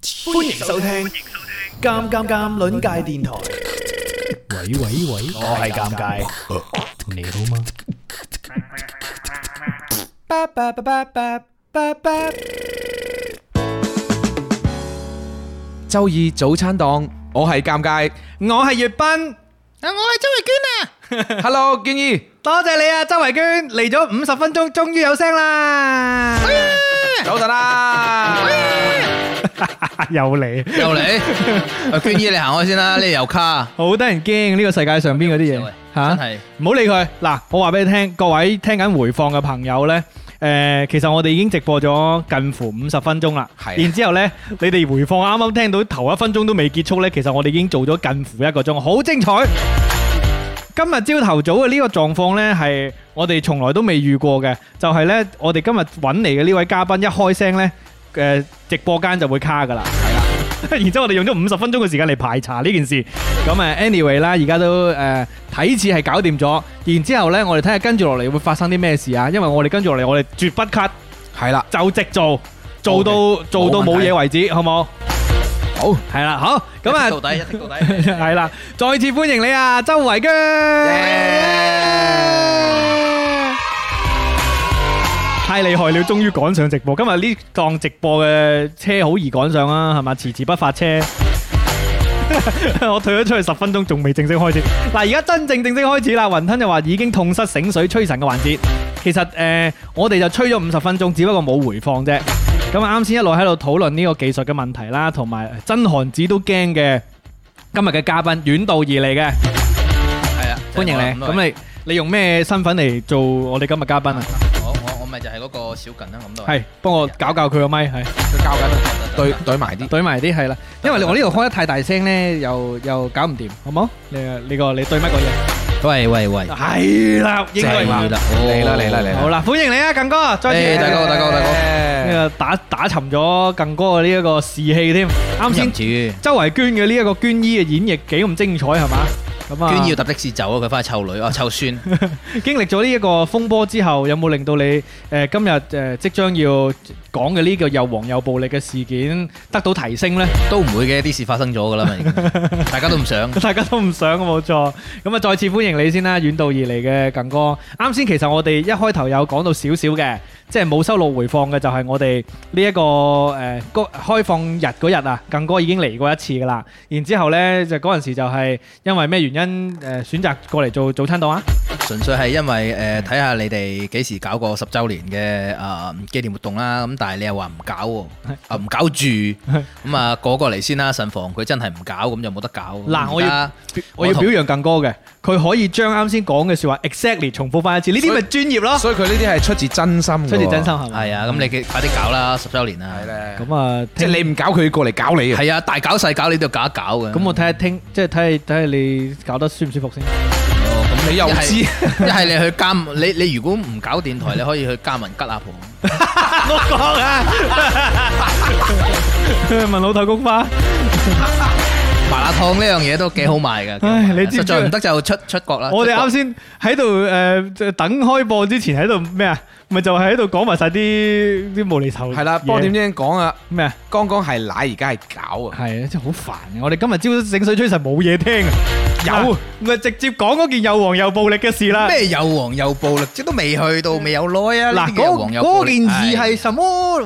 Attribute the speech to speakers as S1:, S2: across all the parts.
S1: 歡迎收聽《尷尷尷》鄰界電台。
S2: 喂喂喂，
S1: 我係尷尬，
S2: 你好嗎？
S1: 巴巴巴巴巴巴巴。
S3: 周二早餐檔，我係尷尬。
S1: 我係月斌，
S4: 啊！我係周慧娟啊，
S3: Hello，建議
S1: 多謝你啊，周維娟嚟咗五十分鐘，終於有聲啦。
S3: 早晨啦。
S1: 啊
S2: 又嚟，
S4: 又嚟，阿娟姨你行開先啦，呢又卡
S1: 好得人驚呢個世界上邊嗰啲嘢
S4: 真
S1: 嚇，
S4: 係
S1: 唔好理佢。嗱，我話俾你聽，各位聽緊回放嘅朋友呢。誒，其實我哋已經直播咗近乎五十分鐘啦，
S3: 係啊
S1: 然之後呢，你哋回放啱啱聽到頭一分鐘都未結束呢，其實我哋已經做咗近乎一個鐘，好精彩！今日朝頭早嘅呢個狀況呢，係我哋從來都未遇過嘅，就係呢，我哋今日揾嚟嘅呢位嘉賓一開聲呢，誒、呃直播間就會卡噶啦，係啦。 然之後我哋用咗五十分鐘嘅時間嚟排查呢件事，咁誒 anyway 啦，而家都誒睇、似係搞掂咗。然之後呢，我哋睇下跟住落嚟會發生啲咩事啊！因為我哋跟住落嚟，我哋絕不 cut，
S3: 係啦，
S1: 就直做，做到
S3: OK，
S1: 做到
S3: 冇
S1: 冇
S3: 問題
S1: 嘢為止，好冇？
S3: 好，
S1: 係啦，好咁啊
S4: 一，剔到底一剔到底
S1: 係啦，再次歡迎你啊，周維娟。太厲害了，終於趕上直播。今日呢檔直播嘅車好易趕上啊，係嘛？遲遲不發車。 我退咗出去十分鐘，仲未正式開始。嗱，而家真正正式開始啦。雲吞就話已經痛失醒水吹神嘅環節。其實誒、呃我哋就吹咗五十分鐘，只不過冇回放啫。咁啱先一路喺度討論呢個技術嘅問題啦，同埋呃真寒子都驚嘅今日嘅嘉賓遠道而嚟嘅，
S4: 係啊，
S1: 歡迎你。咁你你用咩身份嚟做我哋今日嘉賓啊？
S4: 我我我咪就係嗰個小近啦，咁都
S1: 係幫我搞搞佢個咪，係
S3: 佢交緊，對
S4: 對
S3: 對埋啲。
S1: 對埋啲係啦，因為我呢度開得太大聲咧，又又搞唔掂，好冇？你你個你對乜個嘢？
S4: 喂喂喂，
S1: Dạ, 係啦，應該
S4: 正啦，
S3: 嚟啦嚟啦嚟啦
S1: 好啦，歡迎你啊，近哥，再
S4: 誒
S1: 次
S4: 大哥大哥大
S1: 呢個打打沉咗近哥嘅呢一個士氣添，啱先
S4: 先主娟
S1: 周維娟嘅呢一個娟姨嘅演繹幾咁精彩係嘛？咁啊，
S4: 要搭的士走啊，佢翻去湊女啊，湊孫，
S1: 經歷咗呢一 個風波之後，有冇令到你誒、呃今日誒、呃即將要講嘅呢個又黃又暴力嘅事件得到提升呢？
S4: 都唔會嘅，啲事發生咗噶啦嘛已經，大家都唔想。
S1: 大家都唔想嘅冇錯。咁啊，再次歡迎你先啦，遠道而嚟嘅近哥。啱先其實我哋一開頭有講到少少嘅，即係冇收錄回放嘅，就係我哋呢一個誒個、開放日嗰日啊，近哥已經嚟過一次噶啦。然之後呢，就嗰陣時就係因為咩原因誒、呃、選擇過嚟做早餐檔啊？
S4: 純粹係因為誒睇下你哋幾時搞個十週年嘅啊紀念活動啦，咁但係你又話唔搞 喎，啊唔搞住，咁啊過過嚟先啦，慎防佢真係唔搞，咁就冇得搞。
S1: 嗱我要
S4: 而家
S1: 我要表揚更哥嘅，佢可以將啱先講嘅説話 exactly 重複翻一次，呢啲咪專業咯，
S3: 所以佢呢啲係出自真心嘅喎，
S1: 出自真心係咪？
S4: 係啊，咁你嘅快啲搞啦，十週年啦
S3: 係，咧。
S1: 咁啊，
S3: 即
S1: 聽
S3: 係你唔搞佢過嚟搞你啊！
S4: 係啊，大搞細搞你都要搞一搞嘅。
S1: 咁我睇下聽，即係睇下睇下你搞得舒唔舒 服先。
S4: 哦咁
S3: 你又知
S4: 一係一係你去監 你你如果唔搞電台，你可以去加盟吉阿婆。
S1: 我講啊，問老頭菊花，
S4: 麻辣燙呢樣嘢都幾好賣嘅，
S1: 唉你知唔知
S4: 實在唔得就出出國啦。
S1: 我哋啱
S4: 出
S1: 先喺度誒等開播之前喺度咩啊？咪就係喺度講埋晒啲啲無厘頭嘢。
S3: 係啦，不過點知講啊，
S1: 咩啊？
S3: 剛剛係奶，而家係搞啊！
S1: 係啊，真係好煩啊！我哋今日朝醒水吹神冇嘢聽啊，
S3: 有
S1: 啊咪直接講嗰件又黃又暴力嘅事啦
S4: 國。咩又黃又暴力，即都未去到，未有耐啊。
S1: 嗯嗱，
S4: 呢啲又
S1: 嗰
S4: 黃又暴
S1: 嗰
S4: 力
S1: 件事
S4: 唉
S1: 係什麼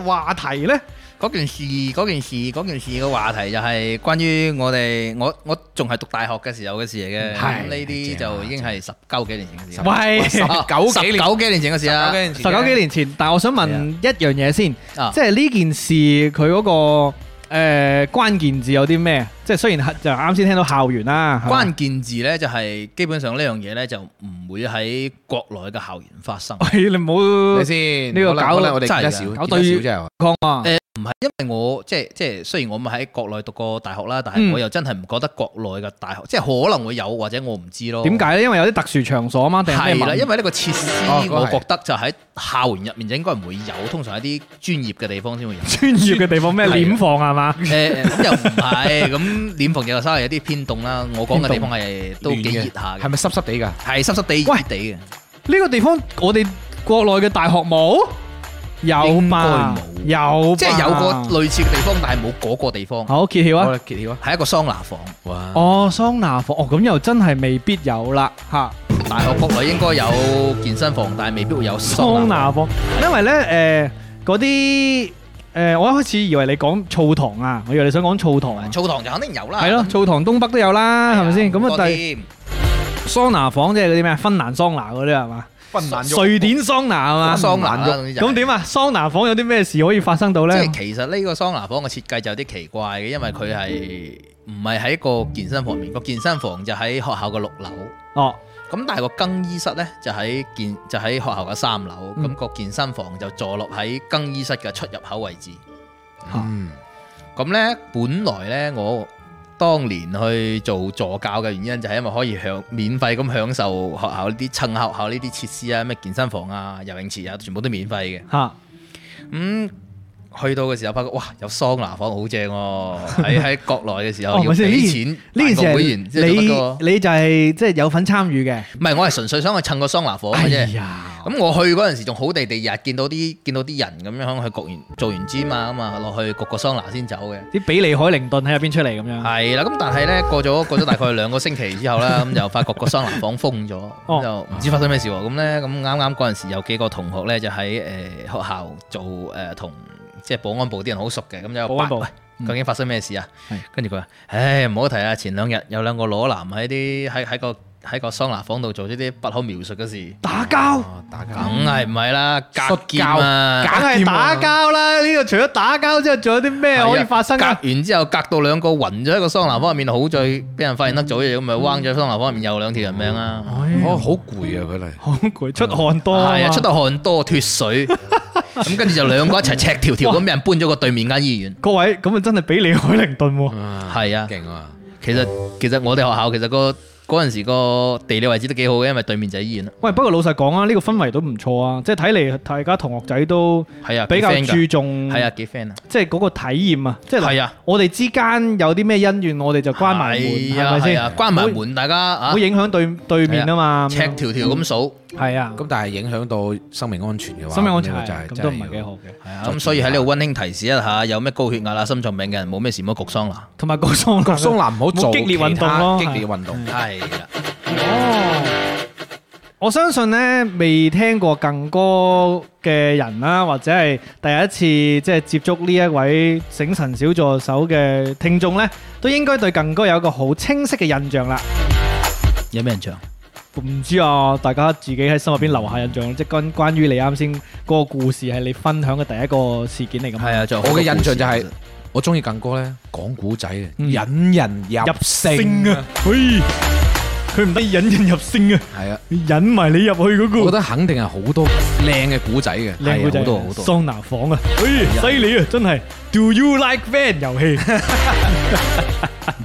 S1: 話題呢？
S4: 嗰件事，嗰件事，嗰件事嘅話題就係關於我哋，我我仲係讀大學嘅時候嘅事嚟嘅。
S1: 嗯係
S4: 咁呢啲就已經係十鳩幾年前嘅事。
S1: 喂，
S3: 十
S1: 十
S3: 九幾
S4: 十
S3: 年，
S4: 九幾年前嘅事啊啦。
S3: 十
S1: 九幾年前，但我想問一樣嘢先，
S4: 啊
S1: 即係呢件事佢嗰個誒關鍵字有啲咩？即係雖然係就啱先聽到校園啦，係嘛
S4: 關鍵字呢，就係基本上呢樣嘢呢，就唔會喺國內嘅校園發生。
S1: 喂，你唔
S3: 你
S1: 好
S3: 先，
S1: 呢個
S3: 可能
S1: 搞
S3: 可能我哋
S4: 真係
S3: 見得
S4: 㗎
S3: 少，
S1: 搞
S3: 見得
S1: 對
S3: 少真係。
S1: 講啊！
S4: 誒唔係因為我即係即係雖然我咪喺國內讀過大學啦，但
S1: 嗯
S4: 係我又真係唔覺得國內嘅大學即係可能會有或者我唔知咯。
S1: 點解呢？因為有啲特殊場所嘛，定係
S4: 係
S1: 咩
S4: 啦，
S1: 文？
S4: 因為呢個設施，
S3: 哦嗰個係
S4: 我覺得就喺校園入面就應該唔會有，通常喺啲專業嘅地方先會有。
S1: 專業嘅地方咩
S4: 係啊
S1: 殮房係嘛？
S4: 誒咁又唔係，咁殮房就稍微有啲偏凍啦。我講嘅地方係都幾熱下
S3: 係
S4: 嘅，
S3: 咪濕濕地㗎？
S4: 係濕濕地
S1: 喂
S4: 熱地嘅。
S1: 呢個地方我哋國內嘅大學冇，有吧？
S4: 應
S1: 有吧，
S4: 即係有個類似嘅地方，但係冇嗰個地方。
S1: 好揭曉啊！
S4: 我哋揭曉啊，係一個桑拿房。
S3: 哇！
S1: 哦，桑拿房哦，咁又真係未必有啦吓。
S4: 大學國內應該有健身房，但係未必會有
S1: 桑
S4: 桑
S1: 拿
S4: 拿房。
S1: 房，因為咧誒嗰啲誒，我一開始以為你講澡堂啊，我以為你想講澡堂啊，
S4: 澡堂就肯定有啦。
S1: 係咯，澡堂東北都有啦，係咪先？咁啊，但係
S4: 第
S1: 桑拿房即係嗰啲咩啊芬蘭桑拿嗰啲係嘛？
S3: 芬蘭浴
S1: 瑞典桑拿係嘛？
S4: 桑拿啦總之就係
S1: 咁點啊？桑拿房有啲咩事可以發生到
S4: 即
S1: 咧？嗯
S4: 係其實呢個桑拿房嘅設計就有啲奇怪嘅，因為佢係唔係喺個健身房面，個健身房就喺學校嘅六樓，
S1: 哦，
S4: 咁但係個更衣室呢，就喺健就喺學校嘅三樓，咁、
S1: 嗯
S4: 個健身房就坐落喺更衣室嘅出入口位置。
S3: 嗯，
S4: 咁呢，本來呢，我當年去做助教嘅原因就係因為可以享免費咁享受學校呢啲趁學校呢啲設施啊，咩健身房啊、游泳池啊，全部都免費嘅。
S1: 嚇
S4: 咁、嗯去到嘅時候發覺，哇，有桑拿房好正喎！ 喺喺國內嘅時
S1: 哦
S4: 候要
S1: 咪先呢件呢件事
S4: 俾錢辦個會員，即
S1: 係
S4: 係做乜個
S1: 你你就係即係有份參與嘅。
S4: 唔係我係純粹想去襯個桑拿房
S1: 哎
S4: 嘅啫。
S1: 呀，
S4: 咁我去嗰陣時仲好地地，日見到啲見到啲人咁樣去焗完做完 gym 啊咁啊落去焗個桑拿先走嘅。
S1: 啲比利海靈頓喺入邊出嚟咁樣。
S4: 係啦，咁但係咧過咗 過咗大概兩個星期之後 啦，咁就發覺個桑拿房封咗，
S1: 哦
S4: 咁就唔知發生咩事喎。咁咧咁啱啱嗰陣時有幾個同學咧就喺誒學校做誒同即係保安部啲人好熟嘅，咁有
S1: 保安部
S4: 八
S1: 嗯
S4: 喂究竟發生咩事啊
S1: 係？
S4: 跟住佢話：唉，唔好提啊！前兩日有兩個裸男喺啲喺喺個喺個桑拿房度做咗啲不可描述嘅事，
S1: 打交。
S3: 哦打
S4: 梗
S3: 交
S4: 係唔係啦，隔
S3: 摔
S4: 劍
S3: 跤
S4: 啊！
S1: 梗係打交啦！呢度除咗打交之後，仲有啲咩可以發生
S4: 隔
S1: 啊？
S4: 完之後，隔到兩個暈咗喺個桑拿房入面，好在俾人發現得早嘅，咁咪彎咗喺桑拿房入面有兩條人命啦。
S3: 哦，好攰啊！佢哋
S1: 好攰，出汗多嘛
S4: 哎係啊，出到汗多 脱水，咁跟住就兩個一齊赤條條咁俾人搬咗過對面間醫院。
S1: 各位咁啊，真係比利海靈頓喎。
S4: 係啊，
S3: 勁啊！
S4: 其實其實我哋學校其實個嗰陣時個地理位置都幾好嘅，因為對面就係醫院啦。
S1: 喂，不過老實講啊，呢個氛圍都唔錯啊，即係睇嚟大家同學仔都
S4: 係啊，
S1: 比較注
S4: 係
S1: 重，
S4: 啊，幾 friend 啊，
S1: 即係嗰個體驗啊，即係嗱
S4: 係啊，
S1: 我哋之間有啲咩恩怨，我哋就關埋門，
S4: 係
S1: 係
S4: 啊，
S1: 咪
S4: 係
S1: 先
S4: 啊？，關埋門，大家啊
S1: 會，影響對對面啊嘛。
S4: 赤條條咁數，
S1: 係啊，
S3: 咁但係影響到生命安全嘅話，
S1: 生命安全
S3: 呢個就係
S1: 係啊咁都唔係幾好。嘅，
S4: 係啊，咁所以喺呢度温馨提示一下，有咩高血壓啊、心臟病嘅人，冇咩事唔好焗桑拿。
S1: 同埋個啊桑拿
S3: 桑拿唔好做
S1: 冇激烈運動
S3: 其他
S1: 咯
S3: 激烈運
S1: 嗯
S3: 動
S4: 係啊啦，
S1: 哦，我相信呢，未聽過更歌嘅人啦，或者係第一次即係接觸呢一位醒神小助手嘅聽眾呢，都應該對更歌有一個好清晰嘅印象啦。
S4: 有咩人唱？
S1: 唔知啊，大家自己喺心入邊留下印象，即係關關於你啱先嗰個故事係你分享嘅第一個事件嚟咁。
S4: 係啊，就
S3: 我嘅印象就係我中意更歌咧，講古仔嘅，
S1: 嗯
S3: 引人入勝啊！！
S1: 嘿，佢唔得引人入勝啊，
S3: 係啊，
S1: 引埋你入去嗰
S3: 我覺
S1: 個
S3: 得肯定係好多靚嘅古仔嘅，
S1: 靚
S4: 靚
S1: 女
S4: 女
S1: 仔
S4: 仔
S1: 桑拿房啊，
S3: Dạ,
S1: 嘿，à? 犀利啊，真係 Do you like van 遊 戲？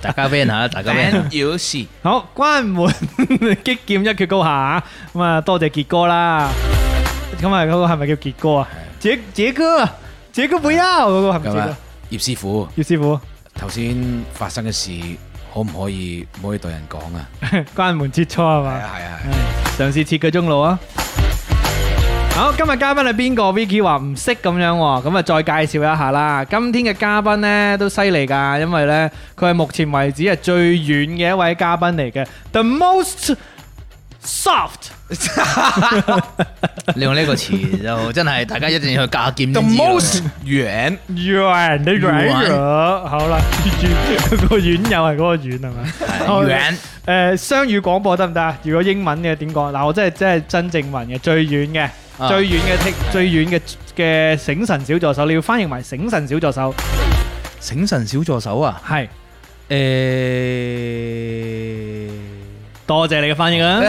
S4: 大家 van 下，大家 van
S3: 要事。
S1: 好，關門 擊劍一決高下咁啊！多謝傑哥啦。咁啊，嗰個係咪叫傑哥啊？傑傑哥，傑哥不休嗰個係咪
S3: 咁
S1: 傑
S3: 啊
S1: 哥？，
S3: 葉師傅
S1: 葉師傅，
S3: 頭先發生嘅事，可唔可以唔可以對人講啊？
S1: 關門切磋係
S3: 係
S1: 嘛？
S3: 啊係啊，
S1: 嘗試切佢中路啊！好，今日嘉賓係邊個？Vicky 話唔識咁樣喎，咁啊再介紹一下啦。今天嘅嘉賓呢都犀利㗎，因為呢佢係目前為止係最遠嘅一位嘉賓嚟嘅，the most soft。
S4: 你用呢個詞就真係大家一定要去加劍先知道。
S3: 遠
S1: 遠，你
S4: 軟
S1: 軟咗，好啦， 遠個遠又係嗰個遠係咪？好
S4: 遠
S1: 誒，雙語廣播得唔得啊？如果英文嘅點講？嗱，我真係真係真正文嘅，最遠嘅，
S4: 啊
S1: 最遠嘅剔，最遠嘅嘅醒神小助手，你要翻譯埋醒神小助手，
S4: 醒神小助手啊！
S1: 係
S4: 誒，
S1: 多謝你嘅翻譯啊！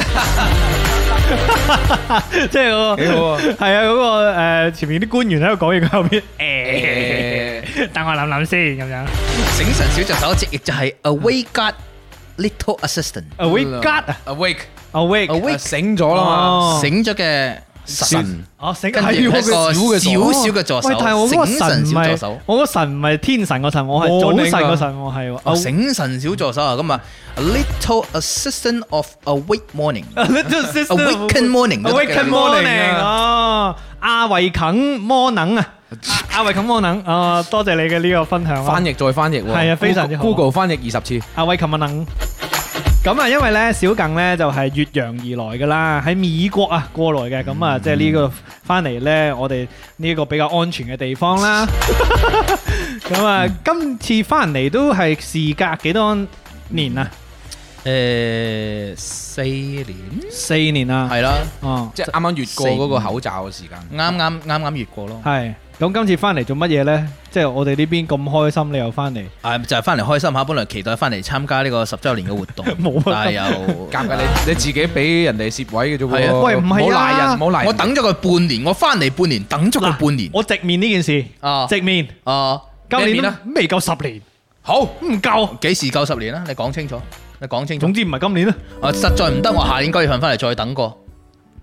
S1: 即係嗰個
S3: 幾好啊！
S1: 係啊，嗰個誒前面啲官員喺度講嘢，佢後邊誒，等我諗諗先咁樣。
S4: 醒神小助手直譯就係 awake God little assistant，
S1: Awake God
S3: awake
S1: awake
S3: 醒咗啦嘛，
S1: 哦
S4: 醒咗嘅
S3: 神
S1: 哦，醒
S4: 跟住
S1: 係
S4: 一
S1: 喎
S4: 個
S1: 佢
S4: 少少嘅助手，
S1: 哦喂，但係我嗰個
S4: 醒神
S1: 神唔
S4: 小助
S1: 係
S4: 手，，啊
S1: 我個神唔係天神個神，我係
S3: 冇
S1: 早
S3: 呢個
S1: 晨個神，我係喎。
S4: 哦
S1: 哦
S4: 醒神小助手啊，咁啊，a little assistant of a wake morning。
S1: Little Sister
S4: Awaken morning 都得嘅
S1: Awaken morning 哦，阿維肯摩能啊，阿阿維肯摩能啊，多謝你嘅呢個分享啊。
S3: 翻譯再翻譯喎，
S1: 係啊非常之好
S3: Google 翻譯二十次，
S1: 阿威琴啊能。咁啊，因為咧小近咧就係越洋而來噶啦，喺美國啊過來嘅，咁啊即係呢個翻嚟咧，我哋呢個比較安全嘅地方 啦。咁啊，今次翻嚟都係事隔幾多年啊？
S4: 誒呃四年
S1: 四年啊，
S4: 係啦，
S1: 哦，
S3: 即係啱啱越過嗰個口罩嘅時間。
S4: 啱啱啱啱越過咯，
S1: 係。咁今次翻嚟做乜嘢咧？即係我哋呢邊咁開心，你又翻嚟，
S4: 啊就係翻嚟開心下，本來期待翻嚟參加呢個十週年嘅活動，
S1: 冇啊
S4: 但係又
S3: 尷尬，你你自己俾人哋攝位嘅啫喎。
S4: 係啊
S1: 喂唔啊係啊
S3: 冇賴人，冇賴人。
S4: 我等咗佢半年，我翻嚟半年，等咗佢半年
S1: 我直面呢件事，
S4: 啊
S1: 直面，
S4: 啊！
S1: 今
S4: 咩
S1: 年
S4: 面
S1: 都
S4: 啊
S1: 未夠十年，
S4: 好
S1: 唔夠，
S4: 幾時夠十年啊？你講清楚，你講清楚
S1: 總。之唔係今年啦。
S4: 啊，實在唔得，我下年九月份翻嚟再等過。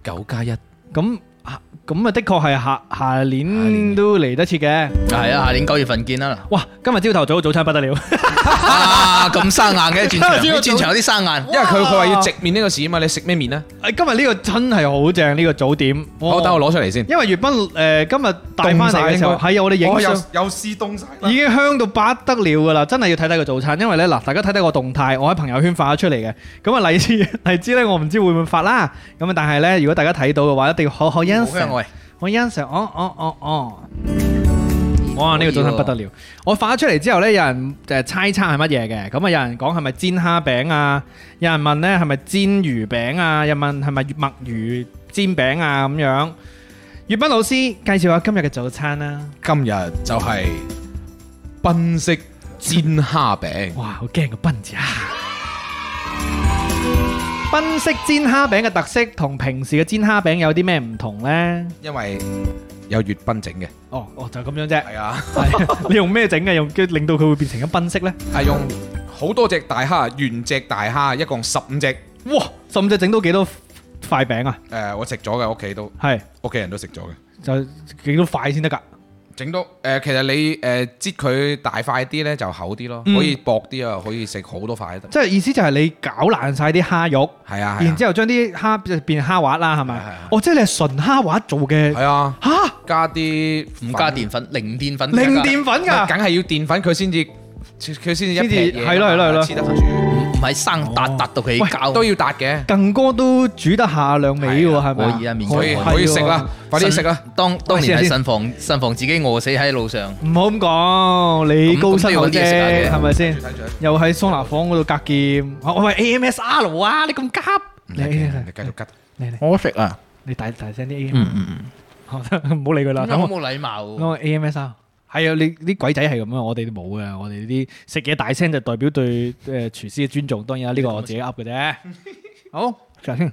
S3: 九加一，
S1: 咁啊咁啊，的確係下下年
S3: 年
S1: 都嚟得切嘅。
S4: 係啊，下年九月份 見啦。
S1: 哇！今日朝頭早早餐不得了，
S4: 啊，咁生硬嘅戰場，
S1: 知道
S4: 啲戰場有啲生硬。
S3: 因為佢佢話要直面呢個市啊嘛，你食咩面咧？
S1: 哎今日呢個真係好正，呢、個早點。
S3: 好，等我
S1: 攞，
S3: 攞出嚟先。
S1: 因為粵斌誒今日帶翻嚟嘅時候，
S3: 凍晒
S1: 係啊，我哋影相。
S3: 有私東晒
S1: 已經香到不得了噶啦，真係要睇睇個早餐，因為咧嗱，大家睇睇個動態，我喺朋友圈發咗出嚟嘅。咁啊，荔枝 荔枝咧，我唔知會唔會發啦。咁啊，但係咧，如果大家睇到嘅話，一定要好好欣
S4: 好
S1: 賞
S4: 香。喂，
S1: 我欣賞，哦哦哦哦，哇！呢、個早餐不得了。我發咗出嚟之後呢，有人誒猜測係乜嘢嘅，咁啊有人講係咪煎蝦餅啊，有人問呢係咪煎魚餅啊，有人問係咪墨魚煎餅啊咁樣。粵斌老師介紹下今日嘅早餐啦。
S3: 今日就係賓式煎蝦餅。
S1: 哇，好驚個賓字啊！賓式煎蝦餅嘅特色同平時嘅煎蝦餅有啲咩唔同呢？
S3: 因為有粵賓整嘅，
S1: 哦哦，就咁樣啫。
S3: 係啊，
S1: 係你用咩整嘅？用令到佢會變成咁賓式呢？
S3: 係用好多隻大蝦，原隻大蝦，一共十五隻。
S1: 哇！甚至整到幾多塊餅啊？
S3: 誒、我食咗嘅，屋企都
S1: 係
S3: 屋企人都食咗嘅。
S1: 就幾多塊先得㗎？
S3: 整到誒、呃其實你誒擠佢大塊啲咧，就厚啲咯，
S1: 嗯
S3: 可以薄啲啊，可以食好多塊都得。
S1: 即係意思就係你搞爛晒啲蝦肉，
S3: 係啊，係
S1: 然
S3: 啊，
S1: 之後將啲蝦變變蝦滑啦，係
S3: 係係
S1: 咪
S3: 係？
S1: 哦，即係你係純蝦滑做嘅
S3: 係啊，
S1: 嚇，
S3: 加啲
S4: 唔加
S3: 粉，
S4: 澱粉，零澱粉，
S1: 零澱粉
S3: 唔係
S1: 㗎。
S3: 梗係要澱粉佢先至，佢先至一
S1: 先至
S3: 撇嘢㗎嘛，
S1: 係咯係咯係咯
S3: 黐得住，
S4: 唔係生達
S1: 哦
S4: 達到佢膠。
S3: 都要搭嘅，
S1: 更哥都煮得下兩味
S3: 係
S1: 喎，
S3: 啊
S1: 係咪啊？
S4: 可以啊勉強
S3: 可以可以食啦，快啲食啊啦！
S4: 當當
S1: 喂
S4: 年係
S1: 先
S4: 慎防慎防自己餓死喺路上。
S1: 唔好咁講，你
S4: 咁
S1: 高薪
S4: 咁都要
S1: 厚
S4: 搵啲嘢食下
S1: 啫，
S4: 嘅
S1: 係咪先
S3: 睇？住睇住
S1: 又喺桑拿房嗰度隔劍，我喂 AMSR 啊！你咁急，
S3: 唔
S1: 你
S3: 得嘅，
S1: 嚟
S3: 你繼續吉。
S1: 嚟，
S4: 我食啊！
S1: 你大大聲啲 AM，
S4: 嗯嗯
S1: 好得唔好理佢啦。
S4: 嗯，
S1: 等我
S4: 好冇禮貌喎。
S1: 我 AMS 啊，係啊，你啲鬼仔係咁啊，我哋都冇嘅，我哋啲食嘢大聲就代表對誒廚師嘅尊重，當然啦，呢個我自己噏嘅啫。好，就先。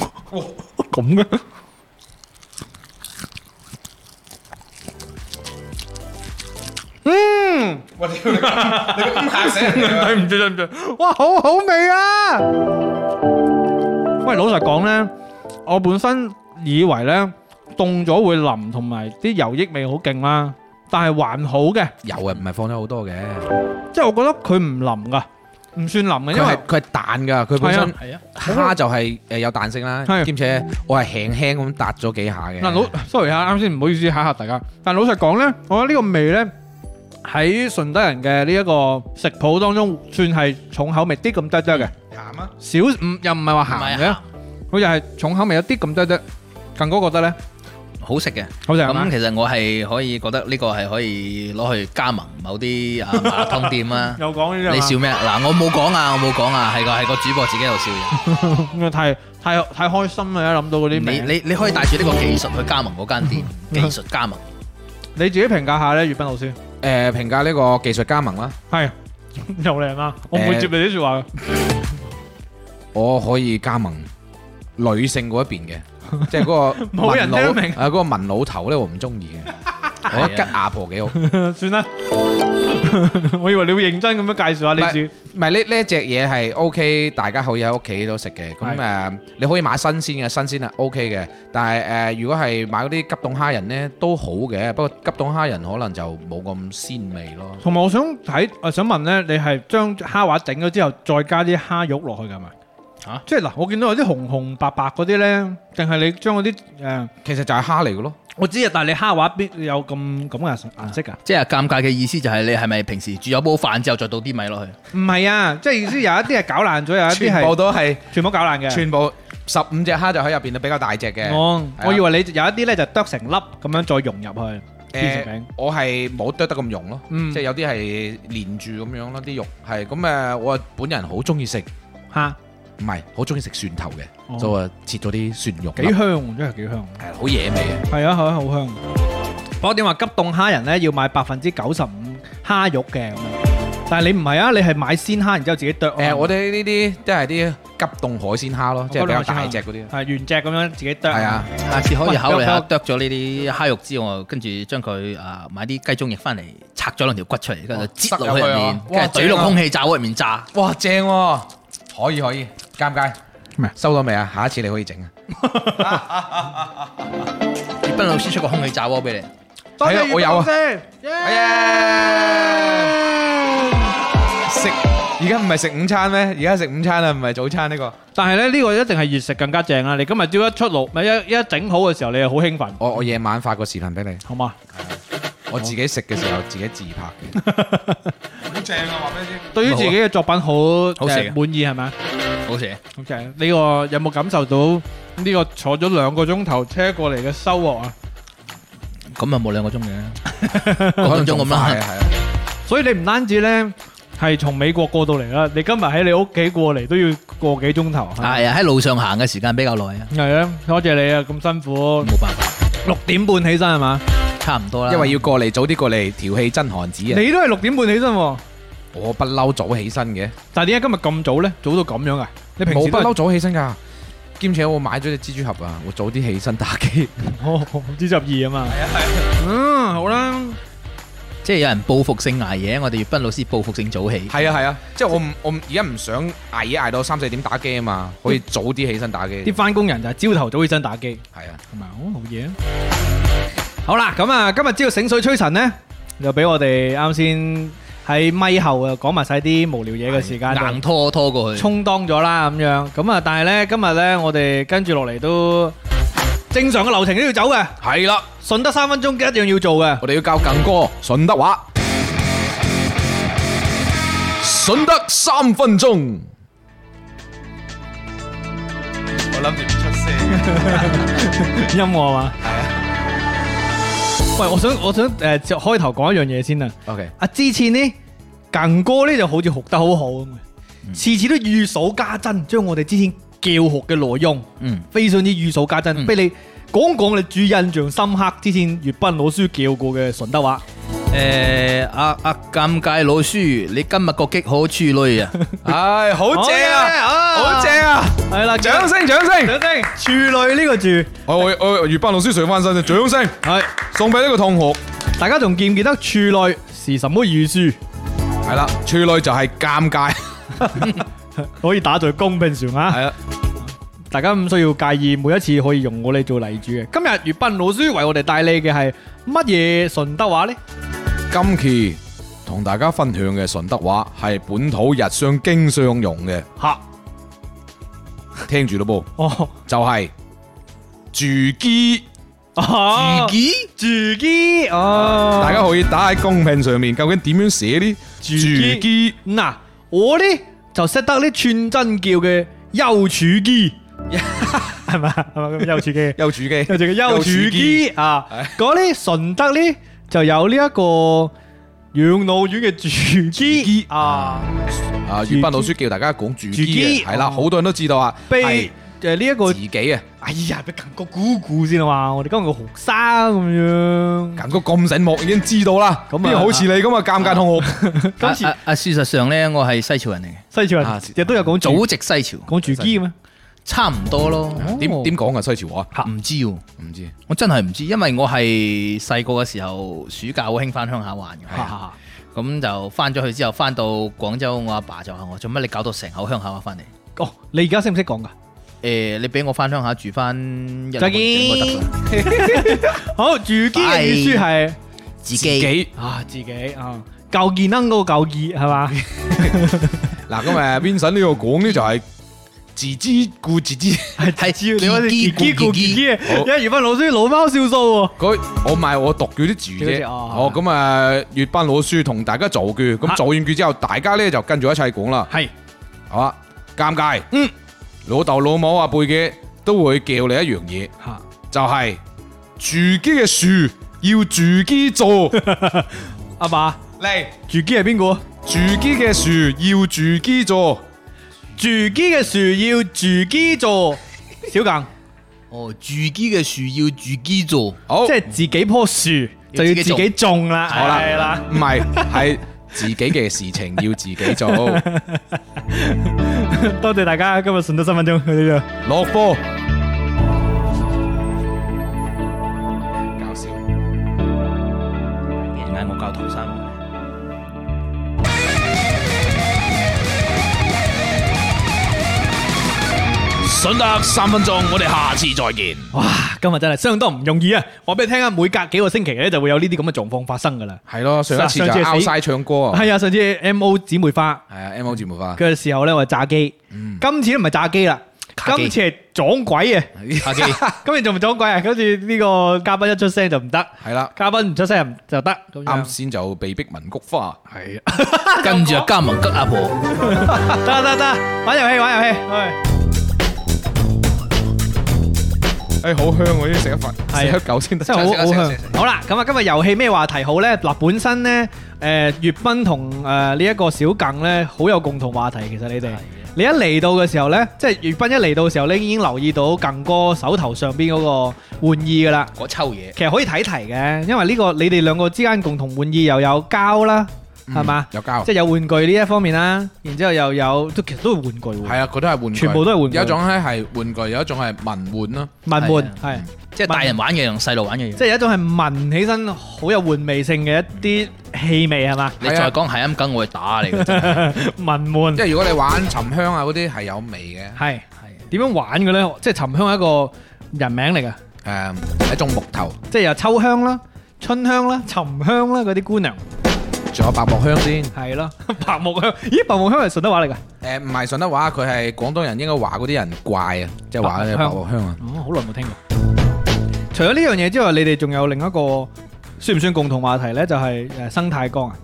S1: 咁 嘅，
S3: 我屌你，你咁嚇死人
S1: 對唔住對唔住，哇，好好味啊！喂，老實講咧，我本身以為咧凍咗會腍，同埋啲油益味好勁啦，但係還好嘅。
S3: 油啊，唔係放咗好多嘅，
S1: 即係我覺得佢唔腍噶，唔算腍嘅，
S3: 佢
S1: 因為
S3: 係佢係彈㗎，佢本身
S4: 係啊，
S3: 蝦就係誒有彈性啦
S1: 係，
S3: 兼且我係輕輕咁搭咗幾下嘅。
S1: 嗱老 sorry 啊，啱先唔好意思嚇嚇大家。但老實講咧，我覺得呢個味咧喺順德人嘅呢一個食譜當中算係重口味啲咁得得嘅，
S3: 鹹啊！
S1: 少唔又唔係
S4: 唔
S1: 話鹹
S4: 係
S1: 嘅，
S4: 啊，
S1: 好似係重口味有啲咁得得。近哥覺得咧，
S4: 好食嘅。
S1: 好正啊。
S4: 咁！其實我係可以覺得呢個係可以攞去加盟某啲啊麻辣湯店啦
S1: 又講呢
S4: 你笑咩？嗱，我冇講啊，我 冇講啊，係個係個主播自己喺度笑嘅。
S1: 咁啊，太太太開心啦！諗到嗰啲
S4: 你
S1: 名，
S4: 你你可以帶住呢個技術去加盟嗰間店，技術加盟。
S1: 你自己評價下咧，粵斌老師
S3: 誒評價呢個技術加盟啦，
S1: 係 又靚啦，我唔會接你啲説話嘅。
S3: 我可以加盟女性嗰一邊嘅，即係嗰個
S1: 冇人
S3: 文老
S1: 聽得明
S3: 啊嗰個文老頭咧，我唔中意嘅。 我覺得吉阿婆幾好。唔
S1: 算啦， 我以為你會認真咁樣介紹下呢
S3: 係
S1: 隻。
S3: 唔係呢呢一隻嘢係 OK，大家可以喺屋企都食嘅。咁
S1: 係
S3: 誒，你可以買新鮮嘅，新鮮係 OK 嘅。但係誒，如果係買嗰啲急凍蝦仁呢，都好嘅。不過急凍蝦仁可能就冇咁鮮味咯。
S1: 同埋我想睇，我想問咧，你係將蝦滑整咗之後，再加啲蝦肉落去㗎係咪？
S4: 嚇
S1: 即係嗱，我見到有啲紅紅白白嗰啲咧，定係你將嗰啲誒？
S3: 其實就係蝦嚟嘅咯。
S1: 我知啊，但係你蝦滑邊有咁咁嘅顏色㗎？
S4: 即係尷尬嘅意思就係你係咪平時煮咗煲飯之後再倒啲米落去？
S1: 唔係啊，即係意思有一啲係搞爛咗，有一啲
S3: 全部
S1: 係
S3: 都係，
S1: 全部搞爛嘅。
S3: 全部十五隻蝦就喺入邊都比較大隻嘅。
S1: 我
S3: 係啊
S1: 我以為你有一啲咧就剁成粒咁樣再融入去變成
S3: 誒
S1: 餅。，
S3: 我係冇剁得咁溶咯，
S1: 嗯
S3: 即係有啲係連住咁樣咯，啲肉係咁誒。我本人好中意食，唔
S1: 嚇，
S3: 係好中意食蒜頭嘅，
S1: 哦
S3: 就話切咗啲蒜肉
S1: 幾
S3: 粒，
S1: 香，真係幾香。
S3: 係好野味嘅。
S1: 係啊，係啊，好香。不過點話急凍蝦仁咧要買百分之九十五蝦肉嘅咁樣，但係你唔係啊，你係買鮮蝦，然之後自己剁啊嘛。
S3: 誒，我哋呢啲都係啲急凍海鮮蝦咯，即係比較
S1: 急凍海鮮
S3: 大
S1: 蝦
S3: 隻嗰啲。
S1: 係原隻咁樣自己剁。
S3: 係啊，，
S4: 下次可以考慮
S1: 喂
S4: 下
S1: 剁
S4: 剁咗呢啲蝦肉之後，跟住將佢啊買啲雞中翼翻嚟，拆咗兩條骨出嚟，跟住擠落去入
S3: 塞入
S4: 面
S3: 去啊，哇
S4: 跟住嘴落空氣炸鍋入面炸。
S3: 哇，正喎，可以可以，尷尬。
S1: 咩
S3: 收到未啊？下一次你可以整啊。
S4: 葉斌老師出個空氣炸鍋俾你，
S1: 多
S3: 係啊
S1: 謝
S3: 我有啊
S1: 葉老師
S3: 食而家唔係食午餐咩？而家食午餐啊，唔係早餐呢個。
S1: 但係咧呢個一定係越食更加正啊！你今日朝一出爐，咪一一整好嘅時候，你係好興奮，
S3: 我我夜晚發個視頻俾你，
S1: 好嘛？
S3: 我自己食嘅時候自己自拍嘅。好正啊！話俾你知。
S1: 對於自己嘅作品好
S4: 好食
S1: 誒滿意係咪啊？
S4: 好食。
S1: 好正！呢個有冇感受到呢個坐咗兩個鐘頭車過嚟嘅收穫啊？
S4: 咁啊冇兩個鐘嘅， 個半鐘咁
S3: 係
S4: 啦。
S3: 啊係啊，
S1: 所以你唔單止咧係從美國過到嚟啦，你今日喺你屋企過嚟都要個幾鐘頭。
S4: 係啊，喺路上行嘅時間比較耐啊，
S1: 係啊，多謝你啊，咁辛苦，
S4: 冇辦法，
S1: 六點半起身係嘛？
S4: 差唔多啦。
S3: 因為要過嚟早啲過嚟調戲真寒子啊！
S1: 你都係六點半起身喎，
S3: 我不嬲早起身嘅，
S1: 但係點解今日咁早咧？早到咁樣啊？你平
S3: 冇
S1: 時都
S3: 不
S1: 係
S3: 嬲早起身㗎。兼且我買咗隻蜘蛛俠啊，我早啲起身打機。
S1: 哦，知十二啊嘛。係啊係。嗯，好啦，
S4: 即係有人報復性捱夜，我哋葉斌老師報復性早起。
S3: 係啊係啊，即係我唔我唔而家唔想捱夜捱到三四點打機啊嘛，可以早啲起身打機。
S1: 啲翻工人就係朝頭早起身打機。
S3: 係啊，
S1: 同埋好好嘢。好啦，咁啊，今日朝醒水吹神呢，就俾我哋啱先喺咪後啊講埋晒啲無聊嘢嘅時間，
S4: 硬拖拖過去，
S1: 充當咗啦咁樣。咁啊，但係呢，今日呢，我哋跟住落嚟都正常嘅流程都要走嘅，
S3: 係啦，
S1: 順德三分鐘一定要做嘅。
S3: 我哋要教更歌順德話，順德三分鐘。我諗住唔出聲。
S1: 音樂啊嘛。喂，我想我想誒、呃、開頭講一樣嘢先啊。
S3: O K，
S1: 啊，之前呢，近哥呢就好似學得好好咁嘅，次次都語數家珍，將我哋之前教學嘅內容
S4: 嗯，
S1: 非常之語數家珍，
S4: 嗯
S1: 俾你講講你最印象深刻之前粵賓老師教過嘅順德話。
S4: 誒阿阿尷尬老師，你今日個激好處女啊！
S3: 唉，好正啊，好正啊！
S1: 係啦，
S3: 掌聲掌聲！
S1: 掌聲！處女呢個字，
S3: 我我我粵班老師上翻身，掌聲
S1: 係
S3: 送俾呢個同學。
S1: 大家仲記唔記得處女是什麼意思？
S3: 係啦，處女就係尷尬，
S1: 可以打在公屏上啊！
S3: 係啦，
S1: 大家唔需要介意，每一次可以用我哋做例子嘅。今日粵賓老師為我哋帶嚟嘅係乜嘢順德話呢？
S3: 今期同大家分享嘅順德話係本土日常經常用嘅，
S1: 吓
S3: 聽住咯
S1: 哦，
S3: 噃，就係住機。
S1: 哦
S4: 自己
S1: 住機哦，
S3: 大家可以打喺公屏上面，究竟點樣寫呢？住
S1: 機
S3: 機
S1: 嗱，我呢就識得呢串真叫嘅丘處機，係咪係咪咁丘處機？
S3: 有住機
S1: 有住個丘處機啊，嗰啲順德呢就有呢一個養老院嘅住機啊，
S3: 啊！粵班老師叫大家講住
S1: 住
S3: 機
S1: 機
S3: 嘅，係啦，
S1: 哦
S3: 好多人都知道啊，係
S1: 被誒呢一個
S3: 自，己啊，
S1: 哎呀，俾近個估估先啊嘛，我哋今日個學生咁樣，
S3: 感覺咁醒目已經知道啦，
S1: 咁啊
S3: 邊有好似你咁啊尷尬同學，
S1: 今次
S4: 啊啊啊！事實上咧，我係西樵人嚟嘅，
S1: 西樵
S3: 啊
S1: 人亦都有講住哦
S4: 祖籍西樵。
S1: 講住機咩？
S4: 差唔多咯。
S3: 點點講啊西樵話？
S4: 唔知喎，
S3: 唔知
S4: 我真係唔知，因為我係細個嘅時候暑假好興翻鄉下玩嘅。咁就翻咗去之後，翻到廣州，我阿爸就話我做乜你搞到成口鄉下話翻嚟？
S1: 哦，你而家識唔識講噶？
S4: 誒、你俾我翻鄉下住翻一兩個
S1: 再
S4: 月我得
S1: 見
S4: 㗎啦，
S1: 好，住堅嘅意思係
S3: 自
S4: 自
S3: 己
S1: 啊，自己啊，舊健能嗰個舊意係 嘛？
S3: 嗱，咁誒 Vincent 呢度講呢就係自知顧自知。
S4: 係
S1: 只要你嗰啲自己顧自己，
S3: 好
S1: 一如芬老師老貓笑數喎。
S3: 嗰我唔係我讀咗啲字
S1: 讀咗
S3: 啫，
S1: 字哦
S3: 哦咁啊，粵班老師同大家造句，
S1: 啊
S3: 咁造完句之後，大家咧就跟住一齊講啦，
S1: 係
S3: 係嘛？啊尷尬，嗯，老豆老母啊貝嘅都會叫你一樣嘢，
S1: 嚇
S3: 就係住基嘅樹要住 基做，
S1: 阿爸，
S3: 嚟
S1: 住堅係邊個？
S3: 住基嘅樹要住基做，
S1: 住堅嘅樹要住堅做，小強
S4: 哦，住基嘅樹要住基做，
S3: 好，
S1: 即係自己棵樹就要自己種啦。
S3: 好啦
S1: 係啦，
S3: 唔係係自己嘅事情要自己 做，
S1: 多謝大家今日順德新分鐘 去到呢度。
S3: 落波，搞笑。
S4: 點解我教唐山話呢
S2: 順德三分鐘，我哋下次再見。
S1: 哇，啊今日真係相當唔容易啊！我俾你聽啊，每隔幾個星期咧就會有呢啲咁嘅狀況發生噶啦。
S3: 係咯，上一次就
S1: 上次係
S3: 拗
S1: 死
S3: 晒唱歌啊，
S1: 係啊，上次 M O 姊妹花
S3: 係啊，M O 節目化，
S1: 嘅時候咧，我係炸機，今次都唔係炸機啦，
S4: 卡機
S1: 今次係撞鬼啊！
S4: 下機
S1: 今日仲唔撞鬼啊？跟住呢個嘉賓一出聲就唔得，
S3: 係啊啦，
S1: 嘉賓唔出聲就得。咁
S3: 啱
S1: 樣
S3: 先就被逼文菊花，
S1: 係啊。
S4: 跟住就加盟吉阿婆。
S1: 得得得，玩遊戲玩遊戲，
S3: 誒哎好香喎，呢啲食一份，
S1: 係啊
S3: 食一嚿先得，
S1: 真係好好
S4: 食啊
S1: 香
S4: 食啊食啊。
S1: 好啦，咁啊，今日遊戲咩話題好呢？嗱，本身呢，誒粵斌同誒呢一個小更呢，好有共同話題。其實你哋，你一嚟到嘅時候呢，即係粵斌一嚟到嘅時候呢，已經留意到更哥手頭上邊嗰個玩意噶啦。
S4: 嗰抽嘢，
S1: 其實可以睇題嘅，因為呢個你哋兩個之間共同玩意又有膠啦，
S3: 嗯
S1: 係嘛？
S3: 有膠
S1: 即，係有玩具呢一方面啦，然之後又有都其實都係玩具
S3: 係
S1: 喎，
S3: 啊，佢都係玩具，
S1: 全部都係玩具
S3: 有一種咧係玩具，有一種係文玩啦，
S1: 文
S4: 係
S1: 玩
S4: 啊
S1: 係。
S4: 即係大人玩嘅同細路玩嘅嘢。
S1: 即係有一種係聞起身好有玩味性嘅一啲氣味係嘛？
S4: 你
S3: 係啊
S4: 再講係咁梗，我會打你嘅真係。
S1: 聞悶
S3: 即係如果你玩沉香啊嗰啲係有味嘅，
S1: 係
S4: 啊
S1: 點樣玩嘅咧？即係沉香係一個人名嚟㗎，
S3: 誒係一種木頭，
S1: 即係有秋香啦、春香啦、沉香啦嗰啲姑娘
S3: 仲有白木香先，
S1: 係咯， 白木香。咦，白木香係順德話嚟㗎？
S3: 誒唔係順德話，佢係廣東人應該話嗰啲人怪啊，即係話咧
S1: 白
S3: 白
S1: 木
S3: 木香啊，
S1: 哦，好耐冇聽過。除咗呢樣嘢之外，你哋仲有另一個算唔算共同話題咧？就係誒生態缸啊。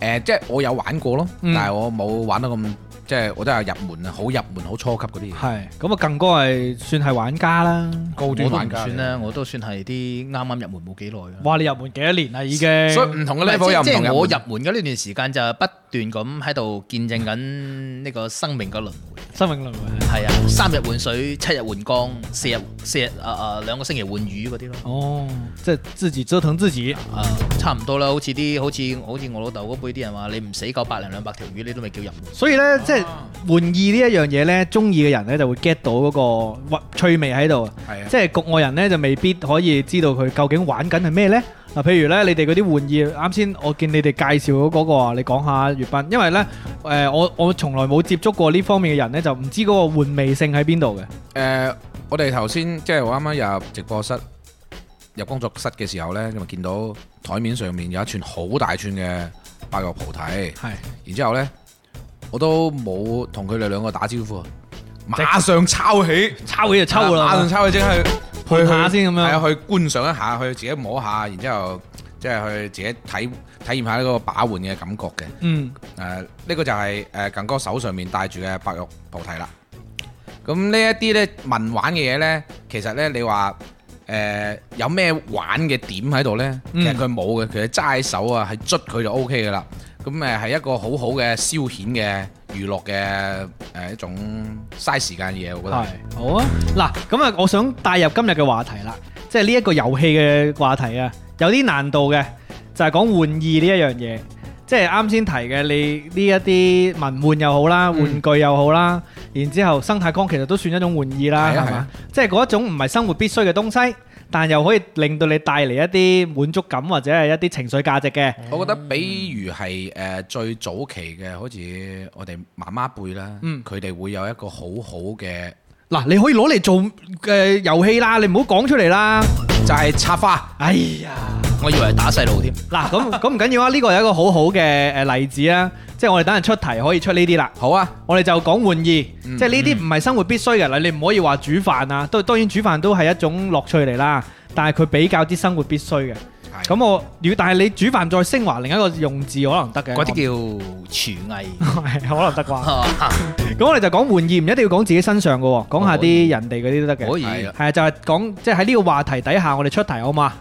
S3: 誒即係我有玩過咯，
S1: 嗯
S3: 但係我冇玩得咁，即係我都係入門啊，好入門好初級嗰啲嘢。
S1: 係咁啊，更哥係算係玩家啦。
S3: 高
S4: 我都
S3: 端
S4: 唔
S3: 玩家
S4: 算
S3: 嚟
S4: 啦，我都算係啲啱啱入門冇幾耐嘅。
S1: 哇！你入門幾多年啦啊已經？
S3: 所
S1: 嗯
S3: 以唔同
S4: 唔
S3: 嘅
S4: 係
S3: level
S4: 即
S3: 又唔
S4: 即
S3: 同
S4: 係
S3: 嘅。
S4: 我入門嘅呢段時間就不斷咁喺度見證緊呢個生命嘅輪迴。
S1: 生命輪迴。
S4: 係啊，三日換水，七日換缸，四日四日啊啊兩個星期換魚嗰啲咯。
S1: 哦，即係自己折騰自己。
S4: 啊，差唔多啦，好似啲好似好似我老豆嗰輩啲人話，你唔死夠百零兩百條魚，你都未叫入門。
S1: 所以咧，即係
S3: 啊
S1: 玩意呢一樣嘢咧，中意嘅人咧就會 get 到嗰個或趣味喺度。
S3: 係啊
S1: 即係局外人咧就未必可以知道佢究竟玩緊係咩咧。嗱，譬如咧，你哋嗰啲玩意，啱先我見你哋介紹嗰嗰個啊，你講下粵斌，因為咧，誒、我我從來冇接觸過呢方面嘅人咧，就唔知嗰個玩味性喺邊度嘅。
S3: 誒、呃我哋頭先即係我啱啱入直播室、入工作室嘅時候呢，咁啊見到台面上面有一串好大串嘅白玉菩提，
S1: 係
S3: 然之後呢，我都冇同佢哋兩個打招呼，啊馬上抄起，啊
S1: 抄起就抽
S3: 馬上
S1: 啦，
S3: 抄起即係去
S1: 盤
S3: 去
S1: 下先咁
S3: 係
S1: 樣。
S3: 啊，去觀賞一下，去自己摸下，然之後即係去自己體體驗下呢個把玩嘅感覺嘅。誒、
S1: 嗯，
S3: 呢、個就係誒近哥手上面戴住嘅白玉菩提啦。咁呢一啲呢文玩嘅嘢呢，其實呢，你話誒、呃有咩玩嘅點喺度呢？
S1: 嗯
S3: 其實佢冇嘅，佢係齋手啊，係捽佢就 O K 嘅啦。咁誒係一個好好嘅消遣嘅娛樂嘅誒一種嘥時間嘅嘢，我覺得
S1: 係好啊。嗱，咁啊，我想帶入今日嘅話題啦，即係呢一個遊戲嘅話題啊，有啲難度嘅，就係講玩意呢一樣嘢。即係啱先提嘅，你呢一啲文玩又好啦，玩具又好啦，然之後生態缸其實都算一種玩意啦，
S3: 係啊
S1: 係
S3: 係
S1: 嘛
S3: 啊？
S1: 即係嗰一種唔係生活必須嘅東西，但又可以令到你帶嚟一啲滿足感或者係一啲情緒價值嘅。
S3: 我覺得比如係誒、呃最早期嘅，好似我哋媽媽輩啦，
S1: 嗯
S3: 佢哋、會有一個好好嘅，
S1: 嗱，你可以攞嚟做誒遊戲啦，你唔好講出嚟啦。
S3: 就係、插花。
S1: 哎呀！
S4: 我以為係打細路添。
S1: 嗱，咁 咁唔緊要啊，呢個係一個好好嘅誒例子啊，即係我哋等陣出題可以出呢啲啦。
S3: 好啊，
S1: 我哋就講玩意，
S4: 嗯
S1: 即係呢啲唔係生活必須嘅啦，你唔可以話煮飯啊，都當然煮飯都係一種樂趣嚟啦，但係佢比較啲生活必須嘅。
S3: 係
S1: 咁我要，但係你煮飯再升華另一個用字可能得嘅，
S4: 嗰啲叫廚 藝。
S1: 係可能得 啩。
S4: 啊
S1: 咁我哋就講玩意，唔一定要講自己身上嘅喎，講
S4: 哦
S1: 下啲人哋嗰啲都得嘅。
S4: 可以
S3: 係啊
S1: 係啊，就係講即係喺呢個話題底下，我哋出題好嘛？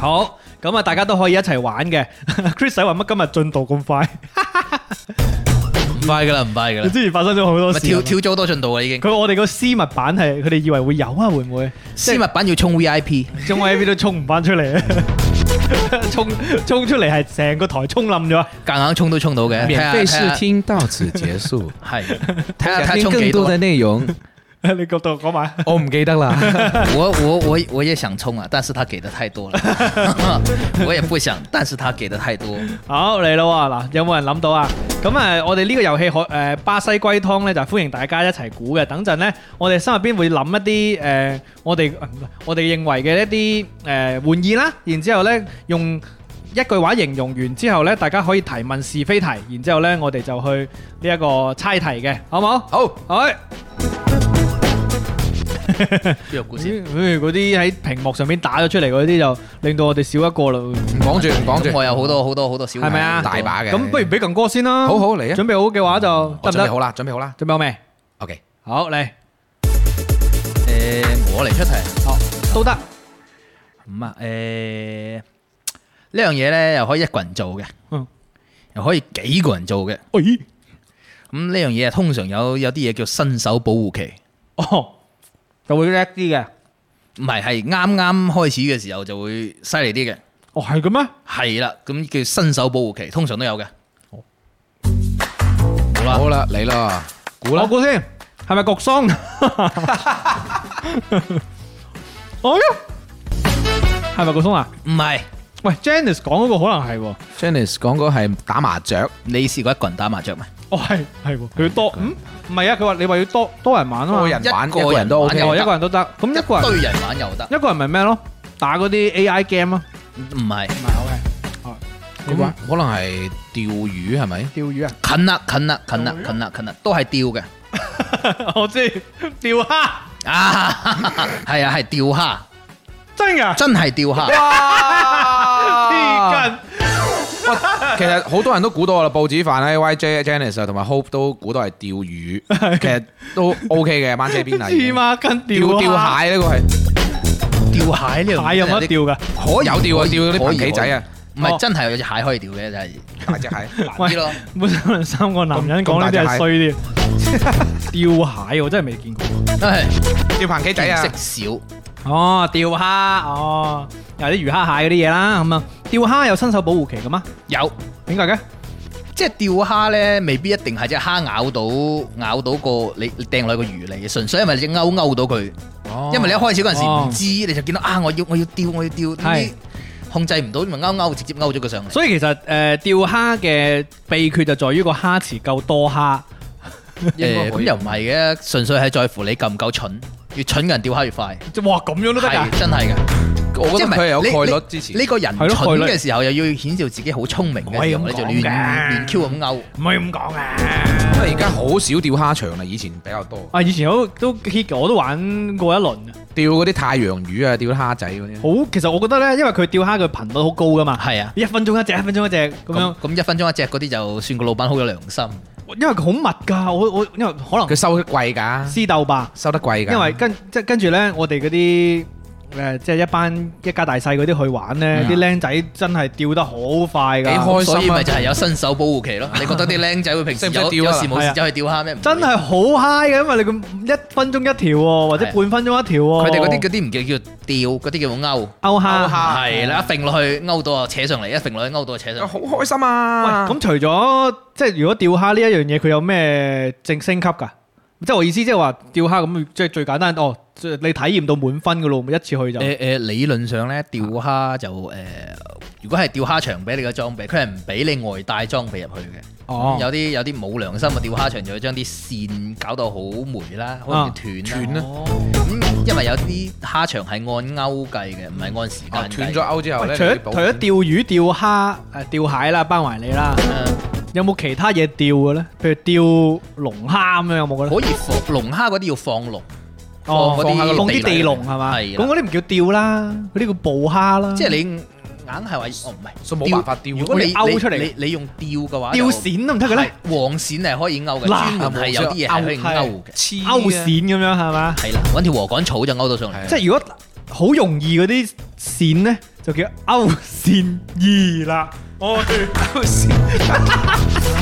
S1: 好，好咁啊，大家都可以一齊玩嘅。Chris 仔話乜今日進度咁快？
S4: 唔快噶啦，唔快噶
S1: 你
S4: 啦，
S1: 之前發生咗好多
S4: 咪
S1: 事。啊
S4: 跳跳咗好多進度啦已經。
S1: 佢話我哋個私密版係佢哋以為會有啊，會唔會？
S4: 私密版要充 V I P，
S1: 中喺邊都衝唔翻出 嚟啊！衝衝出嚟係成個台衝冧咗。
S4: 夾硬充都充到嘅。
S3: 免
S4: 睇
S3: 費
S4: 下
S3: 試，聽到此結束，
S4: 係 睇
S3: 想
S4: 下睇
S3: 聽
S4: 下哎充幾
S3: 更多
S4: 多
S3: 嘅。內容，
S1: 你嗰度講埋。
S3: 我唔記得啦。
S4: 我我我我也想充啊，但是他給的太多了。 我也不想，但是他給的太多。
S1: 好嚟咯喎！嗱，有冇人諗到啊？咁誒，我哋呢個遊戲可誒、呃巴西龜湯咧，就歡迎大家一齊估嘅。等陣咧，我哋心入邊會諗一啲誒、呃我哋呃唔係我哋認為嘅一啲誒、呃、玩意啦，然之後咧用一句話形容完之後咧，大家可以提問是非題，然之後咧我哋就去呢一個猜題嘅，好冇？
S3: 好，
S1: 好。
S4: 邊個故事？
S1: 誒嗰啲喺屏幕上面打咗出嚟嗰啲就令到我哋少一個啦，
S3: 唔講住，唔講
S4: 咁
S3: 住，
S4: 我有好多好多好多小
S1: 係咪啊？
S3: 大把嘅。
S1: 咁不如俾近哥先啦。
S3: 好好嚟啊
S1: 準備好嘅話就得
S3: 我
S1: 唔
S3: 準備
S1: 得？
S3: 好啦，準備好啦。
S1: 準備好未？
S3: OK，
S1: 好嚟，
S4: 誒，我嚟出題。
S1: 好都得。
S4: 咁啊，誒呢樣嘢咧又可以一個人做嘅
S1: 嗯，
S4: 又可以幾個人做嘅。
S1: 咦？
S4: 咁呢樣嘢通常有有啲嘢叫新手保護期。
S1: 哦，就會叻啲嘅。
S4: 唔係，係啱啱開始嘅時候就會犀利啲嘅，
S1: 哦，係嘅咩？
S4: 係啦，咁叫新手保護期，通常都有嘅。好啦，
S3: 好啦，嚟啦，估
S1: 我
S3: 啦。
S1: 估先，係咪焗桑？哦係咪焗桑啊？
S4: 唔係
S1: 喂，Janice 講嗰個可能係喎。
S3: Janice 講嗰係打麻雀，
S4: 你試過一個人打麻雀咩？
S1: 哦，係係喎，佢要多嗯，唔係啊？佢話你話要多多人玩啊嘛。
S3: 多人玩，
S4: 一
S3: 一
S4: 個人
S3: 個人都
S4: 玩
S3: OK。
S1: 哦，一個人都得。咁一個人
S4: 堆人玩又得，
S1: 一個人咪咩咯？打嗰啲 AI game 咯。
S4: 唔係
S1: 唔係好嘅。Ừ.
S3: 咁可能係釣魚係咪？
S1: 釣魚 啊？
S4: 近啦，近啦，近啦，近啦，近啦，都係釣嘅。
S1: 我知釣蝦，
S4: 啊， 係啊，係釣蝦，
S1: 真㗎。
S4: 真係釣蝦。
S1: 黐筋。
S3: 其實好多人都估到啦，報紙飯咧，YJ、Janice 啊同埋 Hope 都估到係釣魚，其實都 OK 嘅，掹車邊啊，
S1: 黐孖啊筋釣
S3: 釣釣蟹呢個係
S4: 釣蟹呢樣嘢
S1: 蟹有冇得
S4: 真係
S1: 釣㗎？
S3: 可有釣啊，釣啲
S4: 可以
S3: 彭企仔啊，
S4: 唔係真係有隻蟹可以釣嘅，就係
S3: 大隻蟹。
S4: 難啲咯。
S1: 本身可能三個男人講呢啲係衰啲。釣蟹我真係未見過。
S4: 真係
S3: 釣彭企仔啊，
S4: 見識少，
S1: 哦，釣蝦，哦，有啲魚蝦蟹嗰啲嘢啦，咁啊，釣蝦有新手保護期嘅嗎？
S4: 有。
S1: 點解嘅？
S4: 即係釣蝦咧，未必一定係只蝦咬到咬到個你你掟落去個魚嚟嘅，純粹因為你隻鈎勾到佢。因為你一開始嗰陣時唔
S1: 哦
S4: 知，你就見到啊，我要我要釣，我要釣，點
S1: 係
S4: 知控制唔到，咪勾勾直接勾咗佢上嚟。
S1: 所以其實誒釣蝦嘅秘訣就在於個蝦池夠多蝦。
S4: 誒咁又唔係嘅，純粹係在乎你夠唔夠蠢，越蠢嘅人釣蝦越快，
S1: 哇，咁樣都得㗎
S4: 係？真係嘅。
S3: 我覺得佢係有概率支持。
S4: 呢個人
S1: 係
S4: 蠢
S1: 咯概率
S4: 嘅時候，又要顯示自己好聰明
S1: 唔可
S4: 嘅
S1: 以咁
S4: 時候，你就
S1: 講
S4: 亂
S1: 㗎
S4: 亂 Q 咁勾。
S1: 唔可以咁講啊！
S3: 因為而家好少釣蝦場啦，以前比較多。
S1: 啊，以前都都 hit 嘅，我都玩過一輪啊。
S3: 釣嗰啲太陽魚啊，釣啲蝦仔嗰啲。
S1: 好，其實我覺得咧，因為佢釣蝦嘅頻率好高噶嘛，
S4: 係啊，
S1: 一分鐘一隻，一分鐘一隻咁樣
S4: 咁，咁一分鐘一隻嗰啲就算個老闆好有良心。
S1: 因為佢好密㗎。我我因為可能
S3: 佢收得貴㗎，
S1: 私鬥吧。
S3: 收得貴㗎。
S1: 因為跟即跟住咧，我哋嗰啲誒即係一班一家大細嗰啲去玩咧，
S4: 嗯
S1: 啲僆仔真係釣得好快
S3: 幾
S1: 㗎，
S3: 開心啊
S4: 所以咪就係有新手保 護期咯。你覺得啲僆仔會平時
S3: 識唔識
S4: 有
S3: 釣
S4: 有
S3: 啊
S4: 事冇
S1: 係
S4: 事
S1: 啊
S4: 走去釣蝦咩？唔會
S1: 真係好 high 嘅，因為你咁一分鐘一條喎，或者
S4: 係啊
S1: 半分鐘一條喎。
S4: 佢哋嗰啲嗰啲唔叫叫釣，嗰啲叫勾。
S1: 勾
S3: 勾
S1: 蝦
S3: 蝦。
S4: 係啦，一揈落去勾到啊，扯上嚟，一揈落去勾到啊，扯上嚟。
S3: 好開心
S1: 喂，
S3: 啊！
S1: 咁除咗即係如果釣蝦呢一樣嘢，佢有咩正升級㗎？即係我意思，即係話釣蝦咁，即係最簡單。哦，即係你體驗到滿分噶咯，每一次去就
S4: 誒誒，理論上咧釣蝦就誒，如果係釣蝦場俾你嘅裝備，佢係唔俾你外帶裝備入去嘅。
S1: 哦，
S4: 有啲有啲冇良心嘅釣蝦場就會將啲線搞到好霉啦，可能
S3: 哦
S4: 斷
S3: 斷
S4: 啦。
S3: 啦
S1: 哦
S4: 咁因為有啲蝦場係按鈎計嘅，唔係按時
S3: 啊斷
S4: 間計
S3: 咗
S4: 嘅。
S3: 鈎之後
S1: 喂
S3: 咧，
S1: 除
S3: 你
S1: 咗
S3: 保
S1: 除咗釣魚、釣蝦、誒釣蟹啦，包埋你啦，有冇其他嘢釣嘅咧？譬如釣龍蝦咁樣有冇嘅咧？
S4: 可以放龍蝦嗰啲要放龍，
S1: 哦，
S4: 放嗰啲
S1: 放啲地
S4: 地
S1: 龍
S4: 龍
S1: 係嘛？
S4: 係
S1: 咁
S4: 啦
S1: 嗰啲唔叫釣啦，嗰啲叫捕蝦啦。
S4: 即係你硬係話哦唔係，
S3: 所以冇辦法釣
S4: 如果你
S1: 會勾出嚟
S4: 你你你用釣嘅話就，
S1: 釣鱔都唔得嘅咧，
S4: 係黃鱔係可以勾嘅，
S1: 嗱
S4: 專門係有啲嘢係可以勾嘅。
S3: 黐
S1: 勾
S3: 啊
S1: 鱔咁樣係嘛？
S4: 係啦，揾條禾稈草就勾到上嚟
S3: 係。
S1: 即係如果好容易嗰啲線咧，就叫勾線二啦。哦，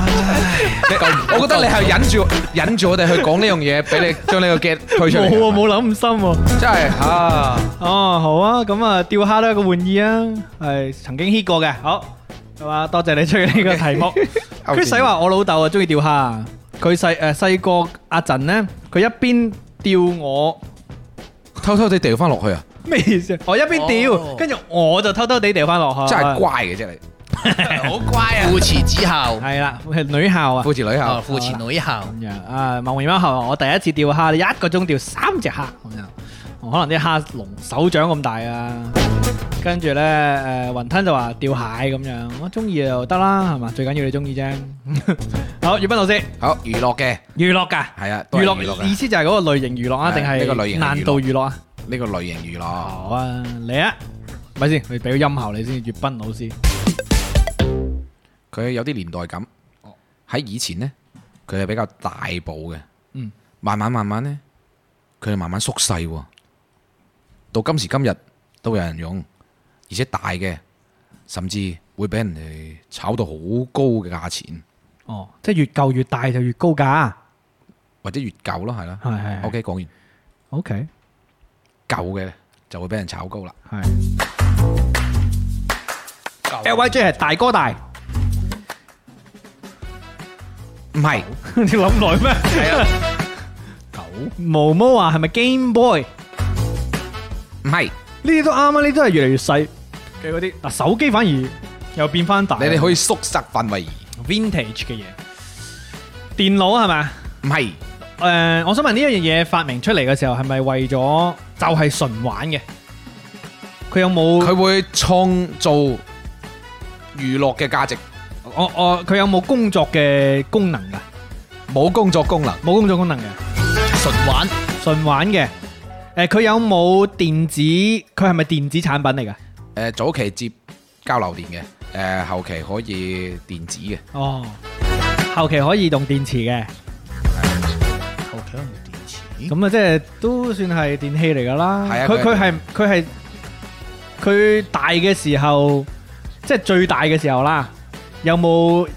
S3: 我覺得你係忍住忍住我哋去講呢樣嘢， 俾你將呢個 get 推出
S1: 冇
S3: 嚟。
S1: 啊，冇諗咁深喎。
S3: 真係啊！
S1: 哦，好啊，咁啊，釣蝦都係一個玩意啊，係曾經 hit 過嘅。好，係嘛？多謝你出嘅呢個題 目。佢使話我老豆啊，中意釣蝦。佢細誒細個阿陣咧，佢一邊釣我
S3: 偷偷地掉翻落去啊！
S1: 咩意思啊？我一邊
S4: 哦
S1: 釣，跟住我就偷偷地掉翻落去。
S3: 真係乖嘅 啫你，
S4: 好乖 啊！父慈子孝，
S1: 係啦，係女校啊。
S3: 父慈女
S4: 啊
S3: 孝。
S4: 父慈女孝。
S1: 咁樣啊，孟然媽後我第一次釣蝦，你一個鐘釣三隻蝦咁樣，哦可能啲蝦龍手掌咁大啊。跟住咧，誒、雲吞就話釣蟹咁樣，我中意就得啦，係嘛？最緊要你中意啫。 好，葉斌老師，
S3: 好娛樂嘅
S1: 娛樂㗎，
S3: 係啊，都係
S1: 娛
S3: 娛樂
S1: 樂意
S3: 嘅
S1: 思就係嗰個類型娛樂啊，
S3: 係
S1: 定
S3: 呢個類
S1: 係
S3: 型係娛樂
S1: 難度娛樂啊？
S3: 呢個類型娛樂。
S1: 好啊，嚟啊，咪先，你俾個音效你先，葉斌老師。
S3: 佢有啲年代感。
S1: 哦
S3: 喺以前呢，佢係比較大步嘅，
S1: 嗯，
S3: 慢慢慢慢呢，佢就慢慢縮細喎。到今時今日都有人用，而且大嘅，甚至會俾人哋炒到好高嘅價錢，
S1: 哦，即係越舊越大就越高價，
S3: 或者越舊咯，係啦。
S1: 係係係
S3: OK，講完
S1: OK，
S3: 舊嘅就會俾人炒高啦。
S1: 係。LYJ 係大哥 大。
S3: 唔係，
S1: 你谂耐咩？系啊。狗毛毛話係咪 à, Game Boy？呢
S3: 唔係，
S1: 啲都啱啊，呢啲都係越嚟越細嘅嗰啲。嗱，手機反而又變翻大。
S3: 你哋可以縮窄範圍，
S1: vintage 嘅嘢，電腦係咪？
S3: 唔係
S1: 誒、我想問呢一樣嘢發明出嚟嘅時候係咪為咗就係純玩嘅？佢有冇
S3: 佢會創造娛樂嘅價值，
S1: 我我佢有冇工作嘅功能㗎？
S3: 冇工作功能，
S1: 冇工作功能嘅。
S4: 純玩
S1: 純玩嘅。誒、佢有冇電子？佢係咪電子產品嚟㗎？
S3: 誒早期接交流電嘅，誒後期可以電子嘅，
S1: 哦，後期可以用電池嘅，
S4: 後期用電池，
S1: 咁啊即係都算係電器嚟㗎啦。
S3: 係啊
S1: 佢
S3: 佢
S1: 佢
S3: 係
S1: 係佢係佢大嘅時候，即係最大嘅時候啦。有冇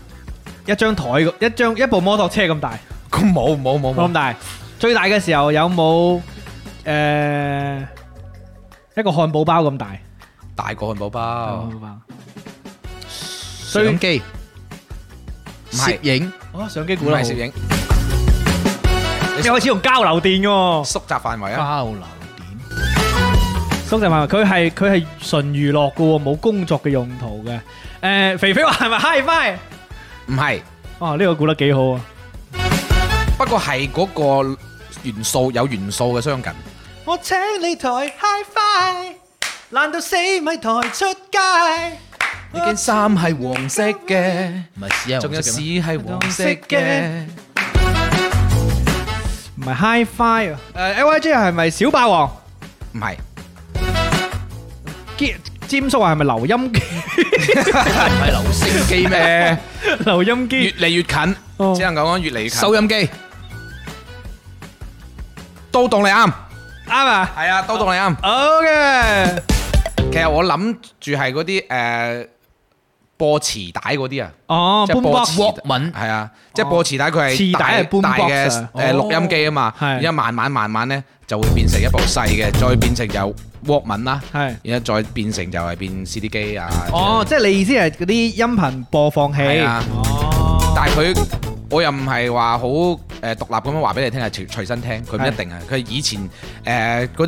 S1: 一張台咁一張一部摩托車咁大
S3: 咁冇冇
S1: 冇
S3: 冇
S1: 咁
S3: 冇，
S1: 大？最大嘅時候有冇誒、呃一個漢堡包咁大？
S3: 大過漢堡包
S1: 漢，堡包
S4: 相機、
S3: 唔係
S4: 攝影，
S1: 哦，相機
S3: 唔
S1: 鼓啦
S3: 係，攝影，
S1: 你開始用交流電嘅喎。
S3: 縮窄範圍啊，
S4: 交流點，
S1: 蘇振華佢係佢係純娛樂嘅喎，冇工作嘅用途嘅。誒、肥肥話係咪 HiFi？
S3: 唔係，
S1: 哦，呢、個估得幾好啊！
S3: 不過係嗰個元素有元素嘅相近，
S1: 我請你台 HiFi，難道四米台出街？
S3: 呢件衫係黃色嘅，
S4: 唔係屎啊！
S3: 仲有
S4: 紅色嘅咩
S3: 屎係黃色嘅，
S1: 唔係 HiFi 啊！誒、LYG 係咪小霸王？
S3: 唔係，
S1: 詹詹叔話係咪留 音機？
S4: 唔係流星 機咩？
S1: 留音機
S3: 越嚟越近，
S1: 哦
S3: 只能夠講越嚟越近，
S4: 收音機
S3: 都當你啱，
S1: 啱啊
S3: 係啊，都當你啱。
S1: ！OK，
S3: 其實我諗住係嗰啲誒播磁帶嗰啲啊，
S1: 哦
S3: 即係播
S1: boombox 哦
S3: 磁帶
S4: Walkman
S3: 係啊，即係播磁帶佢係
S1: 磁帶係
S3: 大大
S1: boombox
S3: 嘅
S1: 啊
S3: 誒
S1: 哦
S3: 錄音機啊嘛，
S1: 係
S3: 然之後慢慢慢慢咧就會變成一部細嘅，再變成有 Walkman 啦，
S1: 係
S3: 然之後再變成就係變 CD 機啊。
S1: 哦，即係你意思係嗰啲音頻播放器
S3: 係啊
S1: 哦。
S3: 但係佢我又唔係話好誒獨立咁樣話俾你聽係隨隨身聽，佢唔
S1: 係
S3: 一定係。佢以前誒嗰啲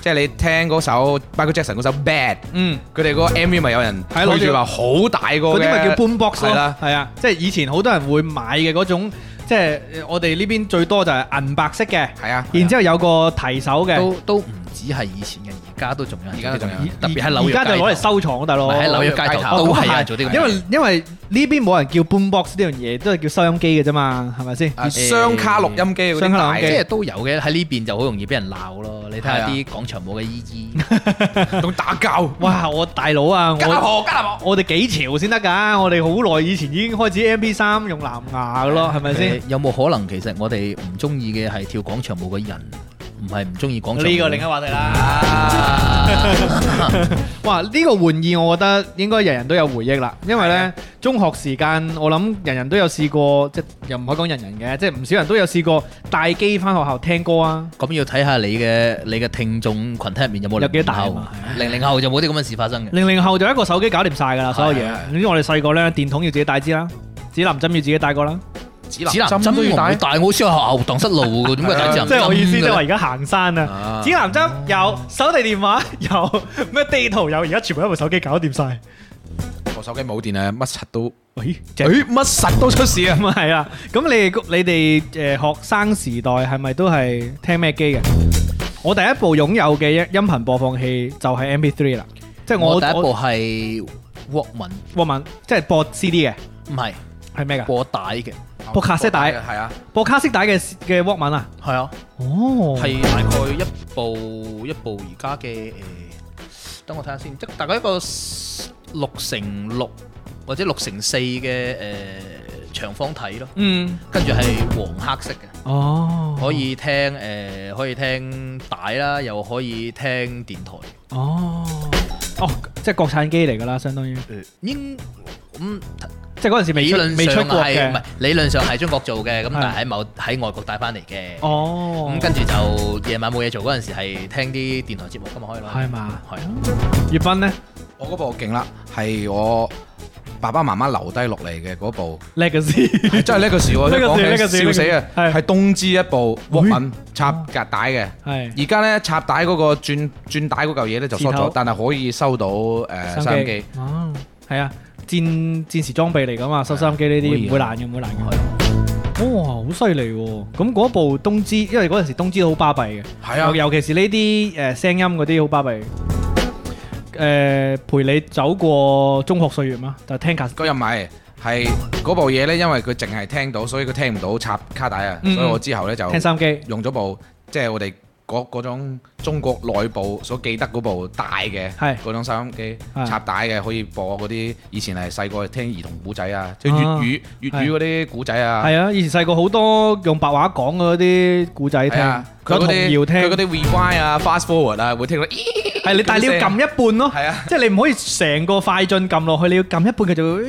S3: 即係你聽嗰首 Michael Jackson 嗰首 Bad，
S1: 嗯，
S3: 佢哋嗰個 MV 咪有人
S1: 係攞
S3: 攞
S1: 住
S3: 住話好大
S1: 嗰
S3: 個嘅
S1: 啲咪叫 boom box
S3: 係
S1: 咯
S3: 啦，
S1: 係啊，即係以前好多人會買嘅嗰種，即係我哋呢邊最多就係銀白色嘅，
S3: 係啊，
S1: 然之後有個提手嘅，
S4: 都都唔止係以前嘅，而家都仲有人，
S3: 而家都仲有
S1: 而
S4: 特別喺紐
S1: 而
S4: 約
S1: 家就攞嚟
S4: 街頭
S1: 收藏，啊大佬。哦
S4: 唔係喺紐約街頭都係有啊人做啲咁嘅嘢。
S1: 因為因為呢邊冇人叫 boom box 呢樣嘢，都係叫收音機嘅啫嘛，係咪先？
S3: 啊雙卡錄音機嗰
S1: 雙
S3: 啲
S1: 卡
S3: 大
S1: 錄音
S4: 即
S1: 機
S3: 嘅，
S4: 係都有嘅，喺呢邊就好容易俾人鬧咯。你
S3: 係
S4: 睇下
S3: 啊
S4: 啲廣場舞嘅姨姨，
S3: 仲打交。
S1: 哇！我大佬啊，
S3: 家
S1: 我
S3: 婆，家婆。
S1: 我哋幾潮先得㗎，我哋好耐以前已經開始 MP 三用藍牙㗎咯，係咪先？
S4: 誒有冇可能其實我哋唔中意嘅係跳廣場舞嘅人，唔係唔中意廣場舞？
S1: 呢個另一話題啦。
S4: 啊
S1: 哇！呢、個玩意我覺得應該人人都有回憶啦，因為
S3: 係
S1: 呢
S3: 啊
S1: 中學時間我諗人人都有試過，即係又唔可以講人人嘅，即係唔少人都有試過帶機翻學校聽歌啊。
S4: 咁要睇下你嘅你嘅聽眾群體入面有冇
S1: 有幾
S4: 零
S1: 大啊
S4: 零後
S1: 嘛？
S4: 零零後就冇啲咁嘅事發生嘅。
S1: 零零後就一個手機搞掂晒㗎啦，所有嘢
S3: 係係。係
S1: 總之我哋細個呢，電筒要自己帶支啦，指南針要自己帶過啦。
S3: 指
S4: 指南針我唔會帶，我好似喺學校蕩失路 嘅，點解帶指南針嘅咧？
S1: 即係我意思，即係話而家行山嗯啊。
S3: 啊
S1: 指南針有，手提電話有，咩地圖有，而家全部一部手機搞掂晒。
S3: 我手機冇電啊，乜柒都，
S1: 喂，
S3: 誒乜實都出事啊！
S1: 咁啊係啦。咁你哋你哋呃誒學生時代係咪都係聽咩機嘅？我第一部擁有嘅音音頻播放器就係 MP3 啦，即係我
S4: 我第一部係 Walkman，
S1: 我問，即係播 CD 嘅
S4: 唔係
S1: 係咩㗎？
S4: 播帶嘅，
S1: 播卡式帶
S3: 係啊，
S1: 播卡式帶嘅嘅 Walkman 啊？
S4: 係啊。
S1: 哦，
S4: 係大概一部一部而家嘅誒，等我睇下先，即係大概一個六乘六或者六乘四嘅誒長方體咯，
S1: 嗯，
S4: 跟住係黃黑色嘅，
S1: 哦，
S4: 可，以聽誒、呃可以聽帶啦，又可以聽電台。
S1: 哦，哦，即係國產機嚟㗎啦，相當於，
S4: 誒應咁
S1: 即係嗰陣時未
S4: 理
S1: 出
S4: 論
S1: 未出
S4: 上
S1: 國
S4: 係唔係
S1: 嘅，
S4: 理論上係中國做嘅，咁
S1: 係
S4: 但係喺某喺外國帶翻嚟嘅。
S1: 哦，
S4: 咁跟住就夜晚冇嘢做嗰陣時係聽啲電台節目咁咪可以咯。
S1: 係嘛
S4: 係啊。
S1: 粵斌咧
S3: 我嗰部勁啦，係我爸爸媽媽留低落嚟嘅嗰部，
S1: 叻嘅 先，
S3: 真係呢個事喎，
S1: 呢
S3: 一
S1: 個事呢個事
S3: 講起笑死啊！
S1: 呢個事係
S3: 係東芝一部
S1: 喂
S3: Walkman 插格帶嘅，
S1: 係
S3: 而家咧插帶嗰個轉轉帶嗰嚿嘢咧就疏
S1: 字頭
S3: 咗，但係可以收到誒收音機。，
S1: 哦，係啊，戰戰時裝備嚟㗎嘛，收收音機呢啲唔會爛嘅，唔會爛嘅。哇，好犀利喎！咁嗰部東芝，因為嗰陣時東芝都好巴閉嘅，
S3: 係啊
S1: 尤尤其是呢啲誒聲音嗰啲好巴閉。誒、陪你走過中學歲月嘛，就聽卡
S3: 嗰又唔係，係嗰部嘢咧，因為佢淨係聽到，所以佢聽唔到插卡帶啊，所
S1: 嗯
S3: 以我之後咧就
S1: 聽收音機。
S3: 用咗部即係我哋嗰嗰種中國內部所記得嗰部大嘅
S1: 係啊
S3: 嗰種收音機
S1: 係
S3: 插帶嘅，可以播嗰啲以前係細個聽兒童古仔啊，即係
S1: 啊
S3: 粵語粵語嗰啲古仔啊，
S1: 係啊，以前細個好多用白話講嗰啲古仔聽，
S3: 係啊，佢
S1: 有
S3: 嗰
S1: 童謠
S3: 啲
S1: 聽，
S3: 佢嗰啲 rewind 啊、fast forward 啊，會聽到咦
S1: 係你，但係你要撳一半咯，
S3: 係啊
S1: 即係你唔可以成個快進撳落去，你要撳一半佢就會。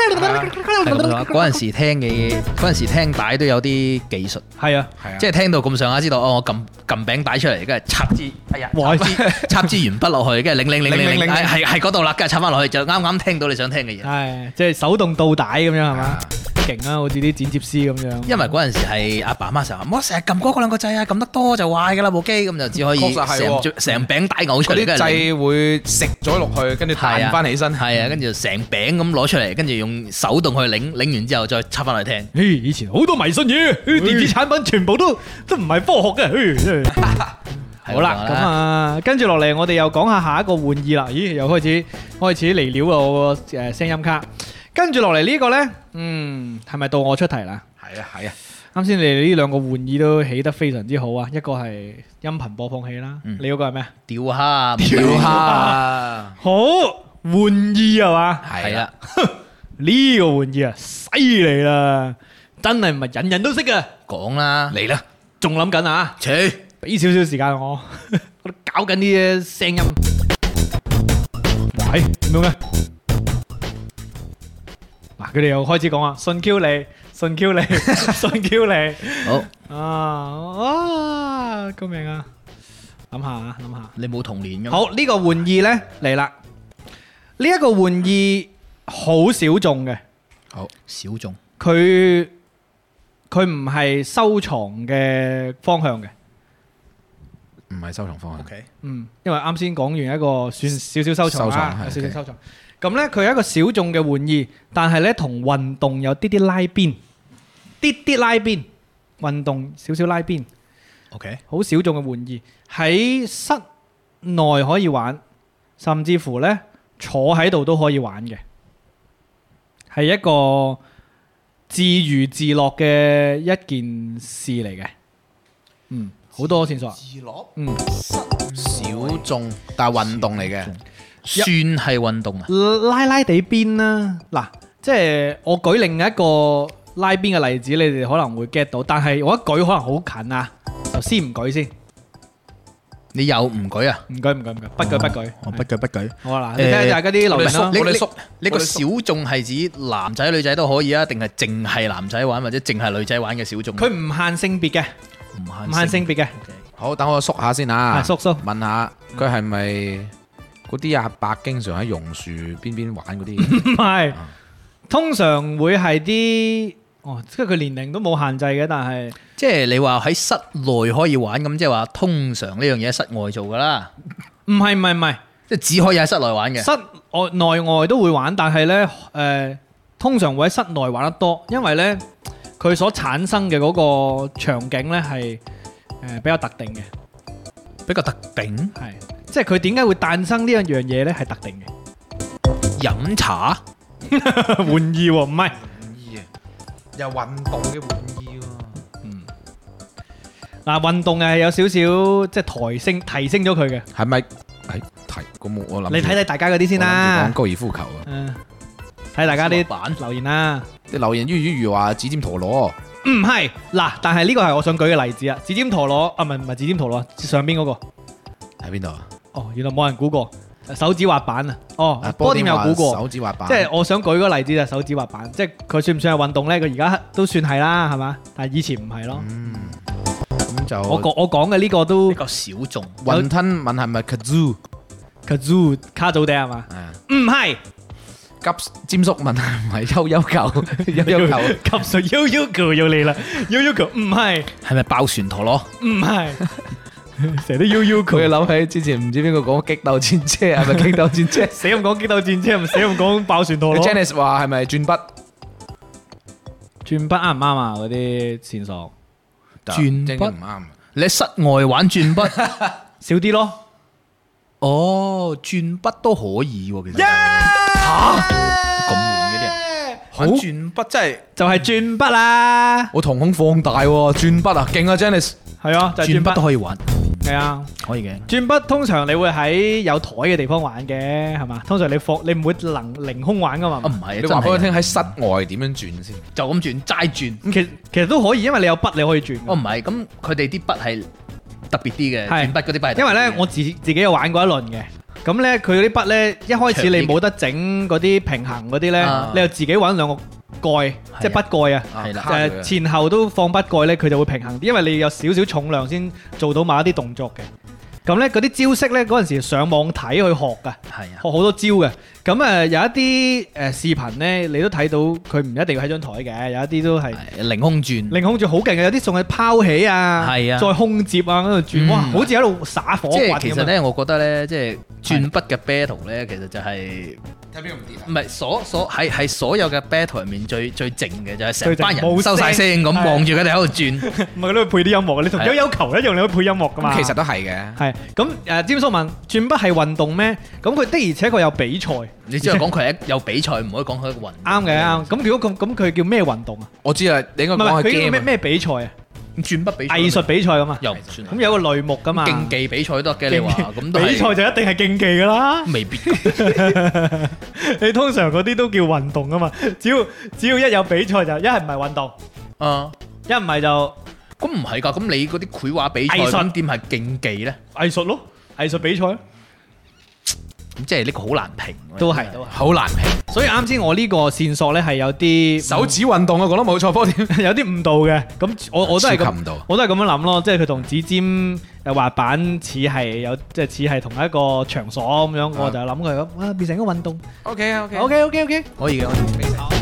S4: 係咁樣嗰陣時聽嘅，嗰陣時聽帶都有啲技術，
S1: 係啊，
S3: 係啊，
S4: 即係聽到咁上下知道哦，我撳撳餅帶出嚟，跟住插支，哎呀，
S1: 哇
S4: 插支插支鉛筆落去，跟住擰擰擰
S3: 擰
S4: 擰
S3: 擰
S4: 擰，
S3: 擰
S4: 哎係係嗰度啦，跟住插翻落去就啱啱聽到你想聽嘅嘢。
S1: 係即係手動倒帶咁樣係嘛
S3: 啊？
S1: 勁啊，好似啲剪接師咁樣。
S4: 因為嗰陣時係阿爸阿媽成日話，唔好成日撳嗰個兩個掣啊，撳得多就壞㗎啦部機，咁就只可以
S3: 確實係
S4: 成
S3: 喎
S4: 成餅帶嘔出
S3: 嗰
S4: 嚟，
S3: 啲
S4: 跟住擰
S3: 掣會食咗落去，跟住
S4: 係啊
S3: 彈翻起身。
S4: 係啊，跟住成餅咁攞出嚟，跟住用手動去擰，擰完之後再插翻落去聽。
S1: 嘿，以前好多迷信嘢，嘿電子產品全部都都唔係科 學嘅。嘿真係好啦，咁啊，跟住落嚟我哋又講下下一個玩意啦。咦，又開始開始嚟料啦我個誒聲音卡。跟住落嚟呢個呢，嗯，係咪到我出題啦？
S3: 係啊係啊，
S1: 啱先你哋呢兩個玩意都起得非常之好啊！一個係音頻播放器啦，
S4: 嗯
S1: 你嗰個係咩啊？
S4: 釣蝦，
S3: 釣
S4: 釣
S3: 蝦
S1: 好玩意係嘛？
S4: 係啦。
S1: 呢個玩意啊，犀利啦！真係唔係人人都識嘅，
S4: 講啦，
S3: 嚟啦，
S1: 仲諗緊啊！
S4: 切
S1: 俾少少時間我，我都搞緊啲聲音。喂，點樣咧？嗱，佢哋又開始講啊，信 Q 你，信 Q 你，信 Q 你。
S4: 好，
S1: 啊啊！救命啊！諗下啊，諗下。
S4: 你冇童年㗎嘛？
S1: 好，呢、個玩意呢，嚟啦！呢、一個玩意好小眾嘅，
S3: 好
S4: 小眾
S1: 佢佢唔係收藏嘅方向嘅。
S3: 唔係收藏方向。
S4: OK，
S1: 嗯，因為啱先講完一個算少少收藏
S3: 收藏
S1: 啦，有
S3: 係
S1: 少少
S3: OK
S1: 收藏。咁呢，佢係一個小眾嘅玩意，但係呢，同運動有啲啲拉邊，啲啲拉邊，運動少少拉邊，
S4: OK，
S1: 好小眾嘅玩意，喺室內可以玩，甚至乎呢，坐喺度都可以玩嘅，係一個自娛自樂嘅一件事嚟嘅。嗯，好多線索啊。
S4: 自樂
S1: 嗯。
S4: 小
S3: 小眾，但係運動嚟嘅，
S4: 算係運動啊，
S1: 拉拉地邊啦，嗱，即係我舉另一個拉邊嘅例子，你哋可能會 get 到，但係我一舉可能好近啊，就先唔舉先，
S4: 你有唔舉啊？
S1: 唔舉唔舉唔舉，不舉不舉，
S4: 我不舉不舉。
S1: 好啊嗱，你睇下
S4: 誒
S1: 大家啲留言啦
S3: 我，哋縮
S4: 你你個小眾係指男仔女仔都可以啊，定係淨係男仔玩或者淨係女仔玩嘅小眾？
S1: 佢唔限性別嘅，
S4: 唔
S1: 唔限性別嘅，
S3: 好，等我縮下先啊
S1: 啊，縮縮
S3: 問下佢係咪嗰啲阿伯經常喺榕樹邊邊玩 嗰啲？
S1: 唔係，通常會係啲，哦，即係佢年齡都冇限制嘅，但係
S4: 即係你話喺室內可以玩，咁即係話通常呢樣嘢喺室外做㗎啦，
S1: 唔係唔係唔係。
S4: 即係只可以喺室內玩嘅。
S1: 室外內外都會玩，但係呢，誒、呃通常會喺室內玩得多，因為呢，佢所產生嘅嗰個場景呢係誒比較特定嘅，
S4: 比較特定，
S1: 係即係佢點解會誕生呢一樣嘢呢？係特定 嘅
S4: 飲茶
S1: 玩意喎，唔係
S3: 啊又運動嘅玩意喎。
S1: 嗯嗱運動係有少少即係提升提升咗佢嘅，
S3: 係咪？係提咁我諗住。
S1: 你睇睇大家嗰啲先
S3: 我諗
S1: 啦
S3: 住講，高爾夫球啊！
S1: 嗯，睇大家啲
S4: 板
S1: 留言啦。
S3: 啲留言於於如話指尖陀螺，
S1: 唔嗯係嗱，但係呢個係我想舉嘅例子啊，指尖陀螺啊，唔係唔係指尖陀螺，上邊嗰、個。
S3: 喺邊度啊？
S1: 哦，原來冇人估過手指滑板啊！哦
S3: 啊，
S1: 波點有
S3: 話
S1: 估過，
S3: 手指滑板，
S1: 即係我想舉個例子就係手指滑板，即係佢算唔算係運動呢？佢而家都算係啦，係嘛？但係以前唔係咯。
S3: 嗯咁就
S1: 我講我講嘅呢個都
S4: 比較小眾，
S3: 雲吞問係咪 kazoo？
S1: kazoo 卡祖笛係嘛？
S3: 啊
S1: 唔係，
S3: 急尖叔問係咪悠悠 球？ 悠悠球
S1: 及 水 Yuyuko 要嚟啦，Yuyuko 唔係
S4: 係咪爆旋陀螺？
S1: 唔係， 成日都 Yuyuko
S3: 諗起之前唔知邊個講激鬥戰車，係咪激鬥戰車？
S1: 死咁講激鬥戰車，唔死咁講爆旋陀螺，
S3: Janice 話係咪轉筆？
S1: 轉筆啱唔啱啊？嗰啲線索
S4: 轉
S3: 正
S4: 筆
S3: 唔啱。
S4: 你喺室外玩轉筆，
S1: 少啲咯。
S4: 哦，轉筆都可以喎，其實咁悶嘅啲人玩轉筆真係
S1: 就係轉筆啦，
S3: 我瞳孔放大喎，轉筆啊，勁啊，Janice！
S1: 係啊，就係
S4: 轉
S1: 轉
S4: 筆都
S1: 筆，
S4: 可以玩，
S1: 係啊。
S4: 可以嘅。
S1: 轉筆通常你會喺有台嘅地方玩嘅，係嘛？通常你放你唔會能凌空玩噶嘛？
S4: 啊，唔係，
S3: 你
S4: 真
S3: 話
S4: 係
S3: 俾我聽喺室外點樣轉先？
S4: 就咁轉，齋轉。
S1: 咁其其實都可以，因為你有筆你可以轉㗎。
S4: 哦，唔係，咁佢哋啲筆係特別啲嘅，
S1: 係
S4: 轉筆嗰啲筆係特別啲嗯嘅。
S1: 因為咧，我自自己有玩過一輪嘅。咁咧，佢嗰啲筆咧，一開始你冇得整嗰啲平衡嗰啲咧
S4: 啊，
S1: 你又自己揾兩個蓋，即係筆蓋啊。
S4: 係啦
S1: 就係前後都放筆蓋咧，佢就會平衡啲，因為你有少少重量先做到某一啲動作嘅。咁咧，嗰啲招式咧，嗰陣時上網睇去學㗎。
S4: 係啊
S1: 學，好多招嘅。咁誒有一啲誒視頻咧，你都睇到佢唔一定要喺張台嘅，有一啲都係
S4: 係凌空轉，
S1: 凌空住好勁嘅，啊有啲仲係拋起啊，
S4: 係啊
S1: 再空接啊喺度轉，哇，
S4: 嗯
S1: 好似喺度耍火
S4: 即
S1: 棍
S4: 係其
S1: 咁
S4: 實
S1: 樣。
S4: 咧，我覺得咧，即係轉筆嘅 battle 咧，其實就係
S3: 睇邊個唔跌啊？
S4: 唔係所所係係所有嘅 battle 入面最最靜嘅，就係成
S1: 最靜
S4: 班人
S1: 冇
S4: 收晒
S1: 聲
S4: 聲咁
S1: 係
S4: 望住佢哋喺度 轉，
S1: 唔係佢都會配啲音樂嘅，你同
S4: 係啊
S1: 悠悠球一樣，你可以配音樂噶嘛。
S3: 咁其實都係嘅。
S1: 係咁誒，詹叔問轉筆係運動咩？咁佢的而且確有比賽，啱
S4: 你只係講佢係有比賽，唔可以講佢雲。
S1: 嘅啱。咁如果咁咁佢叫咩運動啊？
S3: 我知啦，你應該
S1: 唔係唔係
S3: 講
S1: 佢叫
S3: 係
S1: 咩
S3: game 啊。
S1: 咩比賽啊？
S4: 轉筆比賽
S1: 藝術比賽啊咁嘛。
S4: 又唔算
S1: 咁有個類目噶嘛。
S4: 競技比賽都得嘅，你話咁都係
S1: 比賽就一定係競技噶啦。
S4: 未必
S1: 你通常嗰啲都叫運動啊嘛，只要只要一有比賽就一係唔係運動，
S4: 啊。
S1: 一唔係就
S4: 咁唔係㗎，咁你嗰啲繪畫比賽
S1: 藝術
S4: 咁點係競技咧？
S1: 藝術咯，藝術比賽咯。
S4: 咁即係呢個好難評喎。
S1: 都係
S4: 真
S1: 都係
S4: 好難評。
S1: 所以啱先我呢個線索咧係有啲
S3: 手指運動啊，講得冇錯，波點
S1: 有啲誤導嘅，咁我我都係
S3: 超
S1: 咁
S3: 級唔到。
S1: 我都係咁樣諗咯，即係佢同指尖誒滑板似係有即係似係同一個場所咁樣，我就諗佢咁啊變成一個運動。
S3: OK 啊，OK。
S1: OK OK OK，
S4: 可以嘅，可以。
S1: 我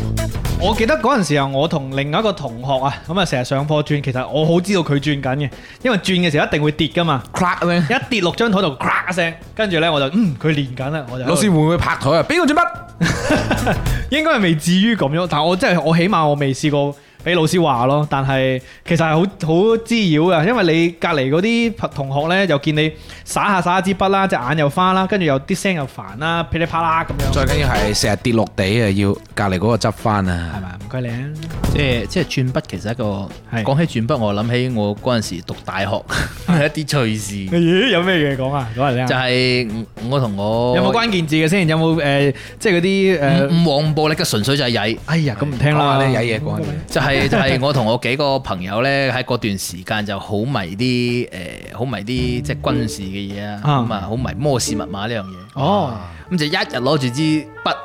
S1: 我記得嗰陣時候，我同另外一個同學啊，咁啊成日上課轉，其實我好知道佢轉緊嘅，因為轉嘅時候一定會跌噶嘛，
S3: crack 咧，
S1: 一跌落張台度，咔一聲，跟住呢，我就嗯佢練緊啦，我就
S3: 老師會唔會拍台啊？邊個轉筆？
S1: 應該係未至於咁樣，但我真係我起碼我未試過俾老師話咯。但係其實係好好滋擾嘅，因為你隔離嗰啲同學呢，又見你耍下耍下支筆啦，隻眼又花啦，跟住又啲聲又煩啦，噼里啪啦咁樣。
S3: 最緊要係成日跌落地啊，要隔離嗰個執翻
S1: 係
S3: 啊！
S1: 咪啊？唔該你啊！
S4: 即係即係轉筆其實一個
S1: 係
S4: 講起轉筆，我諗起我嗰陣時讀大學 一啲趣事，
S1: 咦？有咩嘢講啊？講嚟聽
S4: 就
S1: 下。
S4: 係我同我
S1: 有冇關鍵字嘅先？有冇誒？即係嗰啲誒？
S4: 五五黃暴力嘅純粹就係曳。
S1: 哎呀，咁唔聽啦。
S3: 咧，曳嘢講下嘢，
S4: 就係 就係我同我幾個朋友咧，喺嗰段時間就好迷啲誒，好、迷啲即係軍事嘅嘢啊，
S1: 啊
S4: 咁啊好迷摩士密碼呢樣嘢。
S1: 哦，
S4: 咁就一日攞住支筆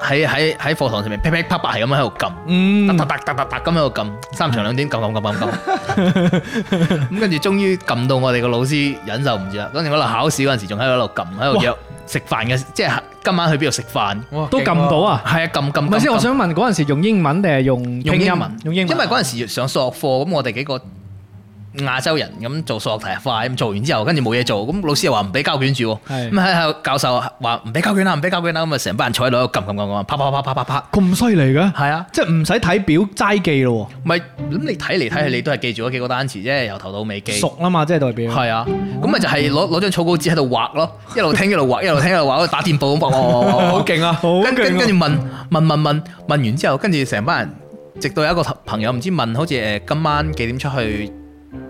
S4: 喺喺喺課堂上面噼噼啪啪係咁喺度撳，
S1: 嗯
S4: 嗒，嗒嗒嗒嗒嗒咁喺度撳，三長兩短撳撳撳撳撳。 咁跟住終於撳到我哋個老師忍受唔住啦，跟住我度考試嗰陣時仲喺度撳，喺度約食飯嘅，即係今晚去邊度食飯。
S1: 都撳到啊！
S4: 係啊，撳撳。
S1: 唔係先，
S4: 撳
S1: 我想問嗰陣時用英文定係用
S4: 用
S1: 拼
S4: 英
S1: 音啊
S4: 文，
S1: 用英文，
S4: 因為嗰陣時上數學課，咁我哋幾個亞洲人咁做數學題快，咁做完之後跟住冇嘢做，咁老師又話唔俾交卷住
S1: 係
S4: 喎，咁喺度教授話唔俾交卷啦，唔俾交卷啦，咁啊成班人坐喺度撳撳撳撳，啪啪啪啪啪啪，
S1: 咁犀利嘅，
S4: 係啊，
S1: 即係唔使睇表齋記咯喎。
S4: 咪咁你睇嚟睇去你都係記住嗰幾個單詞啫，由頭到尾記。
S1: 熟啦嘛，即係代表。
S4: 係啊，咁咪就係攞攞張草稿紙喺度畫咯，一路聽一路畫，一路聽一路畫，打電報咁畫， 好勁啊！
S1: 好勁
S4: 跟跟
S1: 啊
S4: 跟住問問問問問完之後，跟住成班人，直到有一個朋友唔知問，好似誒今晚幾點出去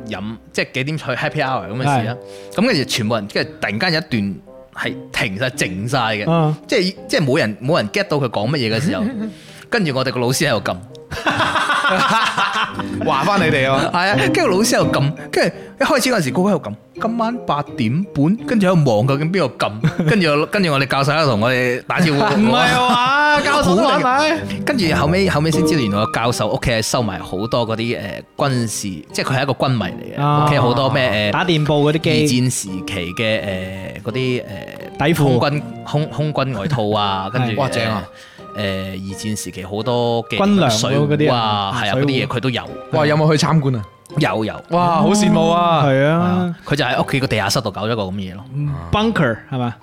S4: 飲，即係幾點去 happy hour 咁嘅事啦。咁跟住全部人，跟住突然間有一段係停晒靜晒嘅
S1: 嗯，
S4: 即係即係冇人冇人 get 到佢講乜嘢嘅時 候，跟住我哋個老師喺度撳。
S3: 話翻你哋啊！
S4: 系啊，
S1: 哦
S4: 跟住老師喺度撳，跟住一開始嗰陣時，個個喺度撳。今晚八點半，跟住喺度望究竟邊個 撳，跟住跟住我哋教授喺度同我哋打招呼。
S1: 唔係啊 嘛，教授都玩埋。
S4: 跟住後尾後尾先知道，原來個教授屋企係收埋好多嗰啲誒軍事，即係佢係一個軍迷嚟
S1: 啊
S4: 嘅，屋企好多咩誒
S1: 打電報嗰啲
S4: 二
S1: 機
S4: 戰時期嘅誒嗰啲
S1: 底褲
S4: 誒空軍空空軍外套 啊，跟住
S3: 哇正啊！
S4: 誒二戰時期好多嘅
S1: 軍糧
S4: 水
S1: 嗰啲
S4: 壺
S1: 啊
S4: 啊，係
S1: 水
S4: 啊，
S1: 壺
S4: 嗰啲嘢佢都有，
S3: 哇，有冇去參觀啊？
S4: 有有。
S3: 哇，好羨慕啊！
S1: 係
S4: 係
S1: 啊嗯
S4: 啊，佢就喺屋企個地下室度搞咗個咁嘢咯，
S1: ，bunker 係嘛？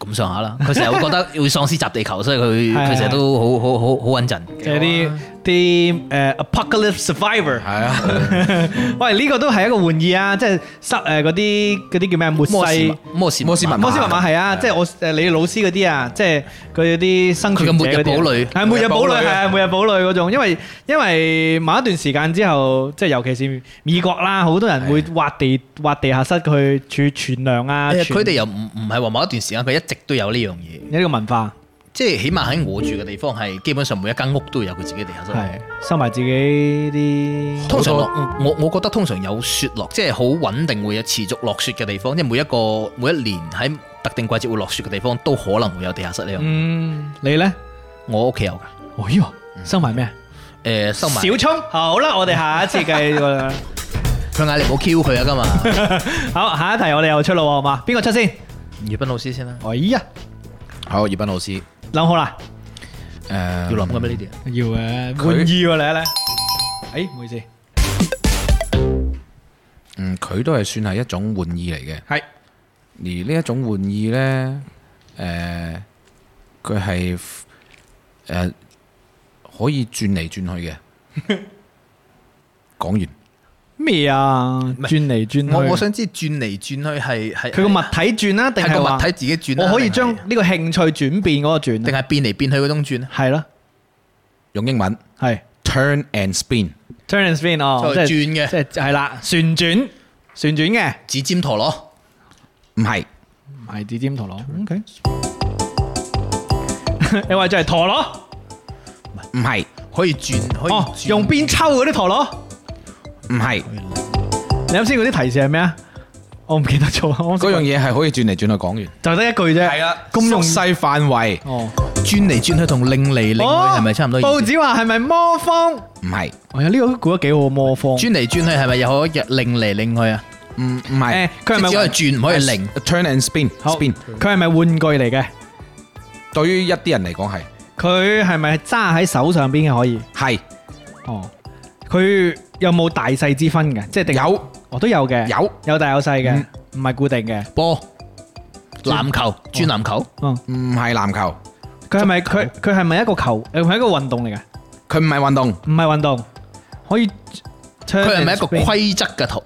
S4: 咁上下啦。佢成日會覺得會喪屍襲地球，所以佢
S1: 係
S4: 佢成日都好好好好穩陣。
S1: 即係啲啲誒 apocalypse survivor。
S3: 係啊，
S1: 喂，呢個都係一個玩意啊！即係塞誒嗰啲嗰啲叫咩啊末
S4: 摩斯
S1: 世。
S4: 摩斯
S3: 摩斯密碼
S1: 摩斯密碼係啊，即係我誒你老師嗰啲啊，即係佢啲生存者嗰
S4: 佢嘅
S1: 啲啊
S4: 末日堡
S1: 係末日堡壘，
S3: 末
S4: 壘
S3: 日堡壘
S1: 係啊，
S3: 啊
S1: 末日堡壘嗰種，因為因為某一段時間之後，即係尤其是美國啦，好多人會挖地挖地下室去儲存糧啊，
S4: 誒佢
S1: 存
S4: 哋又唔唔係話某一段時間，佢一直都有呢樣嘢，
S1: 呢個文化
S4: 即係起碼喺我住嘅地方係基本上每一間屋都有佢自己地下室。
S1: 係收埋自己啲
S4: 通常
S3: 好
S4: 落
S3: 多
S4: 我我覺得通常有雪落，即係好穩定會有持續落雪嘅地方，即係每一個每一年喺特定季節會落雪嘅地方，都可能會有地下室呢樣。
S1: 嗯，你咧？
S4: 我屋企有㗎，
S1: 哎呀，收埋咩啊？
S4: 誒收埋。
S1: 小葱，好啦，我哋下一次繼續 啦。
S4: 佢嗌你冇 Q 佢啊，今日。
S1: 好，下一題我哋又出啦喎，好嘛？邊個出先？
S4: 吳宇斌老師先啦。
S1: 哎呀，
S3: 好，葉斌老師，
S1: 諗好啦。
S3: 誒，
S4: 要諗嘅咩呢啲啊？
S1: 要嘅，
S3: 佢
S1: 滿意喎你咧。誒，唔好意思，
S3: 嗯，佢都係算係一種玩意嚟嘅。
S1: 係
S3: 而呢一種玩意呢，誒，佢係誒可以轉嚟轉去嘅。 講完，
S1: 咩啊？
S4: 係
S1: 轉嚟轉去，
S4: 我我想知轉嚟轉去係係
S1: 佢個物體轉啦，定
S4: 係
S1: 係
S4: 個
S1: 話
S4: 物體自己轉啊，
S1: 我可以將
S4: 定係
S1: 呢個興趣轉變嗰個轉
S4: 定
S1: 啊，
S4: 係變嚟變去嗰種轉啊？
S1: 係咯，
S3: 用英文
S1: 係
S3: turn and spin。
S1: turn and spin ờ, 哦，
S4: 就係
S1: 即係
S4: 轉嘅
S1: 即係係啦，旋轉旋轉嘅，
S4: 指尖陀螺
S3: 唔係，
S1: 唔係指尖陀螺，OK，你話就係陀螺。
S3: 唔係，
S4: 可以轉，可以
S1: 哦，
S4: 轉
S1: 用邊抽嗰啲陀螺？
S3: 唔係，
S1: 你啱先嗰啲提示係咩啊？我唔記得咗，我
S3: 嗰樣嘢係可以轉嚟轉去。講完，
S1: 就得一句啫。咁容
S3: 縮細範圍，
S1: 哦，
S4: 轉嚟轉去同另嚟另去係咪差唔多意思？
S1: 報紙話係咪魔方？
S3: 唔係，
S1: 哎呀，呢個都估得幾好，魔方。
S4: 轉嚟轉去係咪又可以另嚟另去啊？
S3: 唔唔
S1: 誒，
S3: 係
S1: 佢係咪
S4: 即只可以轉唔可以零？
S3: turn and spin
S1: 好
S3: spin。
S1: 佢係咪玩具嚟嘅？
S3: 對於一啲人嚟講係
S1: 佢係咪揸喺手上邊嘅可以？
S3: 係
S1: 哦，佢有冇大細之分嘅？即係定
S3: 有
S1: 我都有嘅，
S3: 有，
S1: 有大有細嘅，唔係固定嘅。
S4: 波、籃球、
S1: 哦
S4: 專籃球，
S3: 唔係籃球，
S1: 佢係咪佢佢係咪一個球？誒，佢係一個運動嚟嘅，
S3: 佢唔係運動，
S1: 唔係運動，可以。佢
S4: 佢係咪一個規則嘅圖？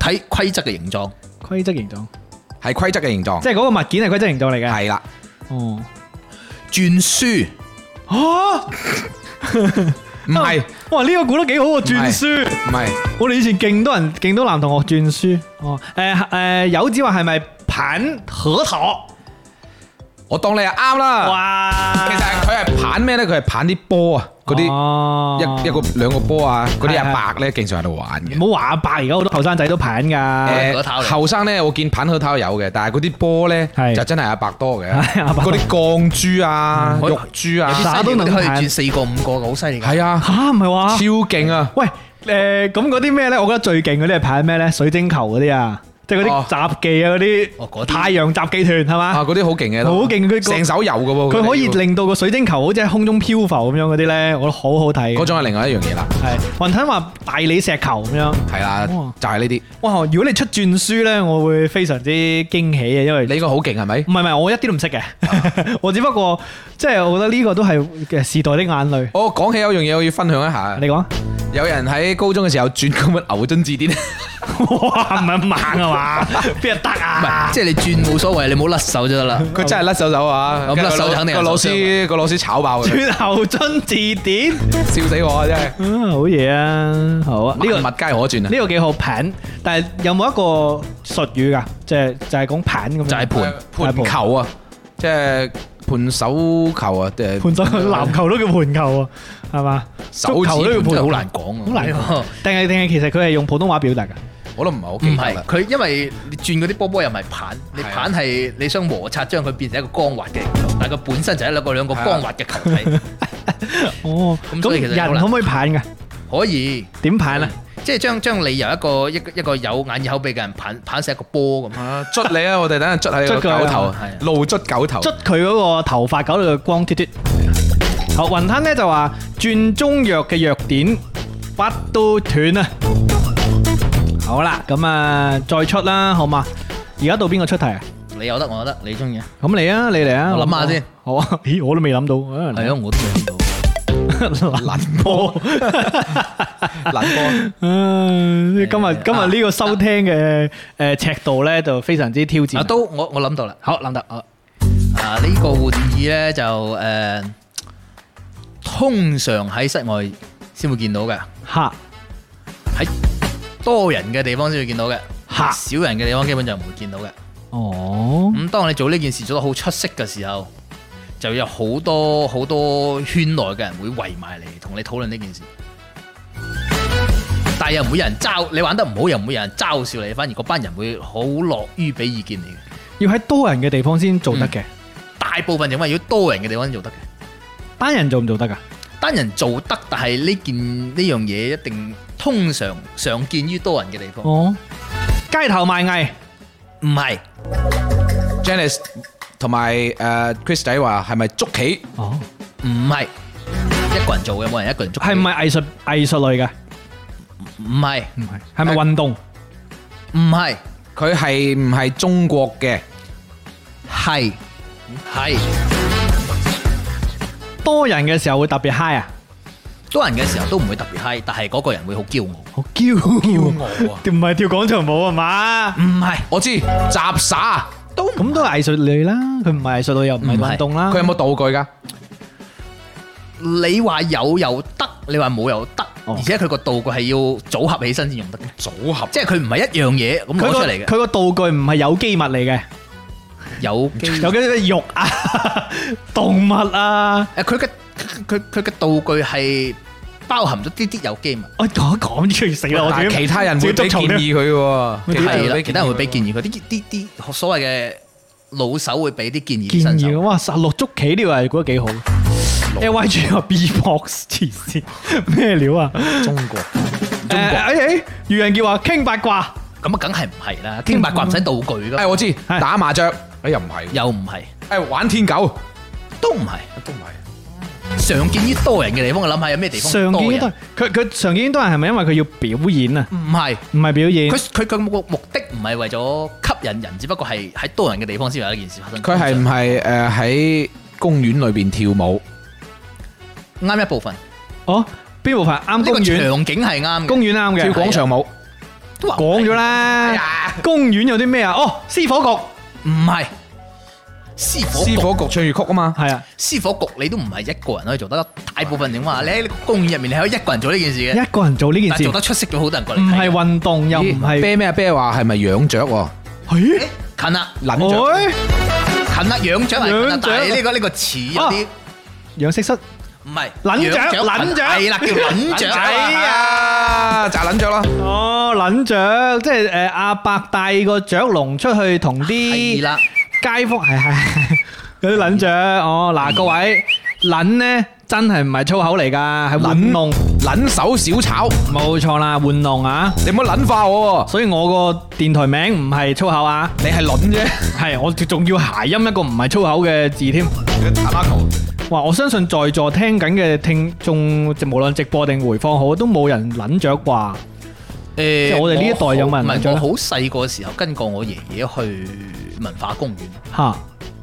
S4: 睇規則嘅形狀，
S1: 規則形狀？
S3: 係規則嘅形狀，
S1: 即係嗰個物件係規則形狀嚟嘅。
S3: 係啦，
S1: 哦，
S4: 轉書
S3: 唔係
S1: 哇！呢個估得幾好喎，轉書。
S3: 唔係
S1: 我哋以前勁多人，勁多男同學轉書。哦，誒誒，友子話係咪盤核桃？
S3: 我當你係啱啦。
S1: 哇！
S3: 啊其實係佢係棒咩咧？佢係棒啲波啊，嗰啲
S1: 哦
S3: 一一個兩個波啊，嗰啲
S1: 係
S3: 阿伯咧經常喺度玩嘅。
S1: 唔好話阿伯，而家好多後生仔都盤㗎。
S3: 誒
S4: 嗰個頭嚟
S3: 後生咧，我見棒口頭有嘅，但係嗰啲波咧
S1: 係
S3: 就真係阿伯多 嘅，
S1: 係阿伯
S3: 嗰啲鋼珠啊、
S4: 嗯
S3: 玉珠啊，
S1: 打都能
S4: 你可以
S1: 彈
S4: 轉四個五個嘅，好犀利㗎。
S3: 係啊，
S1: 嚇唔係
S3: 超
S1: 話？
S3: 勁啊！
S1: 喂，誒咁嗰啲咩咧？我覺得最勁嗰啲係排咩咧？水晶球嗰啲啊，即係嗰
S3: 哦
S1: 啲雜技啊，嗰
S4: 哦嗰
S1: 啲
S4: 啲
S1: 太陽雜技團係嘛？
S3: 啊，嗰啲好勁嘅，
S1: 好勁佢個
S3: 成手遊嘅喎，
S1: 佢可以
S3: 要
S1: 令到個水晶球好似喺空中漂浮咁樣嗰啲咧，我覺得好好睇嘅。
S3: 嗰種係另外一樣嘢啦，
S1: 係雲吞話大理石球咁樣。
S3: 係啦，
S1: 哇
S3: 就係呢啲，
S1: 哇！如果你出轉書咧，我會非常之驚喜嘅，因為
S3: 你個好勁係咪
S1: 唔？係唔係，我一啲都唔識嘅。 我只不過即係我覺得呢個都係嘅時代的眼淚。
S3: 我哦講起有樣嘢我要分享一下
S1: 你，講。
S3: 有人喺高中嘅時候轉嗰本牛津字典，
S1: 哇，唔係猛啊嘛， 邊度得啊？
S4: 即係你轉冇所謂，你冇甩手就得啦。
S3: 佢真係甩手手啊！
S4: 咁甩手就肯定
S3: 個
S4: 係
S3: 老
S4: 手
S3: 師個老師炒 爆佢，
S1: 斷牛津字典，
S3: 笑死我啊！真係
S1: 啊，好嘢啊，好啊，呢、個
S3: 萬物皆可轉啊！
S1: 呢個幾好盤，但係有冇一個術語㗎？即係就係講盤咁樣，
S4: 就係盤
S3: 盤盤球啊，即係盤手球啊，誒
S1: 盤手籃球都叫盤球啊，係嘛？
S3: 手
S1: 足球都
S3: 指
S1: 要
S4: 真
S1: 盤
S4: 係
S1: 球
S4: 好，難講啊，
S1: 好難講。定係定係其實佢係用普通話表達㗎？
S3: 我都唔係好
S4: 唔
S3: 記得
S4: 係
S3: 啦。
S4: 佢，因為你轉嗰啲波波又唔係棒，你
S3: 係啊
S4: 棒係你想摩擦將佢變成一個光滑嘅球，但係佢本身就係兩個兩個
S3: 係啊
S4: 光滑嘅球體，
S1: 哦，
S4: 咁所以其實有
S1: 人
S4: 啦
S1: 可唔可以盤㗎？
S4: 可以
S1: 點盤咧？
S4: 即係將將你由一個一個一個有眼耳口鼻嘅人棒棒成一個波咁。
S3: 啊，捽你啊！我哋等陣捽下你個
S1: 捽佢啊
S3: 狗頭
S4: 係啊，
S3: 露捽狗頭。
S1: 捽佢嗰個頭髮搞到佢光脱脱。好，雲吞咧就話轉中藥嘅藥典骨都斷啊！好啦，咁啊再出啦，好嘛？而家到邊個出題啊？
S4: 你有得我有得，你中意啊？
S1: 咁你啊，你嚟啊！
S4: 我諗下先。
S1: 好啊，咦，我都未諗到。
S4: 係啊，我都見到。
S1: 諗波。
S3: 嗱，
S1: 唉今日今日呢個收聽嘅誒尺度咧，就非常之挑
S4: 啊，
S1: 戰。
S4: 都我我諗到啦。
S1: 好諗得，好
S4: 啊，呢個玩意咧就誒，通常喺室外先會見到嘅，
S1: 嚇
S4: 喺多人嘅地方先會見到嘅，
S1: 嚇
S4: 少人嘅地方基本就唔會見到嘅。
S1: 哦，
S4: 咁當你做呢件事做得好出色嘅時候，就有好多好多圈內嘅人會圍埋嚟同你討論呢件事。但係又唔會有人嘲你玩得唔好，又唔會有人嘲笑你，反而嗰班人會好樂於俾意見你嘅。
S1: 要喺多人嘅地方先做得嘅，
S4: 大部分情況下要多人嘅地方先做得嘅，
S1: 單人做唔做得㗎？
S4: 單人做得，但係呢件呢樣嘢一定通常常見於多人嘅地方。
S1: 哦，街頭賣藝。
S4: 唔係
S3: Janice 同埋誒 Chris 仔話係咪捉棋？
S1: 哦，
S4: 唔係，一個人做嘅冇人一個人捉。
S1: 係唔係藝術藝術類嘅？
S4: 唔係
S1: 唔係，係咪運動？
S4: 唔係
S3: 佢係唔係中國嘅？
S4: 係係。
S1: 多人嘅時候會特別 high 啊，
S4: 多人嘅時候都唔會特別嗨，但係嗰個人會好驕傲。
S1: 好驕
S3: 驕
S1: 傲，
S3: 傲啊！
S1: 唔係跳廣場舞啊嘛？
S4: 唔係，
S3: 我知雜耍，
S1: 都咁都係藝術類啦，佢唔係藝術類又唔係
S4: 唔係
S1: 運動啦。
S3: 佢有冇道具㗎？
S4: 你話有又得，你話冇又得，
S1: 哦
S4: 而且佢個道具係要組合起身先用得嘅，
S3: 組合
S4: 即係佢唔係一樣嘢咁
S1: 佢
S4: 攞出
S1: 個
S4: 嚟嘅。
S1: 佢個道具唔係有機物嚟嘅，
S4: 有機
S1: 有
S4: 誒，
S1: 嗰啲肉啊、 動物啊，
S4: 佢嘅佢佢嘅道具係包含咗啲啲有機物，
S1: 我講講出嚟死啦！我
S3: 但
S1: 自
S3: 係
S1: 己
S3: 其他人
S1: 自
S3: 會
S1: 己捉
S3: 俾建
S1: 蟲添
S3: 議佢嘅喎，
S1: 啲
S4: 係啦，
S3: 俾
S4: 其他人會俾
S3: 佢
S4: 建議佢啲啲啲所謂嘅老手會俾啲建議
S1: 建
S4: 新
S1: 議嘅，
S4: 手。
S1: 哇！實落捉棋呢個係覺得幾好。L Y G 話 B box 黐線咩料啊？
S3: 中國
S1: 誒誒，愚人傑話傾八卦。
S4: 咁啊，梗係唔係啦？傾八卦唔使道具
S3: 誒
S4: 㗎，
S3: 我知打麻雀，誒又唔係，
S4: 又唔係，
S3: 誒玩天狗
S4: 都唔係。
S3: 都唔係，
S4: 常見於多人嘅地方，我諗下有咩地方
S1: 常
S4: 多
S1: 見於
S4: 人
S1: 多人，佢佢常見於多人係咪因為佢要表演啊？
S4: 唔係。
S1: 唔係表演
S4: 佢，佢佢目目的唔係為咗吸引人，只不過係喺多人嘅地方先有一件事發生。
S3: 佢係唔係诶喺公園裏边跳舞？
S4: 啱一部分，
S1: 哦，邊部分啱
S4: 呢個
S1: 公園？
S4: 場景係啱嘅。
S1: 公園啱嘅，
S3: 跳廣場舞？
S4: 都話
S1: 講咗
S4: 哎
S1: 啦。
S4: 呀
S1: 公園有啲咩啊？哦，私火局
S4: 唔係私火
S3: 私
S4: 局，
S3: 火局唱粵曲啊嘛，
S1: 係啊，
S4: 私火局你都唔係一個人可以做得，大部分情況下你喺公園入面你可以一個人做呢件事嘅，
S1: 一個人做呢件
S4: 但係
S1: 事
S4: 做得出色咗好多人過嚟
S1: 唔
S4: 睇嘅。
S1: 係運動又唔
S3: 咦
S1: 係，
S3: 啤咩啊？啤話係咪養雀喎？
S1: 咦？
S4: 近啦，
S3: 撚雀
S1: 喂，
S4: 近啦，養長係近啦
S1: 養，
S4: 但係
S1: 長
S4: 呢個呢個詞有啲
S1: 養色室
S4: 唔係
S1: 撚長撚長
S4: 係啦，叫撚長
S1: 哎呀
S3: 啊，摘撚雀啦！
S1: 哦，撚雀，即係誒阿伯帶個雀籠出去同啲
S4: 係啦，
S1: 街坊係係係有啲撚雀哦。嗱，各位撚咧真係唔係粗口嚟㗎，係玩弄，
S3: 撚手小炒，
S1: 冇錯啦，玩弄啊！
S3: 你唔好撚化我
S1: 所以我個電台名唔係粗口啊，
S3: 喎，你係撚啫。
S1: 係我仲要諧音一個唔係粗口嘅字添。
S3: 打孖球，
S1: 哇！我相信在座聽緊嘅聽眾，即無論直播定回放好，都冇人撚雀啩。
S4: 誒，
S1: 即係我哋呢一代有冇人
S4: 唔
S1: 撚
S4: 係
S1: 長
S4: 我
S1: 咧
S4: 好細個時候跟過我爺爺去文化公園，
S1: 吓，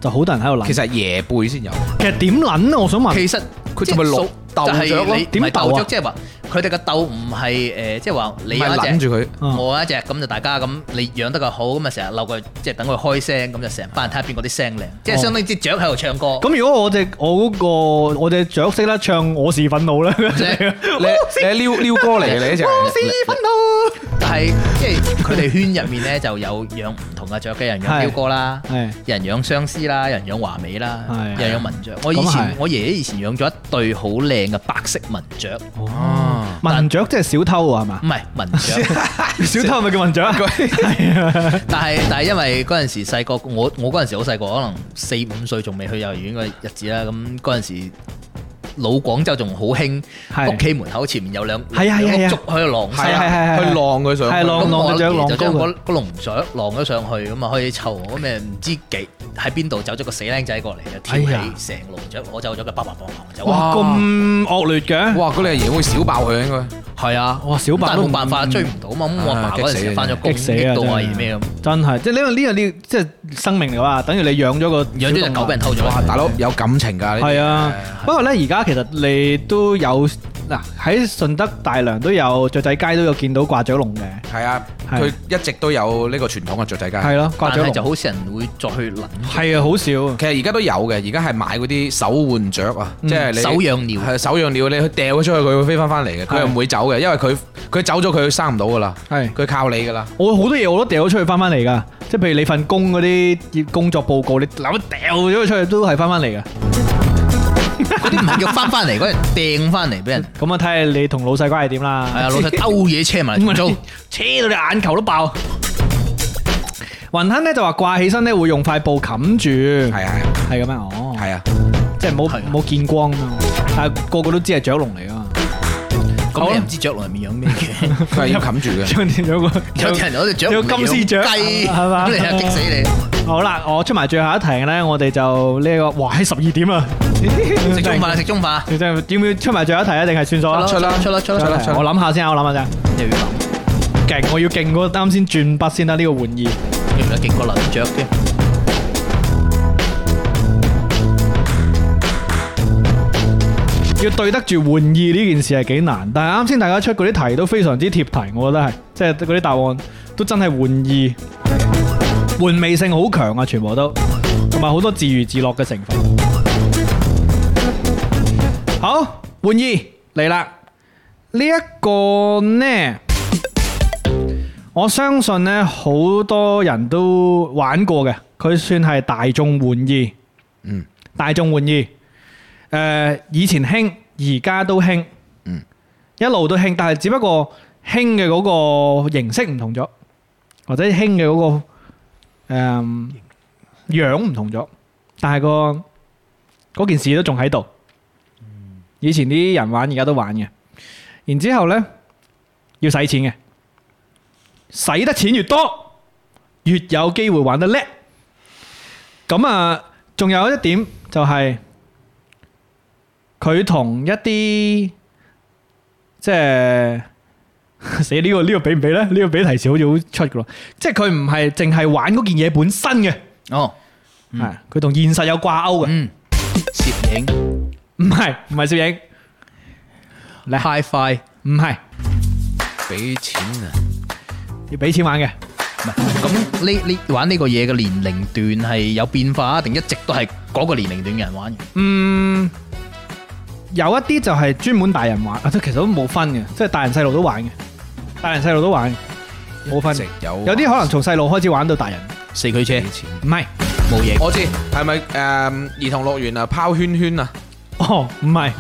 S1: 就好多人喺度諗。
S3: 其實係椰貝先有。
S1: 其實點諗咧？我想問，
S4: 其實
S3: 佢
S4: 即係
S3: 仲咪落
S4: 數
S3: 鬥
S4: 就係
S3: 雀咯
S4: 你
S1: 點
S4: 唔係
S1: 鬥啊
S4: 鬥雀，即係話佢哋嘅鬥唔係誒，即係話你有
S3: 咪
S4: 一
S3: 攬
S4: 隻。
S3: 住佢，
S1: 嗯
S4: 我有一隻咁就大家咁，你養得佢好咁啊，成日留佢，即係等佢開聲，咁就成班人睇下邊個啲聲靚，即係相當於啲雀喺度唱歌。
S1: 咁如果我只我嗰個我只雀識得唱我是憤怒咧，
S3: 你你撩撩歌嚟嘅你呢隻。
S1: 憤
S4: 但係即係佢哋圈入面咧就有養唔同嘅雀嘅，有人養
S1: 係
S4: 鹩哥啦，
S1: 係
S4: 有人養相思啦，有人養華美啦，
S1: 係
S4: 有人養文雀。我以
S1: 咁係
S4: 前我爺爺以前養咗一對好靚嘅白色文雀，
S1: 怒哦，文雀即係小偷啊，係嘛
S4: 唔？係文 雀，
S1: 小偷係咪叫文雀啊？係啊
S4: 但係但係因為嗰陣時細個，我我嗰陣時好細個，可能四五歲仲未去幼兒園嘅日子啦。咁嗰陣時老廣州仲好興，
S1: 係
S4: 屋企門口前面有兩
S1: 係啊係啊
S4: 兩
S1: 係啊
S4: 碌竹喺度晾
S1: 係
S4: 晒
S1: 啊係啊。
S3: 去浪佢上去，
S1: 係浪
S4: 咁我
S1: 隻雀
S4: 就
S1: 晾
S4: 將
S1: 高
S4: 嗰
S1: 佢
S4: 嗰籠雀晾咗上去，咁啊可以湊我咩唔知幾喺邊度走咗個死僆仔過嚟，就跳
S1: 哎呀
S4: 起成籠雀攞走咗嘅，叭叭叭叭走。
S1: 哇，
S3: 哇
S1: 咁惡劣嘅，
S3: 哇！嗰你阿爺會小爆佢啊應該。
S4: 係啊，
S1: 哇小白
S4: 但係
S1: 都
S4: 冇辦法
S1: 唔
S4: 追唔到嘛，咁我
S3: 啊
S4: 阿爸嗰陣時
S3: 激死啊
S4: 翻咗工，
S1: 激死啊
S4: 激到阿
S1: 真係
S4: 爺咩咁，
S1: 真係即係呢個呢個呢，即係生命嚟話，等於你養咗個
S4: 養咗
S1: 小
S4: 只
S1: 動
S4: 狗
S1: 物
S4: 俾人偷咗。
S3: 哇！大佬有感情㗎，呢啲
S1: 係啊，不過咧而家其實你都有嗱喺順德大良都有雀仔街都有見到掛雀籠嘅，
S3: 係啊，
S1: 係
S3: 佢一直都有呢個傳統嘅雀仔街。
S1: 係咯
S4: 但
S1: 掛雀
S4: 係就
S1: 籠，
S4: 好少人會再去諗。
S1: 係啊好少。
S3: 其實而家都有嘅，而家係買嗰啲手換雀啊，即係你
S4: 手 養鳥
S3: 係手養鳥，你去掉咗出去，佢會飛翻翻嚟嘅，佢又唔會走嘅，因為佢佢走咗佢生唔到㗎啦，
S1: 係
S3: 佢靠你㗎啦。
S1: 我好多嘢我都掉咗出去翻翻嚟㗎，即係譬如你份工嗰啲工作報告，你諗一掉咗佢出去都係翻翻嚟㗎。
S4: 嗰啲唔係叫翻翻嚟，嗰人掟翻嚟俾人。
S1: 咁啊，睇下你同老細關係點啦。
S4: 係啊，老細兜嘢車埋嚟
S1: 咁
S4: 做
S1: 啊，，車到你眼球都爆。雲吞咧就話掛起身咧會用塊布冚住，
S3: 係啊
S1: 係咁樣哦，
S3: 係啊，
S1: 即係冇
S4: 係啊
S1: 冇見光啊嘛。但係個個都知係雀籠嚟㗎嘛，
S4: 咁你又唔知雀籠入面養 咩嘅？
S3: 佢係要冚住嘅。
S1: 有啲有個
S4: 有啲人攞只雀，
S1: 有金絲雀
S4: 雞，
S1: 係嘛
S4: 咁你又激死你！
S1: 好啦，我出埋最後一題咧，我哋就呢個哇喺十二點啊，
S4: 食中飯，食中飯。
S1: 你真係要唔要出埋最後一題啊？定係算數啊？
S4: 出啦出啦出啦出啦出啦
S1: 我諗下先啊，我諗下先。
S4: 又要諗，
S1: 勁，我要勁過啱先轉筆先得呢個玩意。
S4: 要唔要勁過輪雀嘅？
S1: 要對得住玩意呢件事係幾難，但係啱先大家出嗰啲題都非常之貼題，我覺得係，即係嗰啲答案都真係玩意，玩味性好強啊，全部都，同埋好多自娛自樂嘅成分。好，玩意嚟啦！呢、一個呢，我相信呢好多人都玩過嘅，佢算係大眾玩意。
S3: 嗯，
S1: 大眾玩意。誒、以前興，而家都興，
S3: 嗯，
S1: 一路都興，但係只不過興嘅嗰個形式唔同咗，或者興嘅嗰個誒、樣唔同咗，但係個嗰件事都仲喺度。以前啲人玩，而家都玩嘅。然之後呢，要使錢嘅，使得錢越多，越有機會玩得叻。咁啊，仲有一點就係、佢同一啲即係 死呢個呢個俾唔俾咧？呢個俾提示好似好出噶咯，即係佢唔係淨係玩嗰件嘢本身嘅，
S4: 哦，嗯
S1: 係佢同現實有掛鈎嘅，
S4: 嗯，攝影
S1: 唔係唔係攝影，嚟
S4: Hi-Fi
S1: 唔係
S3: 俾錢啊！
S1: 要俾錢玩嘅，
S4: 唔係咁呢呢玩呢個嘢嘅年齡段係有變化啊，定一直都係嗰個年齡段嘅人玩嘅？
S1: 嗯。有一啲就係專門大人玩，啊，即係其實都冇分嘅，即係大人細路都玩嘅，大人細路都玩嘅，冇分
S3: 一直有
S1: 有啲可能從細路開始玩到大人，
S4: 四驅車
S3: 俾錢。
S1: 唔係，
S4: 模型
S3: 我知係咪誒兒童樂園啊？拋圈圈啊？
S1: 哦，唔係，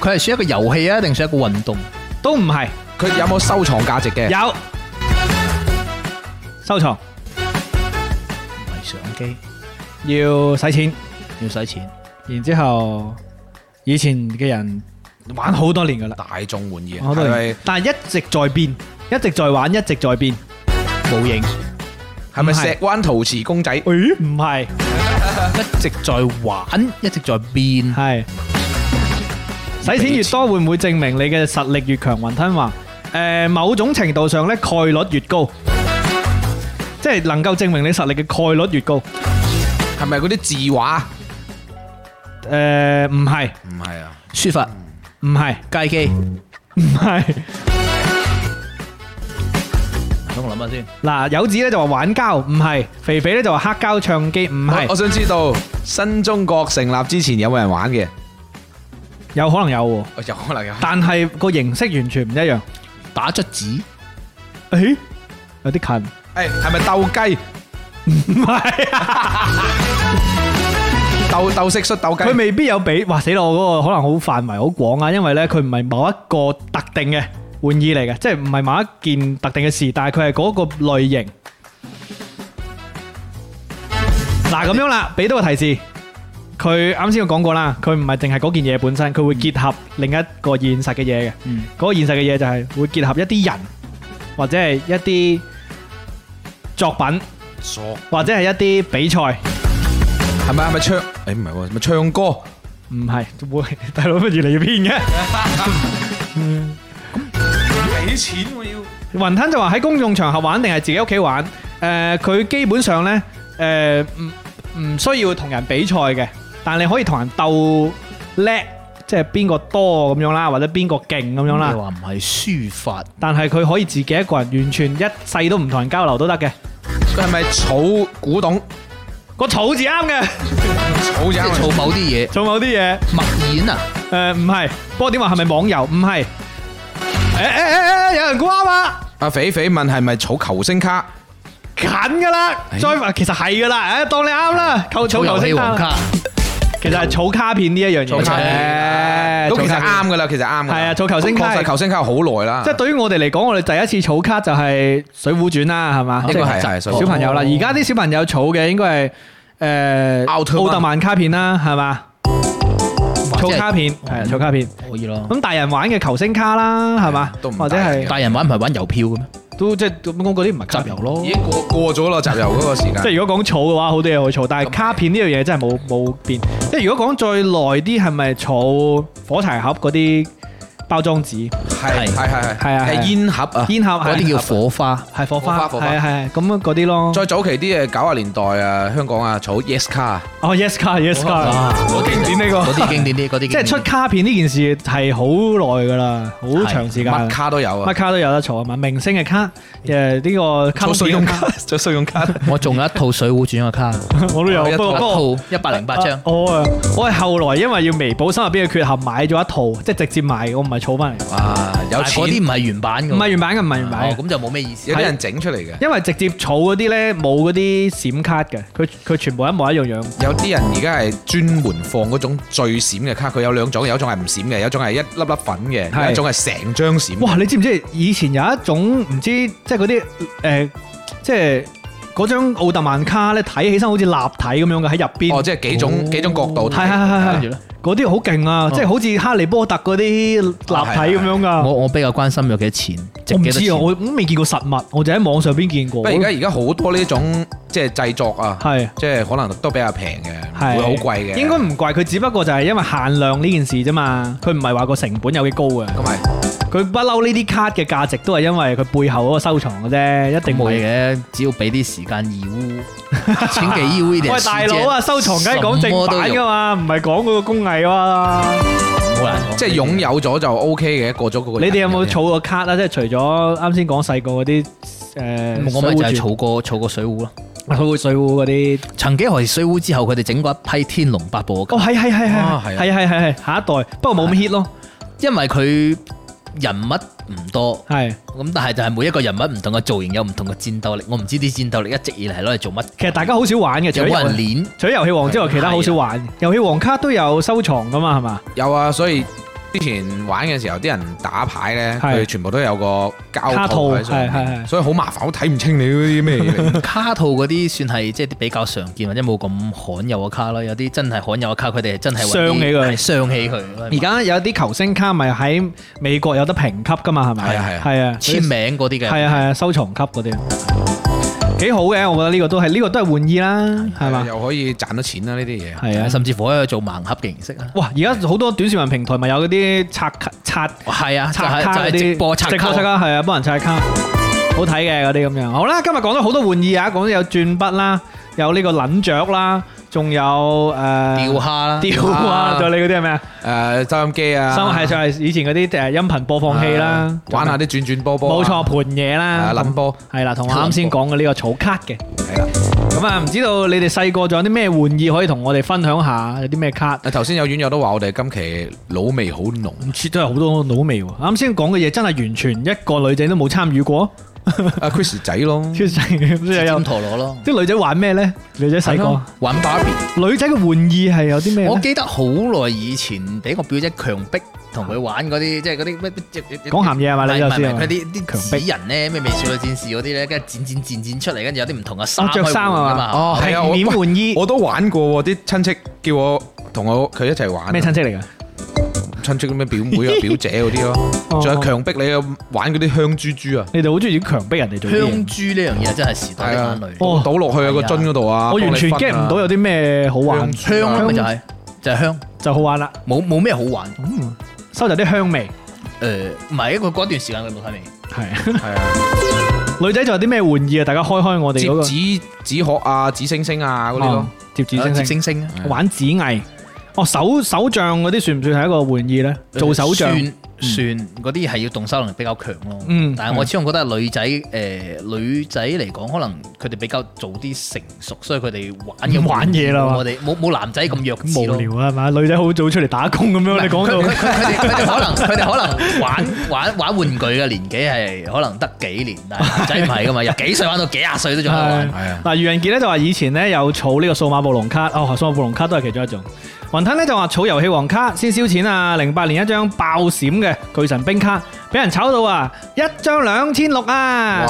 S4: 佢係算一個遊戲啊，定算一個運動？
S1: 都唔係，
S3: 佢有冇收藏價值嘅？
S1: 有收藏
S4: 唔係相機，
S1: 要使錢，
S4: 要使錢。
S1: 然之後以前嘅人玩好多年噶啦，
S3: 大眾滿意啊？
S1: 好多
S3: 係
S1: 年
S3: 咪，
S1: 但係一直在變，一直在玩，一直在變。
S4: 模型
S3: 係咪
S1: 唔係
S3: 石灣陶瓷公仔？
S1: 咦？唔係，
S4: 一直在玩，一直在變。
S1: 係使錢越多，會唔會證明你嘅實力越強？雲吞話：誒、某種程度上咧，概率越高，即係能夠證明你實力嘅概率越高。誒、
S3: 係咪嗰啲字畫？
S1: 唔係，
S3: 唔係啊，
S4: 書法、
S1: 唔係，
S4: 街機，
S1: 唔係。
S4: 等我諗下先。
S1: 嗱，友子咧就話玩膠，唔係；肥肥咧就話黑膠唱機，唔
S3: 我
S1: 係。
S3: 我想知道新中國成立之前有冇人玩嘅？
S1: 有可能有喎，
S3: 哦有可能有。
S1: 但係個形式完全唔一樣。
S4: 打卒子，
S1: 誒，有啲
S3: 誒係咪鬥雞？
S1: 近，唔係啊，
S3: 鬥鬥蟋蟀鬥雞？
S1: 佢未必有比。哇，死啦！我嗰個可能好範圍好廣啊，因為咧佢唔係某一個特定嘅玩意嚟嘅，即係唔係某一件特定嘅事，但係佢係嗰個類型。嗱，咁樣啦，俾多個提示。佢啱先我講過啦，佢唔係淨係嗰件嘢本身，佢會結合另一個現實嘅嘢嘅。
S4: 嗯，
S1: 嗰個現實嘅嘢就係會結合一啲人，或者係一啲作品，
S3: 傻
S1: 或者係一啲比賽，
S3: 係咪係咪唱？誒唔係喎，咪唱歌？
S1: 唔係會 大佬乜越嚟越偏嘅。
S3: 俾錢我要。
S1: 雲吞就話喺公眾場合玩定係自己屋企玩？誒、佢基本上呢，誒唔唔需要同人比賽嘅，但你可以同人鬥叻，即係邊個多咁樣啦，或者邊個勁咁樣
S4: 你
S1: 啦。
S4: 話唔係書法，
S1: 但係佢可以自己一個人，完全一世都唔同人交流都得嘅。
S3: 佢係咪儲古董？
S1: 個草字啱嘅，
S3: 儲
S4: 即係
S3: 咗。
S4: 儲某啲嘢。
S1: 做某啲嘢。
S4: 墨砚啊，
S1: 诶，唔係，波點話係咪網遊？唔係。诶诶诶诶，有人估啱啊！
S3: 阿肥肥問係咪儲球星卡？
S1: 近噶啦，
S3: 哎
S1: 再埋其實係噶啦，诶，當你啱啦，扣草
S4: 儲
S1: 球
S4: 遊戲
S1: 星
S4: 王
S1: 卡，
S4: 卡。
S1: 其實係草卡片呢哎一樣嘢。
S3: 儲
S4: 卡
S1: 係
S3: 咁其實
S1: 儲卡
S3: 啱
S1: 片
S3: 噶啦，其實啱㗎啦。
S1: 係啊儲球星卡
S3: 確實球星卡好耐啦。
S1: 即係對於我哋嚟講，我哋第一次草卡就係《水滸傳》啦，係嘛？
S3: 呢
S1: 即
S3: 個
S1: 係
S3: 係係
S1: 小朋友啦，而家啲小朋友草嘅應該係诶
S3: 奧特曼
S1: 奧特曼卡片啦，係嘛？草
S4: 真係
S1: 卡片哦係啊草卡片，
S4: 可以咯。
S1: 咁大人玩嘅球星卡啦，係嘛
S3: 都？唔
S1: 或者
S3: 大
S1: 係
S3: 人
S4: 大人玩唔係玩郵票嘅咩？
S1: 都即係咁嗰啲唔係卡
S4: 集
S1: 片
S4: 郵咯
S3: 已。經過過咗啦，集郵嗰個時間。
S1: 即係如果講儲嘅話，好多嘢可以儲，但係卡片呢樣嘢真係冇冇變。即係如果講再耐啲，係咪儲火柴盒嗰啲包裝紙、
S3: 係係係
S1: 係啊係啊
S3: 係煙盒啊！
S1: 煙盒
S4: 嗰啲叫火花，
S1: 係火花，
S3: 火花
S1: 係啊係啊咁樣嗰啲咯。
S3: 再早期啲嘅九十年代啊，香港啊，儲 Yes 卡啊，
S1: 哦，yes 卡，yes 卡，好經典呢
S4: 嗰
S1: 個。
S4: 啲經典啲，嗰啲經典啲
S1: 即係出卡片呢件事係好耐㗎啦，好長時間。
S3: 乜卡都有
S1: 乜
S3: 啊，
S1: 卡都有得儲啊嘛，明星嘅卡，誒呢個卡
S3: 儲
S1: 通
S3: 信
S1: 片嘅
S3: 用卡
S1: 卡，
S3: 儲信用卡。
S4: 我仲有一套《水滸傳》嘅卡，一
S1: 我都有，
S3: 我有
S1: 不過不過
S4: 套一百零八張
S1: 啊。我啊，我係後來因為要彌補心入邊嘅缺陷，買咗一套，即係直接買嘅，我唔係儲翻嚟。
S3: 哇！有
S4: 但係
S3: 錢，
S4: 嗰啲唔係原版嘅，
S1: 啊唔係原版嘅，唔係原版
S4: 哦
S1: 嘅，
S4: 咁就冇咩意思。
S3: 有啲人整出嚟嘅。
S1: 因為直接儲嗰啲咧冇嗰啲閃卡嘅，佢佢全部一模一樣樣。
S3: 有啲人而家係專門放嗰種最閃嘅卡，佢有兩種，有一種係唔閃嘅，有一種係一粒粒粉嘅，
S1: 係
S3: 有一種係成張閃。
S1: 呃哇！你知唔知以前有一種唔知即係嗰啲誒，即係嗰張奧特曼卡咧睇起身好似立體咁樣嘅喺入邊。
S3: 哦，即係幾種幾種角度睇。哦
S1: 係係係係
S4: 跟
S1: 係
S4: 住咧，
S1: 嗰啲好勁啊！即係好似哈利波特嗰啲立體咁樣噶。
S3: 哦
S4: 我我比較關心有幾多錢，值
S1: 啊我唔
S4: 幾多
S1: 知啊，
S4: 錢。
S1: 我都未見過實物，我就喺網上邊見過。
S3: 不過而家而家好多呢種即係製作啊，
S1: 係
S3: 即係可能都比較平嘅，
S1: 係
S3: 唔會好貴嘅。
S1: 應該唔貴，佢只不過就係因為限量呢件事啫嘛。佢唔係話個成本有幾高嘅，
S3: 咁係
S1: 佢不嬲呢啲卡嘅價值都係因為佢背後嗰個收藏嘅啫，一
S4: 定
S1: 定
S4: 冇
S1: 冇
S4: 嘢
S1: 嘢。
S4: 嘅，只要俾啲時間義烏， 錢給義烏一點
S1: 喂，
S4: 時間
S1: 大佬啊，收藏梗係講正版
S4: 什麼都
S1: 噶
S4: 有
S1: 嘛，唔係講嗰個工藝啊嘛。
S4: 好難講
S3: 即係擁有咗就 O K 嘅，過咗嗰個
S1: 你
S3: 人。
S1: 哋有冇儲過卡啊？即係除咗啱先講細個嗰啲誒，
S4: 我咪
S1: 水
S4: 就係
S1: 壺
S4: 儲過儲過水壺咯。
S1: 住儲水壺嗰啲。
S4: 曾幾何時水壺之後，佢哋整過一批《天龍八部》嘅
S1: 哦，
S4: 卡，
S1: 係係係係
S3: 啊
S1: 係
S3: 係啊
S1: 係係係係下一代，不過冇咁 hit 咯，
S4: 因為佢人物唔多，
S1: 係。
S4: 咁但係就係每一個人物唔同嘅造型有唔同嘅戰鬥力。我唔知啲戰鬥力一直以嚟係攞嚟做乜，
S1: 其實大家好少玩嘅，除
S4: 有
S1: 咗
S4: 冇人
S1: 遊
S4: 練？
S1: 除咗遊戲王之外，
S4: 係
S1: 其他好少玩。遊戲王卡都有收藏噶嘛，係嘛？
S3: 有啊，所以之前玩嘅時候，啲人打牌咧，
S1: 係
S3: 佢全部都有個膠
S1: 卡
S3: 套
S1: 套
S3: 喺上面
S1: 係係係
S3: 所以好麻煩，我睇唔清你嗰啲咩嘢嚟。
S4: 卡套嗰啲算係即係比較常見或者冇咁罕有嘅卡啦，有啲真係罕有嘅卡，佢哋係真係為
S1: 傷
S4: 啲
S1: 起佢嗯
S4: 係傷起佢。
S1: 而家有啲球星卡咪喺美國有得評級噶嘛，係咪？
S3: 係啊係啊
S1: 係啊，
S4: 簽名嗰啲嘅，
S1: 係啊係啊，收藏級嗰啲幾好嘅，我覺得呢個都係呢個都係玩意啦， 係嘛？
S3: 又可以賺到錢啦呢啲嘢。
S1: 係啊。
S4: 甚至乎可以做盲盒嘅形式啊。
S1: 哇！而家好多短視頻平台咪有嗰啲拆卡拆
S4: 係啊，就
S1: 拆
S4: 係就
S1: 卡嗰
S4: 係
S1: 啲
S4: 直播拆
S1: 直播
S4: 卡
S1: 拆。卡係啊，幫人拆卡，好睇嘅嗰啲咁樣。好啦，今日講咗好多玩意啊，講咗有轉筆啦，有呢個撚雀啦，仲有誒
S4: 釣蝦啦，
S1: 吊啊，仲有你嗰啲係咩啊？
S3: 誒，收音機啊，
S1: 收係就係以前嗰啲誒音頻播放器啦，
S3: 玩下啲轉轉波
S1: 冇
S3: 波啊。
S1: 錯嗯盤嘢啦，
S3: 啊，諗波
S1: 係啦，同我啱先講嘅呢個草卡嘅。
S3: 係啦。
S1: 咁啊，唔知道你哋細個仲有啲咩玩意可以同我哋分享下？有啲咩卡？
S3: 啊，頭先有院友都話我哋今期老味好濃，
S1: 切都係好多老味喎。啱先講嘅嘢真係完全一個女仔都冇參與過，
S3: 阿啊 Chris 仔 咯，
S1: 超正咁又有
S4: 尖陀螺咯，
S1: 啲女仔玩咩呢？女仔細
S3: 係咯
S1: 個，
S4: 玩芭比。
S1: 女仔嘅玩意係有啲咩啊
S4: 我
S1: 呢？
S4: 記得好耐以前俾我表姐強迫同佢玩嗰啲，即係嗰啲乜
S1: 講鹹嘢係嘛？你
S4: 唔
S1: 就
S4: 係唔係
S1: 先
S4: 佢
S1: 係嘛。
S4: 啲
S1: 強
S4: 啲
S1: 迫
S4: 紙人咧，咩美少女戰士嗰啲咧，跟住剪剪剪剪出嚟，跟住有啲唔同嘅衫
S1: 哦着衫
S4: 可以換
S1: 啊
S4: 㗎
S1: 嘛
S4: 嘛。
S3: 哦係啊，我
S1: 平面
S3: 喂
S1: 玩意
S3: 我都玩過喎，啲親戚叫我同我佢一齊玩啊，
S1: 咩親戚嚟㗎？
S3: 親戚咩表妹啊 表姐嗰啲咯，
S1: 哦
S3: 仲有強迫你啊玩嗰啲香豬豬啊，
S1: 你哋好中意強迫人哋做啲嘢。
S4: 香珠呢樣嘢真係時代的眼
S1: 係啊哦
S4: 淚。
S3: 倒落去啊個樽嗰度啊，
S1: 我完全
S3: 幫你
S1: get
S3: 分啊
S1: 唔到有啲咩好玩，
S3: 香豬啊
S4: 香咪就係就係香，
S1: 就好玩啦。
S4: 冇冇咩好玩。
S1: 嗯，收集啲香味。
S4: 誒，唔係一個嗰段時間佢冇睇未？
S1: 係
S3: 係啊，
S1: 女仔仲有啲咩玩意啊？大家開開我哋嗰個
S3: 摺紙紙殼啊，紙星星啊嗰啲咯
S1: 哦，摺紙
S4: 啊
S1: 星
S4: 接
S1: 星，
S4: 星星啊，
S3: 係
S1: 玩紙藝。哦，手手杖嗰啲算唔算係一個玩意呢？做手杖
S4: 呃算算嗰啲係要動手能力比較強咯。
S1: 嗯
S4: 但係我始終覺得女仔誒、女仔嚟講，可能佢哋比較早啲成熟，所以佢哋玩嘅
S1: 玩嘢啦
S4: 我哋冇冇男仔咁弱智
S1: 無
S4: 咯。
S1: 聊啊，係嘛？女仔好早出嚟打工咁樣，你講
S4: 佢
S1: 到
S4: 佢佢哋佢哋可能佢哋可能玩玩玩玩具嘅年紀係可能得幾年，但係男仔唔係噶嘛，由幾歲玩到幾廿歲都仲喺度玩。
S3: 係啊，
S1: 嗱，愚人傑咧就話以前咧有儲呢個數碼暴龍卡，哦，數碼暴龍卡都係其中一種。雲吞咧就話儲遊戲王卡先燒錢啊！零八年一張爆閃嘅巨神兵卡，俾人炒到啊，一張兩千六
S3: 哇，
S1: 啊！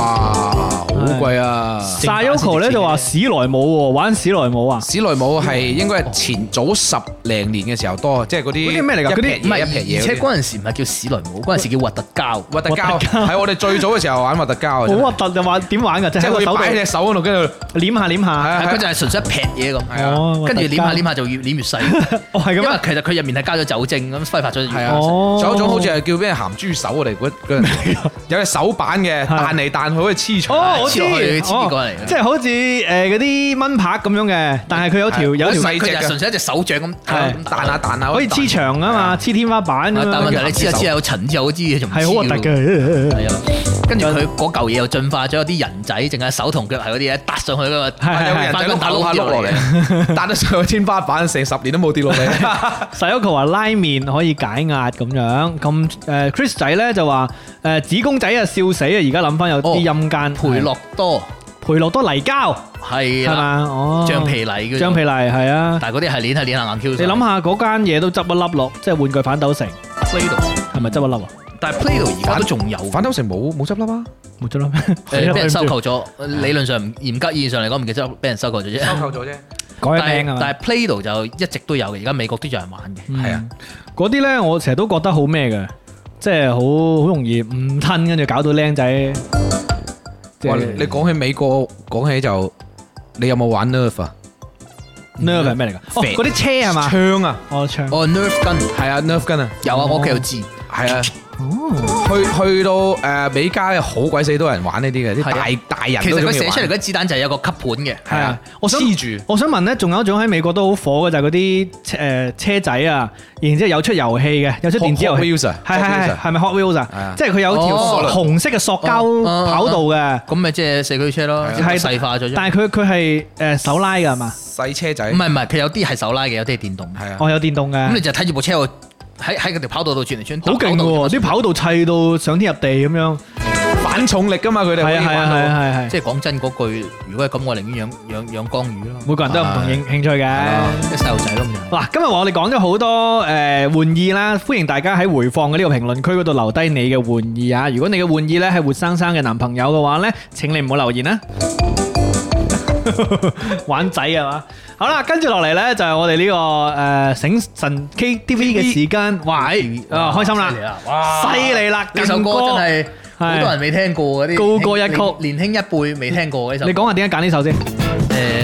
S3: 好貴啊！
S4: 正版
S1: Sayoko 咧就話史萊姆喎，玩史萊姆啊！
S3: 史萊姆係應該係前早十零年嘅時候多，即係嗰
S1: 嗰
S3: 啲
S1: 啲咩嚟㗎
S3: 一
S1: 嗰
S3: 撇
S1: 啲
S4: 唔係，
S3: 嘢一撇嘢
S4: 而
S3: 嗰
S4: 且
S3: 啲。
S4: 嗰陣時唔係叫史萊姆，嗰陣時叫核突膠。
S3: 核突
S1: 核
S3: 膠
S1: 突啊
S3: 喺我哋最早嘅時候玩核突膠啊，
S1: 好
S3: 真係
S1: 核突就話點玩㗎？即
S3: 即
S1: 係喺
S3: 係
S1: 個
S3: 佢
S1: 手
S3: 擺喺隻
S1: 度
S3: 手嗰度，跟住
S1: 舐下舐
S3: 係
S1: 下，
S3: 啊
S4: 係佢
S3: 係
S4: 就係純粹一劈嘢咁。
S3: 係啊
S1: 哦
S4: 跟住
S1: 核突
S4: 攣
S1: 膠
S4: 下攣下就越攣越細，
S1: 哦係
S4: 因
S1: 咁
S4: 為
S1: 啊！
S4: 其實佢入面係加咗酒精咁揮發咗。
S3: 係啊，
S1: 哦
S3: 仲有一種好似係叫咩鹹豬手，我哋嗰 嗰陣有隻手板嘅
S1: 係
S3: 彈嚟彈去，好似黐
S1: 哦
S3: 蟲，，
S1: 我知，
S4: 黐落去黐過嚟
S1: 哦即係好似誒嗰啲蚊拍咁樣嘅，但係佢有條有條
S3: 細
S4: 佢就係純粹一隻手掌咁
S1: 係
S4: 咁
S3: 彈下彈下，
S1: 可以黐牆啊嘛，黐天花板咁
S4: 啊但係問題
S1: 樣，
S4: 你黐下黐下有塵之後，嗰支嘢仲
S1: 係好核突
S4: 嘅。
S1: 嘅。
S4: 係啊，跟住佢嗰嚿嘢又進化咗啲人仔，淨係手同腳係嗰啲嘢搭上去嗰個，
S1: 係係
S3: 有個人仔碌下碌下碌落嚟， 彈得上去天花板，成十年都冇跌落 嚟。
S4: 哦
S1: Sayoko 話拉麵可以解壓咁樣，咁誒 Chris 仔咧就話誒子公仔啊笑死啊！而家諗翻有啲陰間
S4: 培樂多
S1: 培樂多泥膠
S4: 哦係
S1: 係
S4: 啦，
S1: 嘛？哦，
S4: 橡皮泥嘅
S1: 橡皮，啊泥係啊！
S4: 但係嗰啲係攣下攣下硬 Q 曬。
S1: 你諗下嗰間嘢都執一粒落，即係玩具反斗城
S4: 呢度，
S1: 係咪執一粒啊？
S4: 但係 Play 到而家都仲有㗎，
S3: 反斗城冇冇執笠啊？
S1: 冇咗啦咩？
S4: 誒俾人收購咗，理論上唔嚴格意義上嚟講唔記得俾人收購咗
S1: 哦
S4: 啫。
S3: 購咗啫。
S1: 改
S4: 但
S1: 咗名啊
S4: 係
S1: 嘛。
S4: 但係 Play 度就一直都有嘅，而家美國都有人玩嘅。
S3: 係啊，
S1: 嗰啲咧，我成日都覺得好咩嘅，即係好好容易唔親，跟住搞到僆仔。即
S3: 哇！
S1: 係
S3: 你你講起美國，講起就你有冇玩 Nerf 啊？
S1: nerve
S3: 嗯
S1: 係咩嚟㗎？哦，
S4: 肥
S1: 嗰啲車係嘛？
S3: 槍啊！
S1: 我槍。
S4: 哦，Nerf gun
S3: 係啊，Nerf 跟啊，
S4: 有啊，我
S1: 哦
S4: 屋企有支。
S3: 係啊。去去到誒美加咧，好鬼死多人玩呢啲嘅，啲
S4: 係
S3: 大大人
S4: 其
S3: 都
S4: 實
S3: 中
S4: 佢
S3: 意
S4: 寫
S3: 玩
S4: 出嚟嗰啲子彈就係有個吸盤嘅。
S1: 係啊，我想
S3: 黐住。
S1: 我想問咧，仲有一種喺美國都好火嘅，就係嗰啲誒車仔啊，然之後有出遊戲嘅，有出電子遊
S3: Hot
S1: 戲。
S3: Wheels 啊
S1: 係係
S3: Hot Wheels
S1: 係
S3: 啊
S1: 係咪 Hot Wheels
S3: 係啊
S1: 啊？即係佢有條
S4: 哦
S1: 紅色嘅塑膠
S4: 哦哦哦
S1: 跑道
S3: 啊
S1: 嘅，
S4: 咁咪即係四驅車
S3: 係
S4: 咯，
S3: 啊
S4: 即係細化咗啫。
S1: 但係佢佢係誒手拉㗎係嘛？哦
S3: 細車仔
S4: 唔，係唔係，佢有啲係手拉嘅，有啲係電動嘅。
S3: 係啊，
S1: 我有電動嘅
S4: 咁你。就睇住部車喎喺喺嗰條跑道度轉嚟轉去，
S1: 好勁喎！
S3: 啊
S1: 啲跑道砌到上天入地咁樣，
S3: 反重力噶嘛，佢哋可
S1: 係
S3: 以
S1: 啊係
S3: 玩
S1: 啊係
S3: 到。
S1: 啊係係，
S4: 即係講真嗰句，如果係咁，我寧願養養養江魚咯。
S1: 每個人都有唔同興興趣嘅。
S4: 一細路仔咯咁樣。
S1: 嗱，今日我哋講咗好多誒玩意啦，歡迎大家喺回放嘅呢個評論區嗰度留低你嘅玩意啊！如果你嘅玩意咧係活生生嘅男朋友嘅話咧，請你唔好留言啦。 玩仔係嘛？好啦，跟住落嚟咧就係我哋呢個誒醒神 KTV 嘅時間，喂啊開心啦，犀利啦，
S4: 呢首歌真係好多人未聽過嗰啲，
S1: 高歌一曲
S4: 年年輕一輩未聽過嘅呢首。
S1: 你講下點解揀呢首先？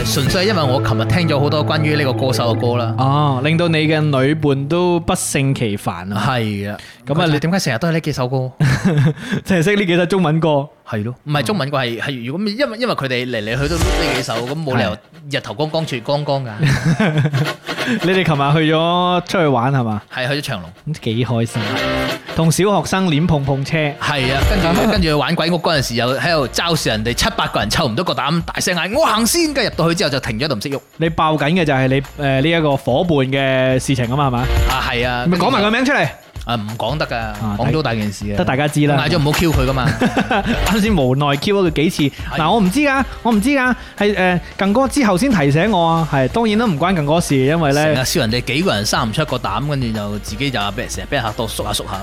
S4: 誒，純粹係因為我琴日聽咗好多關於呢個歌手嘅歌啦。
S1: 哦，令到你嘅女伴都不勝其煩啊！
S4: 係啊，
S1: 咁啊你
S4: 點解成日都係呢幾首歌？
S1: 淨係識呢幾首中文歌，
S4: 係咯，唔係中文歌係係，如果因為因為佢哋嚟嚟去都呢幾首，咁冇理由日頭光光住光光㗎。
S1: 你哋琴日去咗出去玩係嘛？
S4: 係去咗長隆，
S1: 咁幾開心，同小學生練碰碰車，
S4: 係啊，跟住跟住去玩鬼屋嗰陣時，又喺度嘲笑人哋七八個人湊唔到個膽，大聲嗌我行先，跟住入到去之後就停咗喺度唔識喐。
S1: 你爆緊嘅就係你誒呢一個伙伴嘅事情啊嘛，係嘛？
S4: 啊，係啊，
S1: 咪講埋個
S4: 咩？
S1: 名出嚟，
S4: 啊，唔講得㗎，講到大件事啊，
S1: 得大家知
S4: 我
S1: 啦
S4: 嗌。咗唔好 Q 佢㗎 嘛。
S1: 啱先無奈 Q 咗佢幾次，嗱我唔知㗎，我唔知㗎，係誒近哥之後先提醒我啊，係當然都唔關近哥事，因為
S4: 成
S1: 咧
S4: 日笑人哋幾個人生唔出一個膽，跟住就自己就俾成日俾人嚇到縮下縮下。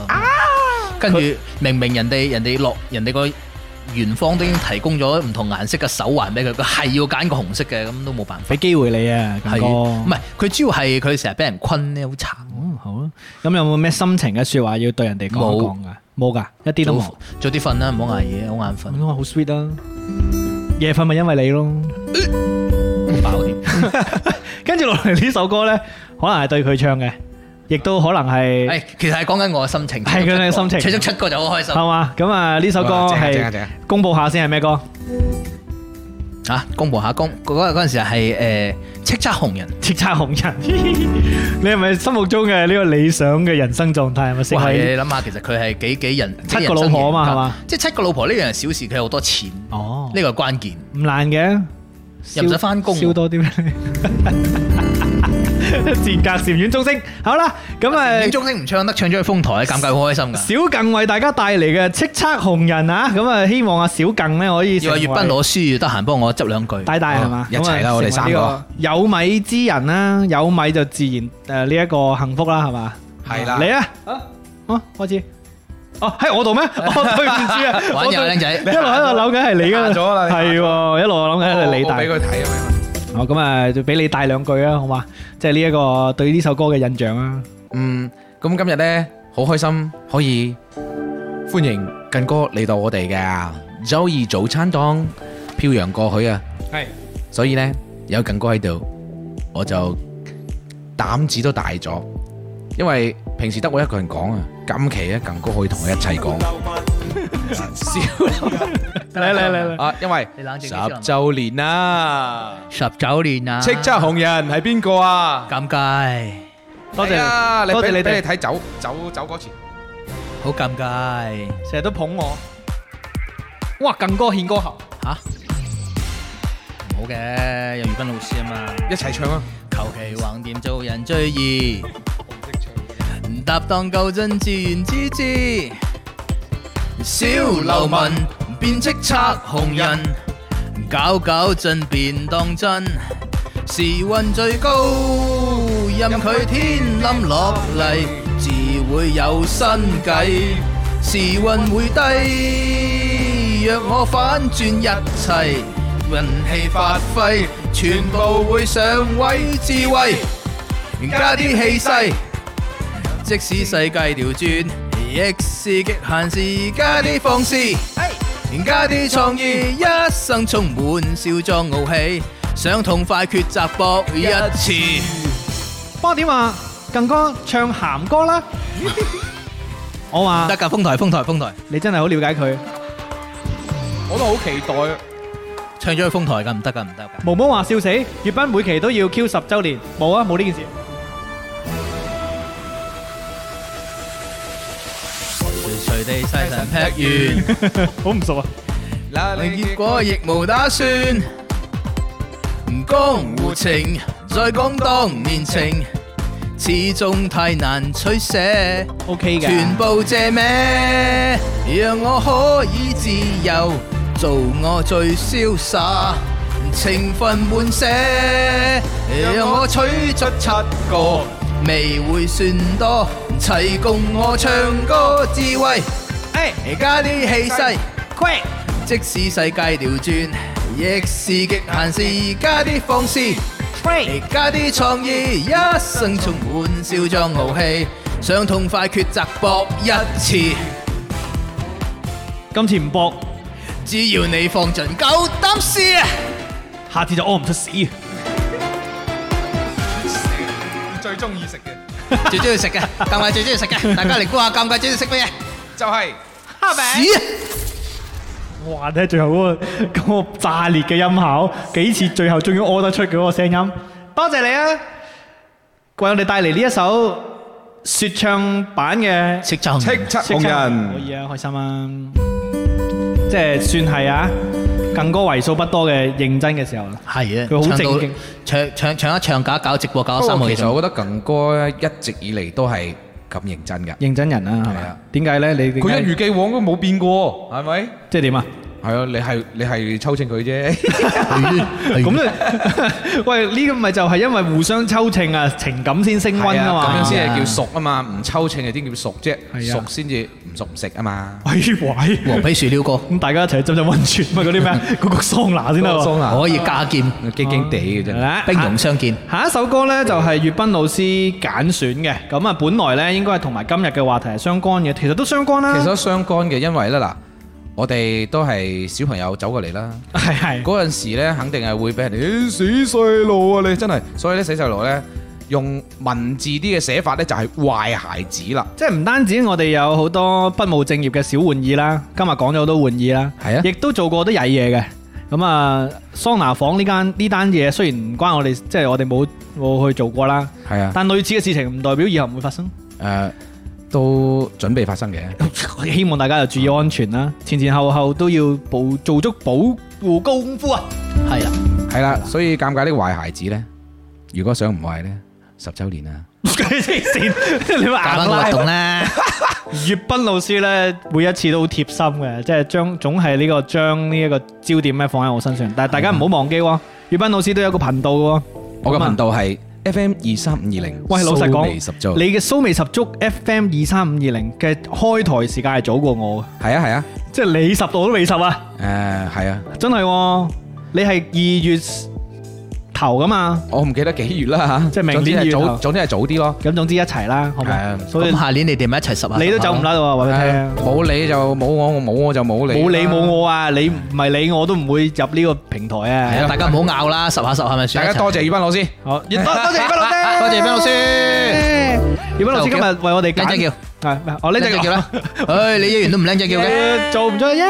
S4: 跟住明明人哋人哋落人哋個元方都已經提供咗唔同顏色嘅手環俾佢，佢係要揀個紅色嘅，咁都冇辦法。
S1: 俾機會你啊，近
S4: 係
S1: 哥。
S4: 唔係佢主要係佢成日俾人困咧，好慘。
S1: 嗯，好啊。咁有冇咩心情嘅说話要對人哋講一講噶？冇噶，一啲都冇
S4: 早。早啲瞓啦，唔好捱夜，好眼瞓
S1: 咁，我好 sweet 啊！夜瞓咪因為你咯。嗯
S4: 飽添。
S1: 跟住落嚟呢首歌咧，可能係對佢唱嘅，亦都可能係
S4: 係其實係講緊我嘅心情，
S1: 係佢嘅心情
S4: 出咗出個就好開心
S1: 係嘛？咁啊呢首歌
S3: 哇正啊正啊正
S1: 係
S3: 啊
S1: 公佈下先係咩歌？
S4: 啊！公佈下公嗰嗰陣時係誒叱咤紅人，
S1: 叱咤紅人， 你係咪心目中嘅呢個理想嘅人生狀態係咪先？
S4: 哇！係
S1: 係
S4: 你諗下，其實佢係幾幾人
S1: 七個老婆啊嘛係嘛？
S4: 幾人生贏家即係七個老婆呢樣係小事，佢有好多錢，呢
S1: 哦，
S4: 個係關鍵。
S1: 唔難嘅，
S4: 又唔使返工喎
S1: 燒 多啲俾你。賤格禪院鐘聲，好啦，咁啊
S4: 你。鐘聲唔唱得，唱咗去封台，尷尬好開心㗎。
S1: 小更為大家帶嚟嘅叱咤紅人啊，咁啊希望阿小更咧可以
S4: 要
S1: 成
S4: 阿月
S1: 為
S4: 斌攞書，得閒幫我執兩句。
S1: 大大係嘛，
S3: 一齊啦
S1: 咁啊
S3: 我哋三個
S1: 成為呢有米之人啦，有米就自然誒呢一個幸福啦，係嘛？
S3: 係啦
S1: 你啊，啊啊開始。哦，喺我度 咩？我對唔住啊！
S4: 玩
S1: 我對
S4: 嘢啊靚仔
S1: 一路喺度諗緊係你㗎
S3: 你行咗啦你行咗
S1: 係喎，一路我諗緊係你
S3: 我
S1: 帶
S3: 俾。佢睇啊！
S1: 哦，咁啊，就俾你帶兩句啊，好嘛？即係呢一個對呢首歌嘅印象啊。
S3: 嗯，咁今日咧好開心可以歡迎近哥嚟到我哋嘅周二早餐檔漂洋過去啊！
S1: 係。
S3: 所以咧有近哥喺度，我就膽子都大咗，因為平時得我一個人講啊，今期咧近哥可以同我一齊講。笑
S1: 嚟嚟嚟嚟，
S3: 啊！因為
S4: 你冷
S3: 十
S4: 靜啲先啊
S3: 週年啦，
S4: 十九年啊，
S3: 叱咤紅人係邊個啊？
S4: 尷尬，
S1: 多
S3: 係
S1: 謝
S3: 啊！你
S1: 多謝
S3: 俾
S1: 你哋
S3: 俾你睇走走走嗰次。
S4: 好尷尬
S1: 你，成日都捧我。哇，更歌獻歌喉。
S4: 吓？唔好嘅，有月斌老師啊嘛。
S3: 一齊唱啊！
S4: 求其橫掂做人最易，搭檔夠真自然之至。小流氓變叱咤紅人，搞搞震便當真，時運最高，任佢天冧落嚟，自會有新計。時運會低，若我反轉一切，運氣發揮，全部會上位，智慧加啲氣勢，即使世界調轉，亦是極限時，加啲放肆，加啲創意，一生充滿少壯傲氣，想痛快抉擇搏一次，
S1: 幫我點啊？更哥唱鹹 歌啦！我話
S4: 得㗎，風台風台風台，
S1: 你真係好了解佢。
S5: 我都好期待。
S4: 唱咗去風台㗎，唔得㗎，唔得㗎。
S1: 毛毛話笑死，粵斌每期都要 Q 十週年，冇啊，冇呢件事。
S4: 隨地細神劈
S1: 好唔熟啊！
S5: 嗱，
S4: 完，
S5: 你
S4: 結果亦無打算。江湖情，再講當年情，始終太難取捨，
S1: OK 嘅，
S4: 全部借咩？讓我可以自由，做我最瀟灑，情分滿瀉，讓我取出七個，未會算多，齊共我唱歌智慧，
S1: 哎
S4: 加啲氣勢。
S1: ，quick，
S4: 即使世界調轉，亦是極限時，加啲放肆，加啲創意，一生充滿少壯豪氣，想痛快抉擇搏一次，
S1: 今次唔搏，
S4: 只要你放盡夠膽試 啊！
S1: 下次就屙唔出屎。
S5: 最中意食嘅
S4: 最中意食嘅，尷尬最中意食嘅，大家嚟估下尷尬最中意食乜嘢？
S5: 就係
S4: 屎啊！
S1: 哇！睇最後嗰個 嗰個炸裂嘅音效，幾次最後終於屙得出嘅嗰個聲音。多謝你啊，為我哋帶嚟呢一首説唱版嘅
S4: 食就
S5: 叱咤紅
S1: 可
S5: 人。
S1: 以啊，開心啊！即係算係啊，更哥為數不多嘅認真嘅時候啦。
S4: 係啊，
S1: 佢好
S4: 唱
S1: 正
S4: 到
S1: 經哦
S4: 唱唱唱一唱搞一搞直播搞咗三個
S3: 其
S4: 幾
S3: 實
S4: 鐘，
S3: 我覺得近哥一直以嚟都係咁認真嘅，
S1: 認真人啊，係
S3: 係
S1: 咪
S3: 啊？
S1: 點解咧？你
S3: 佢一如既往都冇變過，係咪？
S1: 即係點啊？
S3: 係啊，你係你係抽清佢 啫，
S1: 哎
S4: 哎
S1: 咁 咧，喂，呢個咪就係因為互相抽秤啊，情感先升温啊嘛。
S3: 咁樣先係叫熟啊嘛，唔抽清係點叫熟啫？
S1: 係啊
S3: 熟先至唔熟唔食啊嘛。
S1: 哎喂，
S4: 黃皮樹撩哥
S1: 咁大家一齊去浸浸温泉，咪嗰啲咩啊嗰個桑拿先得喎。
S3: 桑拿
S4: 可以加劍，
S3: 驚驚地嘅
S1: 係
S3: 啫，
S1: 啦
S4: 兵戎相見。
S1: 下一首歌呢，就係粵斌老師揀選嘅，咁啊本來呢應該係同埋今日嘅話題係相干嘅，其實都相干啦。
S3: 其實都相干嘅，因為咧嗱，我哋都係小朋友走過嚟啦。
S1: 係係
S3: 嗰陣時咧，肯定係會俾人哋欸死細路啊！你真係，所以咧死細路咧，用文字啲嘅寫法咧就係壞孩子啦。
S1: 即係唔單止我哋有好多不務正業嘅小玩意啦，今日講咗好多玩意啦，
S3: 係啊
S1: 亦都做過好多曳嘢嘅。咁啊，桑拿房呢間呢單嘢雖然唔關我哋，即係我哋冇冇去做過啦，
S3: 係啊，
S1: 但類似嘅事情唔代表以後唔會發生。
S3: 誒都準備發生嘅。
S1: 希望大家就注意安全啦，前前後後都要保做足保護功夫啊！
S4: 係啦，
S3: 係啦，所以尷尬呢個壞孩子咧，如果想唔壞咧，十週年啊，
S1: 黐線，你話
S4: 搞
S1: 硬
S4: 翻個
S1: 拉
S4: 活動啦。
S1: 粵斌老師咧，每一次都好貼心嘅，即係將總係呢、個將呢一個焦點咧放喺我身上。但係大家唔好忘記喎，粵斌老師都有個頻道嘅喎。
S3: 我嘅
S1: 咁啊
S3: 頻道係 FM 二三五二零，
S1: 喂，老實講，
S3: 十週
S1: 你嘅蘇味十足 FM 二三五二零嘅開台時間係早過我嘅，
S3: 係啊係啊，
S1: 即係你十度都未十啊！
S3: 誒係啊，
S1: 真係喎、你係二月頭噶嘛？
S3: 我唔記得幾月啦嚇，
S1: 即係明年
S3: 總之係
S1: 二月頭
S3: 早，總之係早啲咯。
S1: 咁總之一齊啦，好唔
S3: 係啊
S1: 好？所以
S4: 咁下年你哋咪一齊十下？
S1: 你都走唔甩喎，話俾你聽。
S3: 冇你就冇我，我冇我就冇你。
S1: 冇你冇。我啊！你唔係你我都唔會入呢個平台啊！
S4: 係啊，大家唔好拗啦，十下十下咪
S3: 大
S4: 算。
S3: 家多謝宇斌老師。
S1: 好，多多謝葉斌老師，
S4: 多謝葉斌老師
S1: 葉斌老師今日為我哋
S4: 靚仔
S1: 揀
S4: 叫，
S1: 係咩我呢
S4: 靚
S1: 隻
S4: 仔叫
S1: 叫
S4: 啦。唉，你一完都唔靚仔叫嘅，
S1: 誒做唔做耶？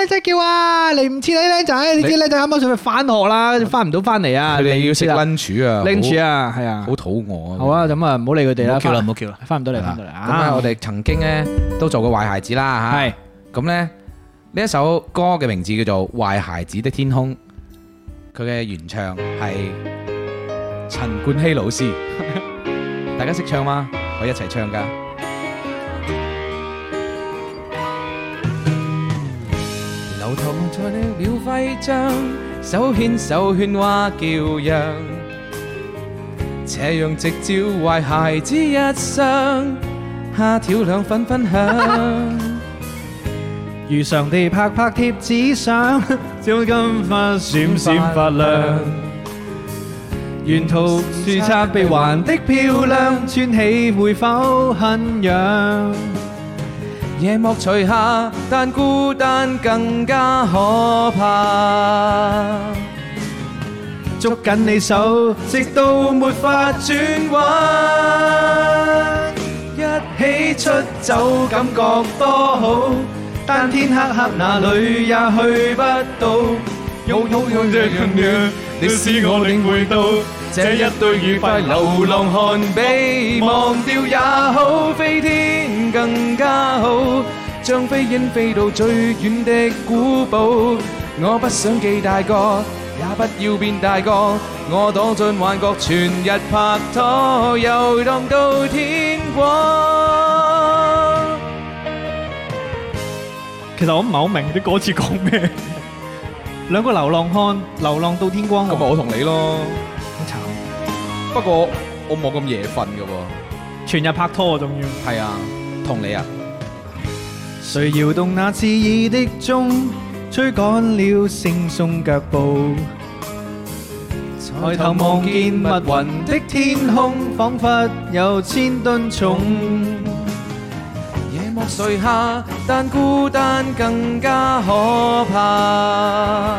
S1: 靚仔叫啊，嚟唔切啊，靚仔，你知靚仔啱啱上去翻學啦，翻唔到翻嚟啊，
S3: 佢哋要食
S1: 你唔
S3: lunch
S1: 知啦
S3: 啊
S1: ，lunch 啊，係啊
S3: 好，好肚餓啊！
S1: 好啊，咁啊，唔好理佢哋
S4: 唔
S1: 啦，
S4: 好叫啦，
S1: 翻
S4: 唔好叫啦。
S1: 翻唔到
S3: 係
S1: 嚟，
S3: 啦，
S1: 翻唔到嚟啊！
S3: 咁啊，我哋曾經咧都做過壞孩子啦嚇。
S1: 係
S3: 咁咧呢一首歌嘅名字叫做《壞孩子的天空》，佢嘅原唱係陳冠希老師。大家識唱嗎？可以一齊唱㗎。流淌在了徽章，手牽手喧譁叫嚷，這樣直照壞孩子一生。蝦條兩份分享。
S1: 如常地拍拍貼紙相，將金花閃閃發亮。沿途樹刷被還的漂亮，穿起會否很癢？
S3: 夜幕除下，但孤單更加可怕。
S1: 捉緊你手，直到沒法轉彎。一起出走，感覺多好。但天黑黑，哪裏也去不到。擁擁擁着擁擁，你使我領會到，這一對愉快流浪漢
S3: 被忘掉也好，飛天更加好，將飛鷹飛到最遠的古堡。我不想記大個，也不要變大個，我躲進幻覺，全日拍拖，遊蕩到天光。
S1: 其實我唔係好明啲歌詞講咩。兩個流浪漢流浪到天光喎，
S6: 咁咪我同你咯。
S1: 好慘，
S6: 不過我冇咁夜瞓嘅喎。
S1: 全日拍拖啊，仲要。
S6: 係啊，同你啊，
S1: 谁搖動那刺耳的鐘，吹趕了惺忪腳步。抬頭望見密雲的天空，彷彿有千噸重。
S3: 夜幕垂下，但孤單更加可怕。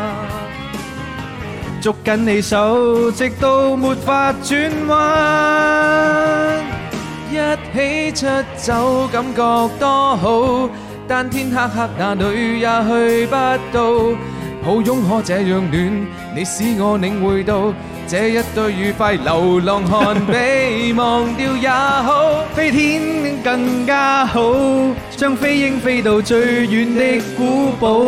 S1: 捉緊你手，直到沒法轉彎。
S3: 一起出走，感覺多好。但天黑黑，哪裏也去不到。抱擁可這樣暖，你使我領會到，這一對愉快流浪漢被忘掉也好。
S1: 飛天更加好，將飛鷹飛到最遠的古堡。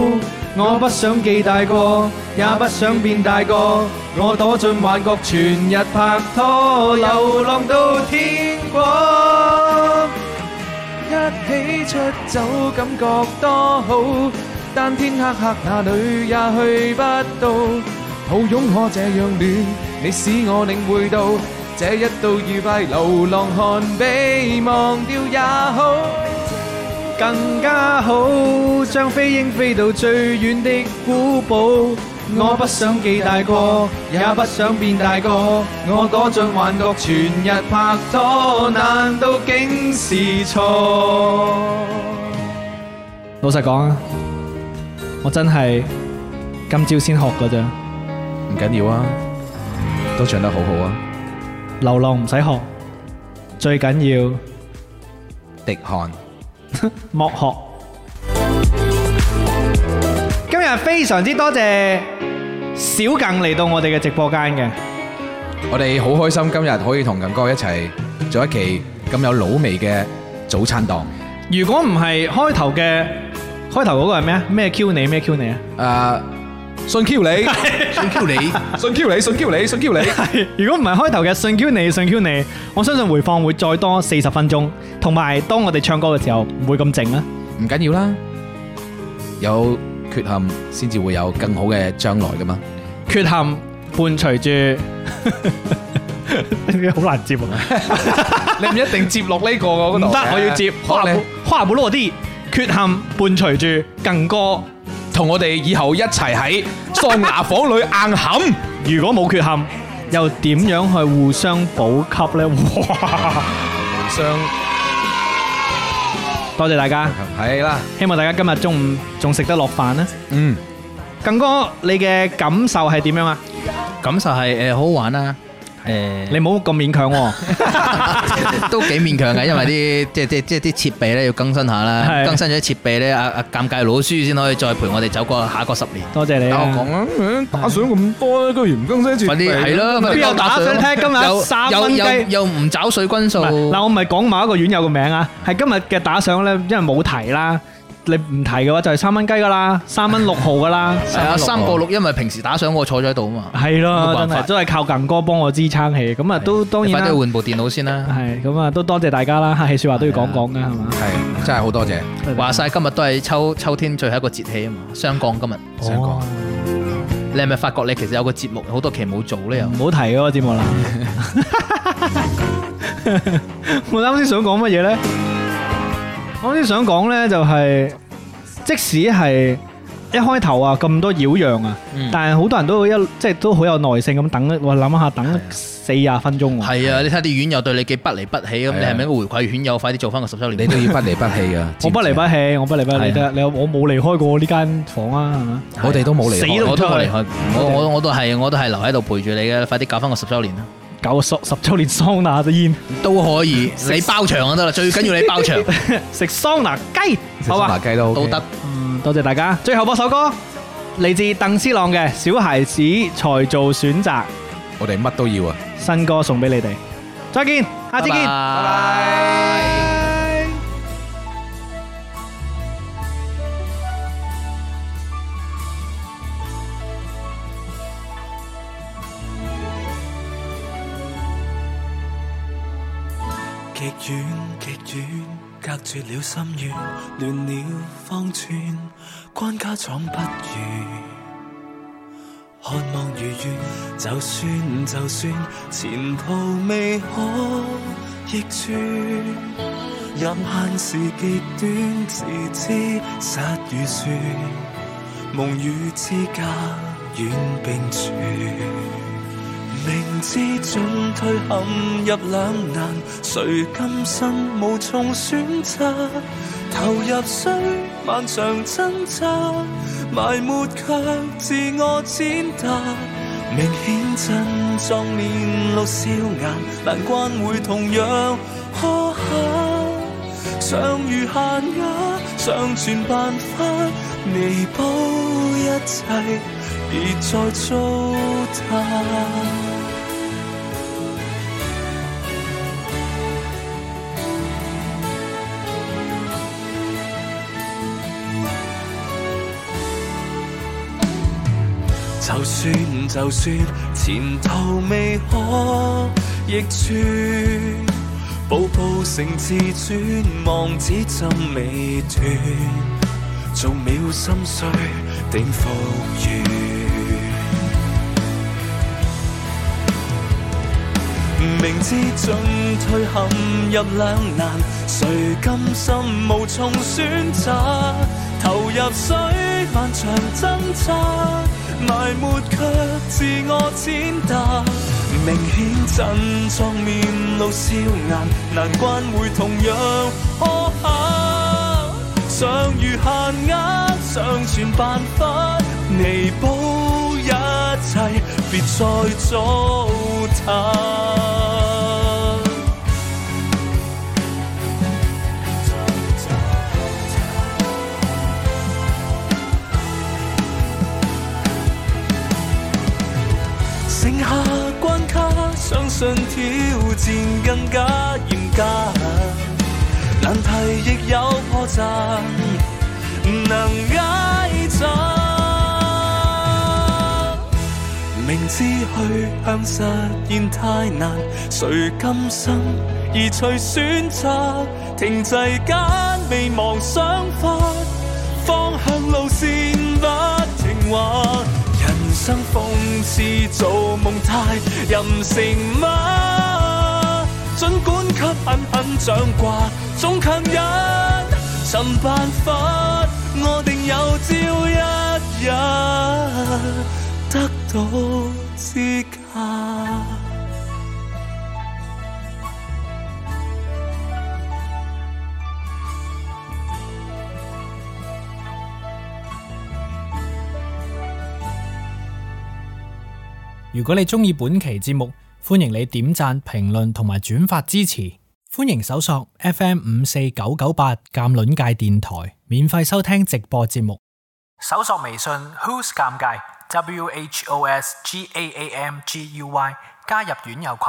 S1: 我不想記大個，也不想變大個，我躲進幻覺，全日拍拖，流浪到天光。
S3: 一起出走，感覺多好。但天黑黑，哪裏也去不到。抱擁可這樣暖，你使我領會到，這一道愉快流浪漢被忘掉也好。
S1: 更加好，將飛鷹飛到最遠的古堡。我不想記大個，也不想變大個，我躲進幻覺，全日拍拖，難道竟是錯？老實講啊，我真係今朝先學噶咋，
S7: 唔緊要啊，都唱得好好啊！
S1: 流浪唔使學，最緊要
S7: 滴汗，
S1: 莫學。今日非常之多謝小更嚟到我哋嘅直播間嘅，
S7: 我哋好開心今日可以同近哥一齊做一期咁有老味嘅早餐 檔。
S1: 如果唔係開頭嘅開頭嗰個係咩啊？咩 Q 你咩 Q 你啊？
S7: 誒，
S6: 信 Q 你，
S4: 想 Q 你，
S6: 信 Q 你，信 Q 你，信 Q 你。
S1: 如果唔係開頭嘅信 Q 你信 Q 你，我相信回放會再多四十分鐘，同埋當我哋唱歌嘅時候唔會咁靜啊啦。
S7: 唔緊要啦，有缺陷先至會有更好嘅將來噶嘛。
S1: 缺陷伴隨住， 好難接啊！
S6: 你唔一定接落呢個
S1: 唔
S6: 嗰度
S1: 得，
S6: 嘅
S1: 我要接花
S7: 學
S1: 不
S7: 你
S1: 花不落地，缺陷伴隨住更歌。
S7: 同我哋以後一齊喺桑拿房裏硬冚。
S1: 如果冇缺陷，又點樣去互相補給呢？ 哇！
S6: 上
S1: 多謝大家，
S7: 係啦，
S1: 希望大家今日中午仲食得落飯啦。
S7: 嗯，
S1: 更哥，你嘅感受係點樣啊？
S4: 感受係誒好好玩啦，
S1: 你
S4: 誒
S1: 唔好咁勉強喎。
S4: 都幾勉強嘅，因為啲即係即係即係啲設備咧要更新下啦，
S1: 係
S4: 更新咗啲設備咧，阿阿尷尬老師先可以再陪我哋走過下一個十年。
S1: 多謝你
S7: 等我
S1: 啊。
S7: 講啦。
S6: 打賞咁多，居然唔更新一次
S4: 快啲係咯，
S1: 邊有打賞聽今日
S4: 又
S1: 三
S4: 又
S1: 蚊雞
S4: 又又唔找水軍數，
S1: 唔係嗱，我唔係講某一個院友嘅名啊，係今日嘅打賞呢，因為冇提啦。你唔提嘅話就係三蚊雞噶啦，三蚊六毫噶啦。
S4: 係啊，三個六，因為平時打賞我坐咗喺度啊嘛，
S1: 係
S4: 冇
S1: 咯，真
S4: 辦法
S1: 係都係靠近哥幫我支撐起，咁啊都當
S4: 你
S1: 然
S4: 快啲
S1: 啦，
S4: 換部電腦先啦。
S1: 係咁啊都多謝大家啦，客氣説話都要講講噶係嘛。
S7: 係，真係好多謝。
S4: 話晒今日都係秋秋天最後一個節氣啊嘛，霜降今日。
S7: 想講
S1: 哦
S4: 你係咪發覺你其實有個節目好多期冇做咧？又
S1: 唔好提嗰個節 目啦。我啱先想講乜嘢呢？我啲想講呢，就係，即使係一開頭啊咁多擾攘啊，
S4: 嗯
S1: 但係好多人都一即係都好有耐性咁等，我諗下等四廿分鐘喎。
S4: 係啊，你睇啲院友對你幾不離不棄咁，
S3: 係啊
S4: 你係咪應該回饋院友，快啲做翻個十周年？
S3: 你都要不離不棄噶。
S1: 我不離不
S3: 棄，
S1: 棄，我不離不棄，
S4: 係啊
S1: 你得你我冇離開過呢間房啊，係咪？
S3: 我哋都冇離
S1: 死
S3: 開
S1: 都
S4: 我都冇離
S1: 出
S4: 開，我我我都係我都係留喺度陪住你嘅，快啲搞翻個十周年啦！
S1: 搞十十週年桑拿嘅煙，
S4: 都可以， 你包場就得啦，最緊要你包場
S1: 食桑拿雞，好
S3: 好
S1: 吧
S3: 麻？雞都
S4: 都
S3: OK
S4: 得。
S1: 嗯，多謝大家。最後播首歌嚟自鄧斯朗嘅《小孩子才做選擇》，
S3: 我哋乜都要啊！
S1: 新歌送俾你哋。再見，下次見，
S4: 拜拜。
S8: 極遠極遠，隔絕了心願，亂了方寸，關家廠不如。渴望如願，就算就算前途未可逆轉，任限時極短，自知失預算，夢與之間遠並存。明知進退陷入兩難，誰甘心無從選擇？投入需漫長掙扎，埋沒卻自我踐踏。明顯真壯年老少眼，難關會同樣苛刻。尚如限額，尚存辦法彌補一切，別再糟蹋。就算就算前途未可逆轉，步步成自尊，望子針未斷，做秒心碎，定復原。明知進退陷入兩難，誰甘心無從選擇？投入水漫長掙扎，埋沒卻自我踐踏。明顯振作面露笑顏，難關會同樣苛刻。尚如限額，尚存辦法彌補一切，別再糟蹋。剩下關卡，相信挑戰更加嚴格，難題亦有破綻，唔能解責。明知去向實現太難，誰甘心而隨選擇？停滯間未忘想法，方向路線不停滑。人生諷刺做夢太任性嗎？儘管給狠狠掌摑，總強忍尋辦法，我定有朝一日。得到資格。
S9: 如果你中意本期節目，歡迎你點讚、評論同埋轉發支持。歡迎搜索 FM 五四九九八鑑論界電台，免費收聽直播節目。搜索微信 Who's 尷尬 W H O S G A A M G U Y 加入院友群。